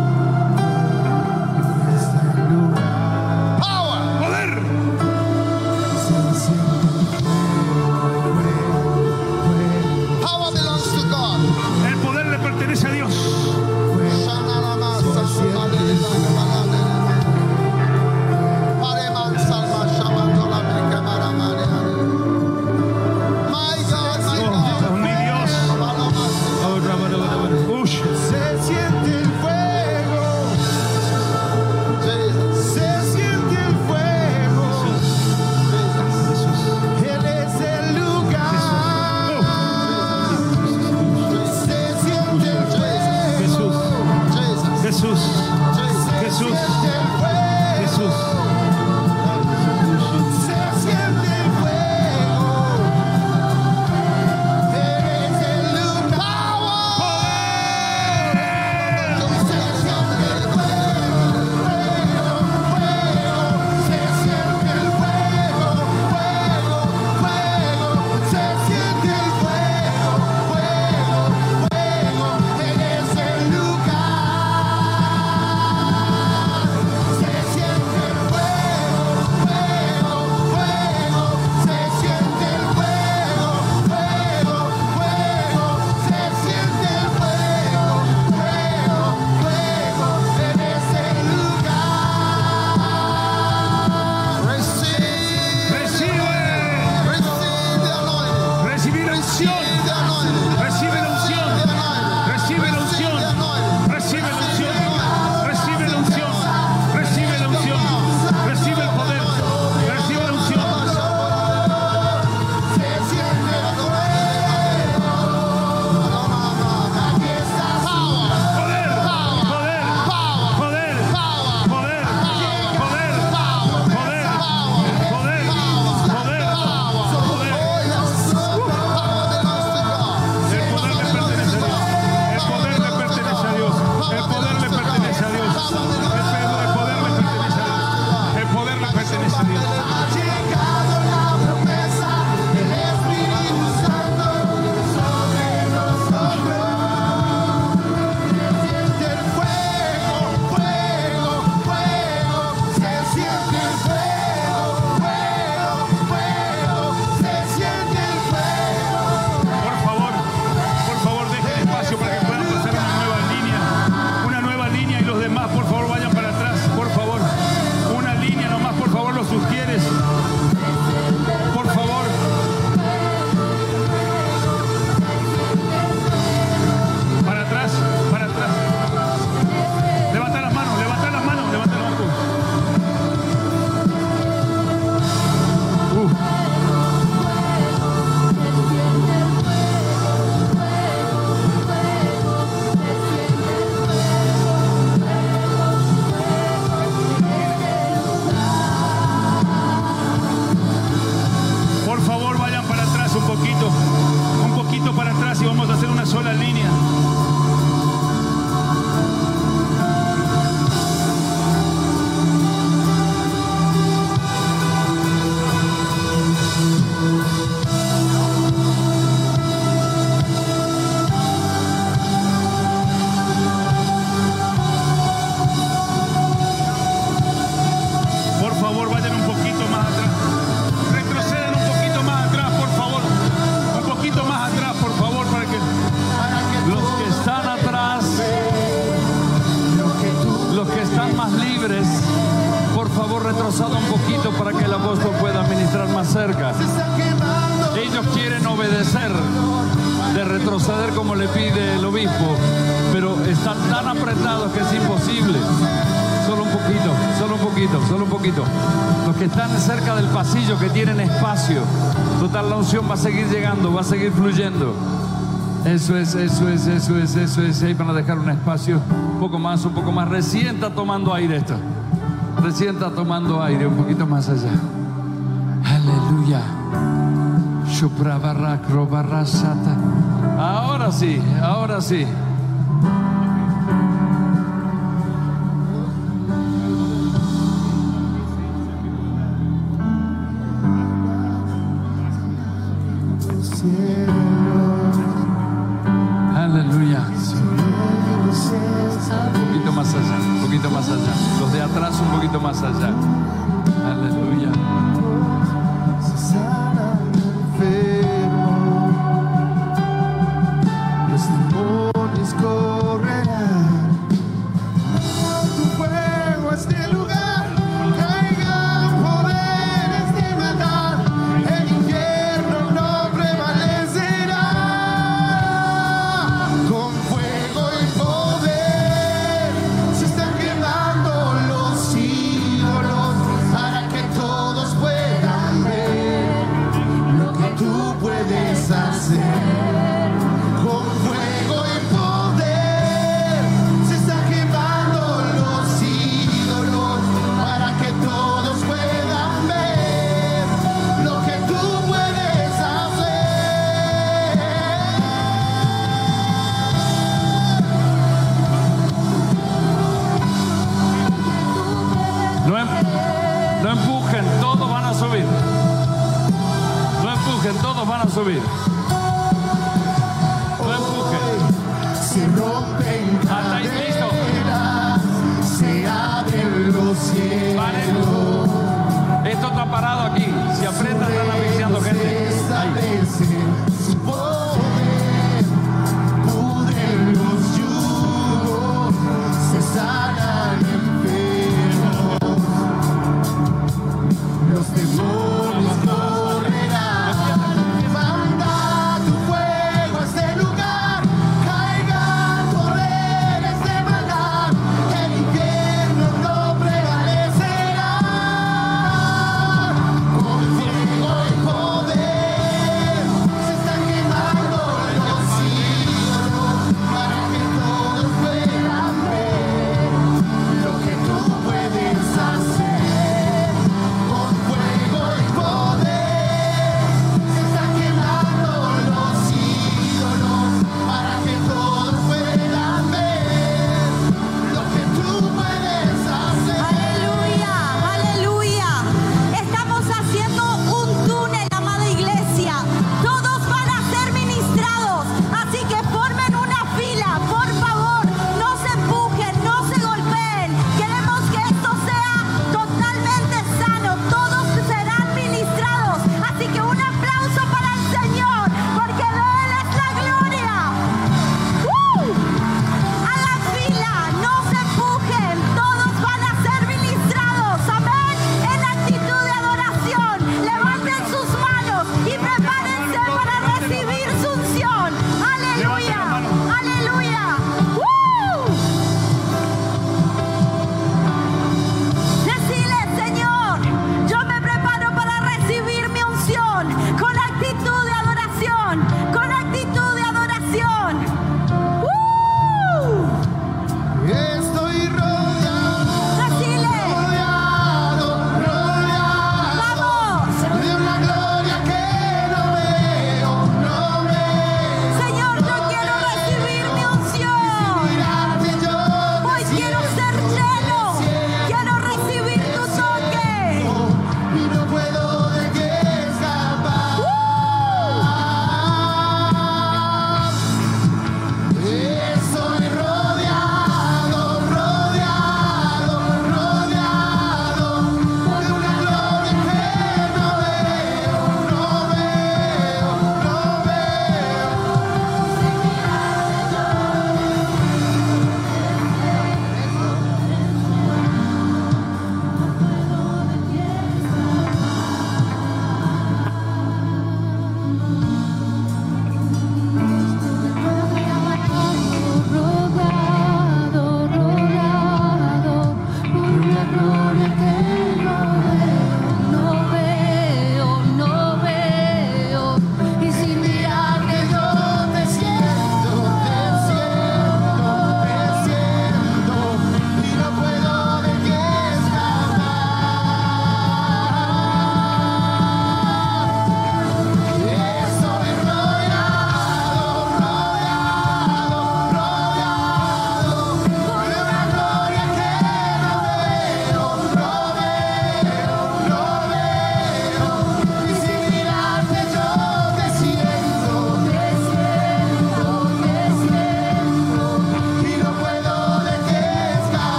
están más libres, por favor retrasado un poquito para que el apóstol pueda ministrar más cerca. Ellos quieren obedecer, de retroceder como le pide el obispo, pero están tan apretados que es imposible. Solo un poquito, solo un poquito, solo un poquito. Los que están cerca del pasillo, que tienen espacio, total la unción va a seguir llegando, va a seguir fluyendo. Eso es, eso es, eso es, eso es. Ahí van a dejar un espacio un poco más, un poco más. Recién está tomando aire esto. Recién está tomando aire, un poquito más allá. Aleluya. Shuprabarra, crobarra, sata. Ahora sí, ahora sí. Aleluya. Un poquito más allá, un poquito más allá. Los de atrás un poquito más allá. Aleluya. Los demonios correrán. Tu fuego a este lugar. Caigan poderes de maldad. El infierno no prevalecerá. Con fuego y poder se están quemando los ídolos para que todos puedan ver lo que tú puedes hacer. Con fuego y poder se están quemando los ídolos para que todos puedan ver lo que tú puedes hacer. No, em- no empujen, todos van a subir. No empujen, todos van a subir. No empujen. Se rompen Hasta ahí, listo. cadenas, se abren los cielos. Paren. Esto está parado aquí. Si apretan, están asfixiando gente. Su poder pudren los yugos, se sanan enfermos. Los demonios correrán. Manda tu fuego a este lugar. Caigan poderes de este maldad. El infierno no prevalecerá. Con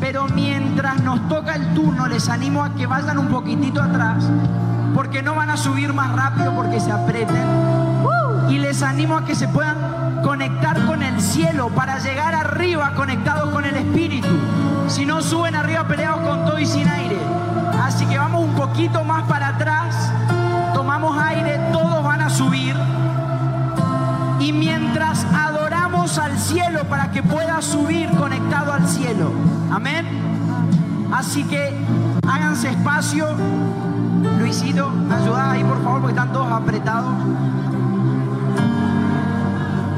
Pero mientras nos toca el turno, les animo a que vayan un poquitito atrás, porque no van a subir más rápido porque se aprieten. Y les animo a que se puedan conectar con el cielo para llegar arriba conectados con el Espíritu. Si no suben arriba peleados con todo y sin aire. Así que vamos un poquito más para atrás, tomamos aire, todos van a subir. Y mientras adoramos al cielo para que pueda subir conectado al cielo. Amén. Así que háganse espacio. Luisito, ¿me ayudas ahí por favor? Porque están todos apretados.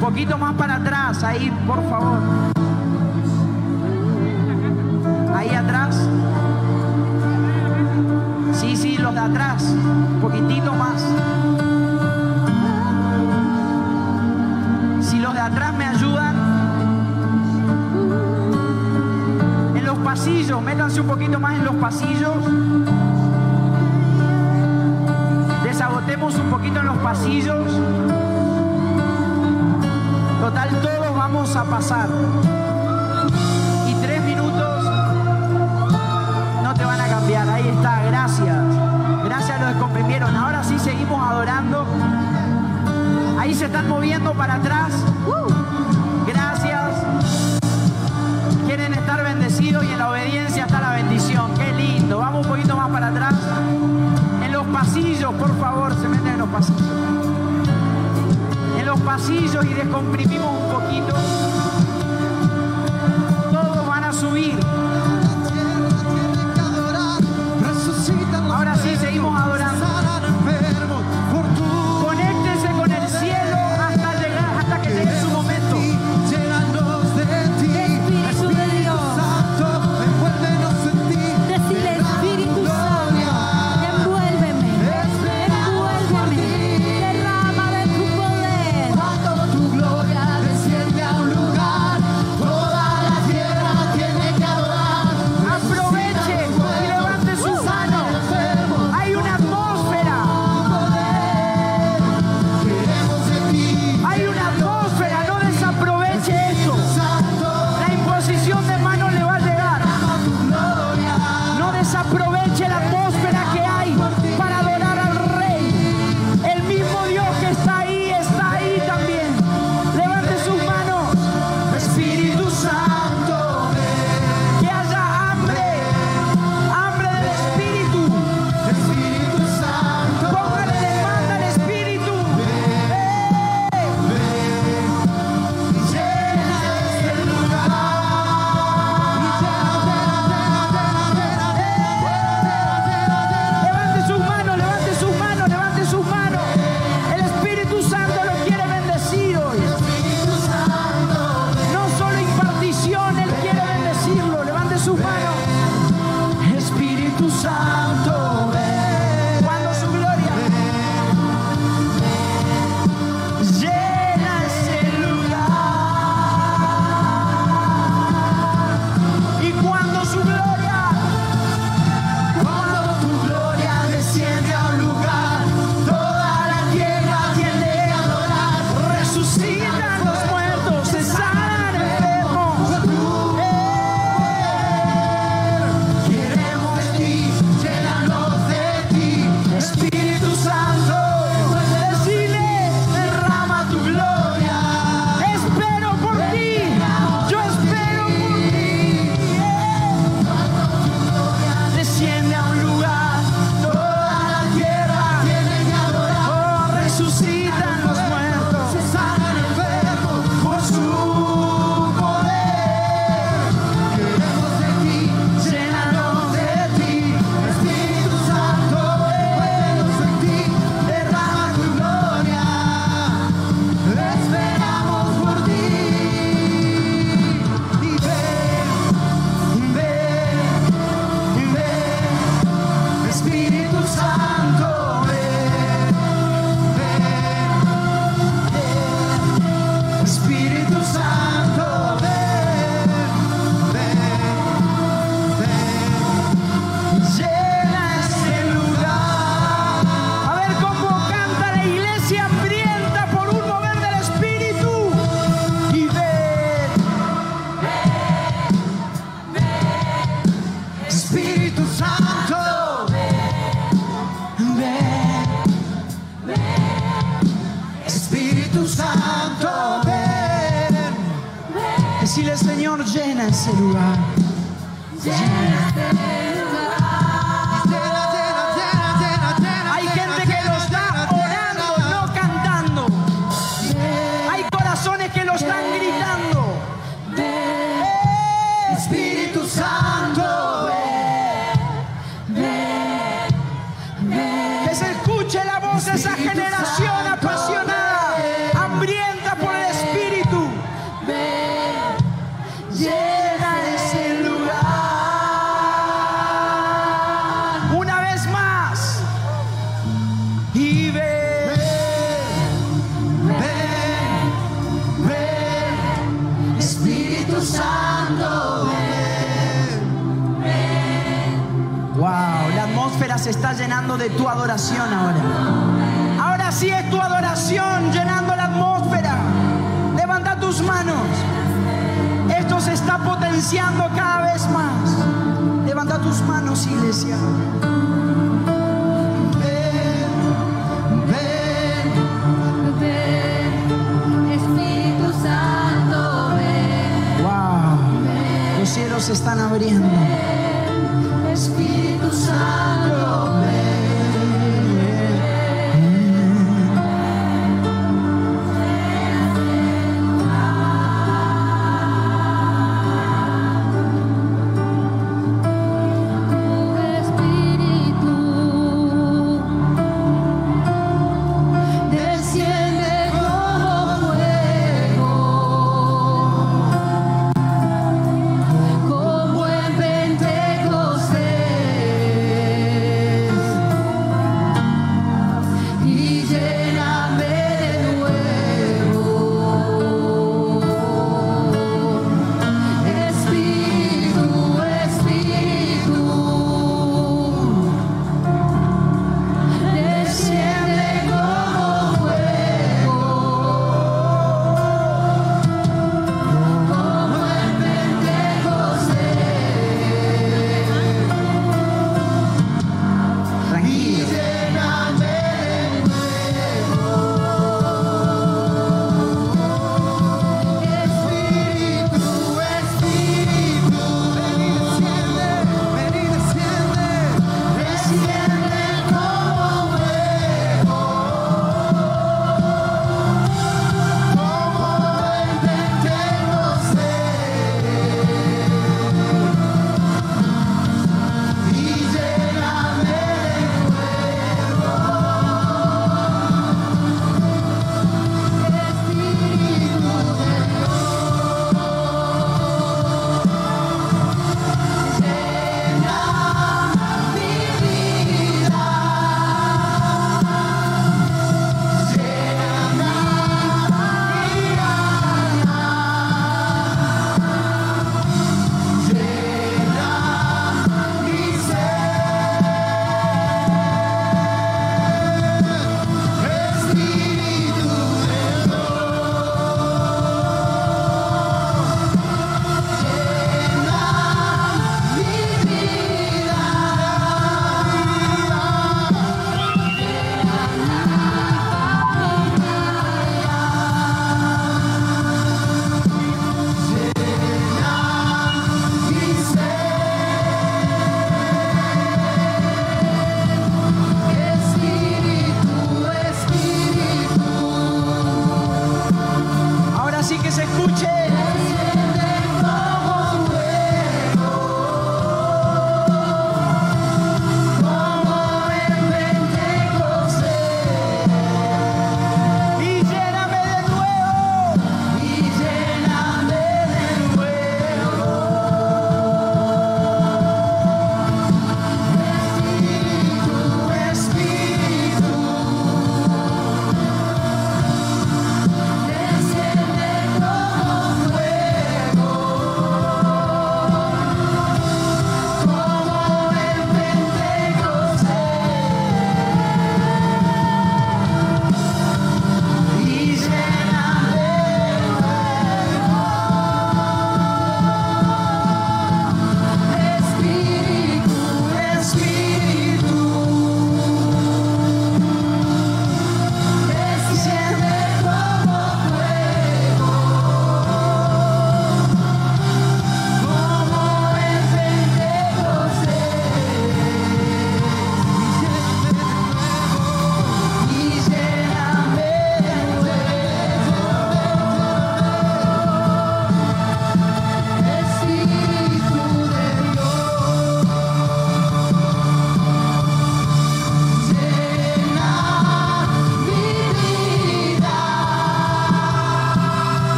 Poquito más para atrás, ahí por favor. Ahí atrás. Sí, sí, los de atrás. Poquitito más. Si los de atrás me ayudan. En los pasillos, métanse un poquito más en los pasillos. Desabotemos un poquito en los pasillos. Total, todos vamos a pasar. Y tres minutos no te van a cambiar. Ahí está, gracias. Gracias, los descomprimieron. Ahora sí seguimos adorando. Ahí se están moviendo para atrás. Gracias. Quieren estar bendecidos y en la obediencia está la bendición. Qué lindo. Vamos un poquito más para atrás. En los pasillos, por favor, se meten en los pasillos. En los pasillos y descomprimimos un poquito. Todos van a subir. Ahora sí seguimos adorando. Conéctense con el cielo hasta llegar, hasta que llegue su momento. Llénanos de ti, Espíritu de Dios. Santo, envuélvenos en ti. Decirle Espíritu Santo, envuélveme, envuélveme, derrama de tu poder. Cuando tu gloria desciende a Santo, ven. Decirle, Señor, llena ese lugar. Llena, llena, llena, llena, llena, Hay llena, gente que lo llena, está llena, orando, llena. no cantando. Hay corazones que lo están gritando. Espíritu Santo, Que se escuche la voz de esa Espíritu generación Santo, apasionada, hambrienta por el Espíritu. llena ese lugar. Una vez más. Y ve. Ven, ven, Espíritu Santo, Wow, la atmósfera se está llenando de tu adoración ahora. Ahora sí es tu adoración llenando la atmósfera. Levanta tus manos. Esto se está potenciando cada vez más. Levanta tus manos, iglesia. ven, ven, Espíritu Santo, ven. Wow, los cielos se están abriendo. Espíritu Santo, Tu Espíritu desciende oh, como fuego, como en Pentecostés.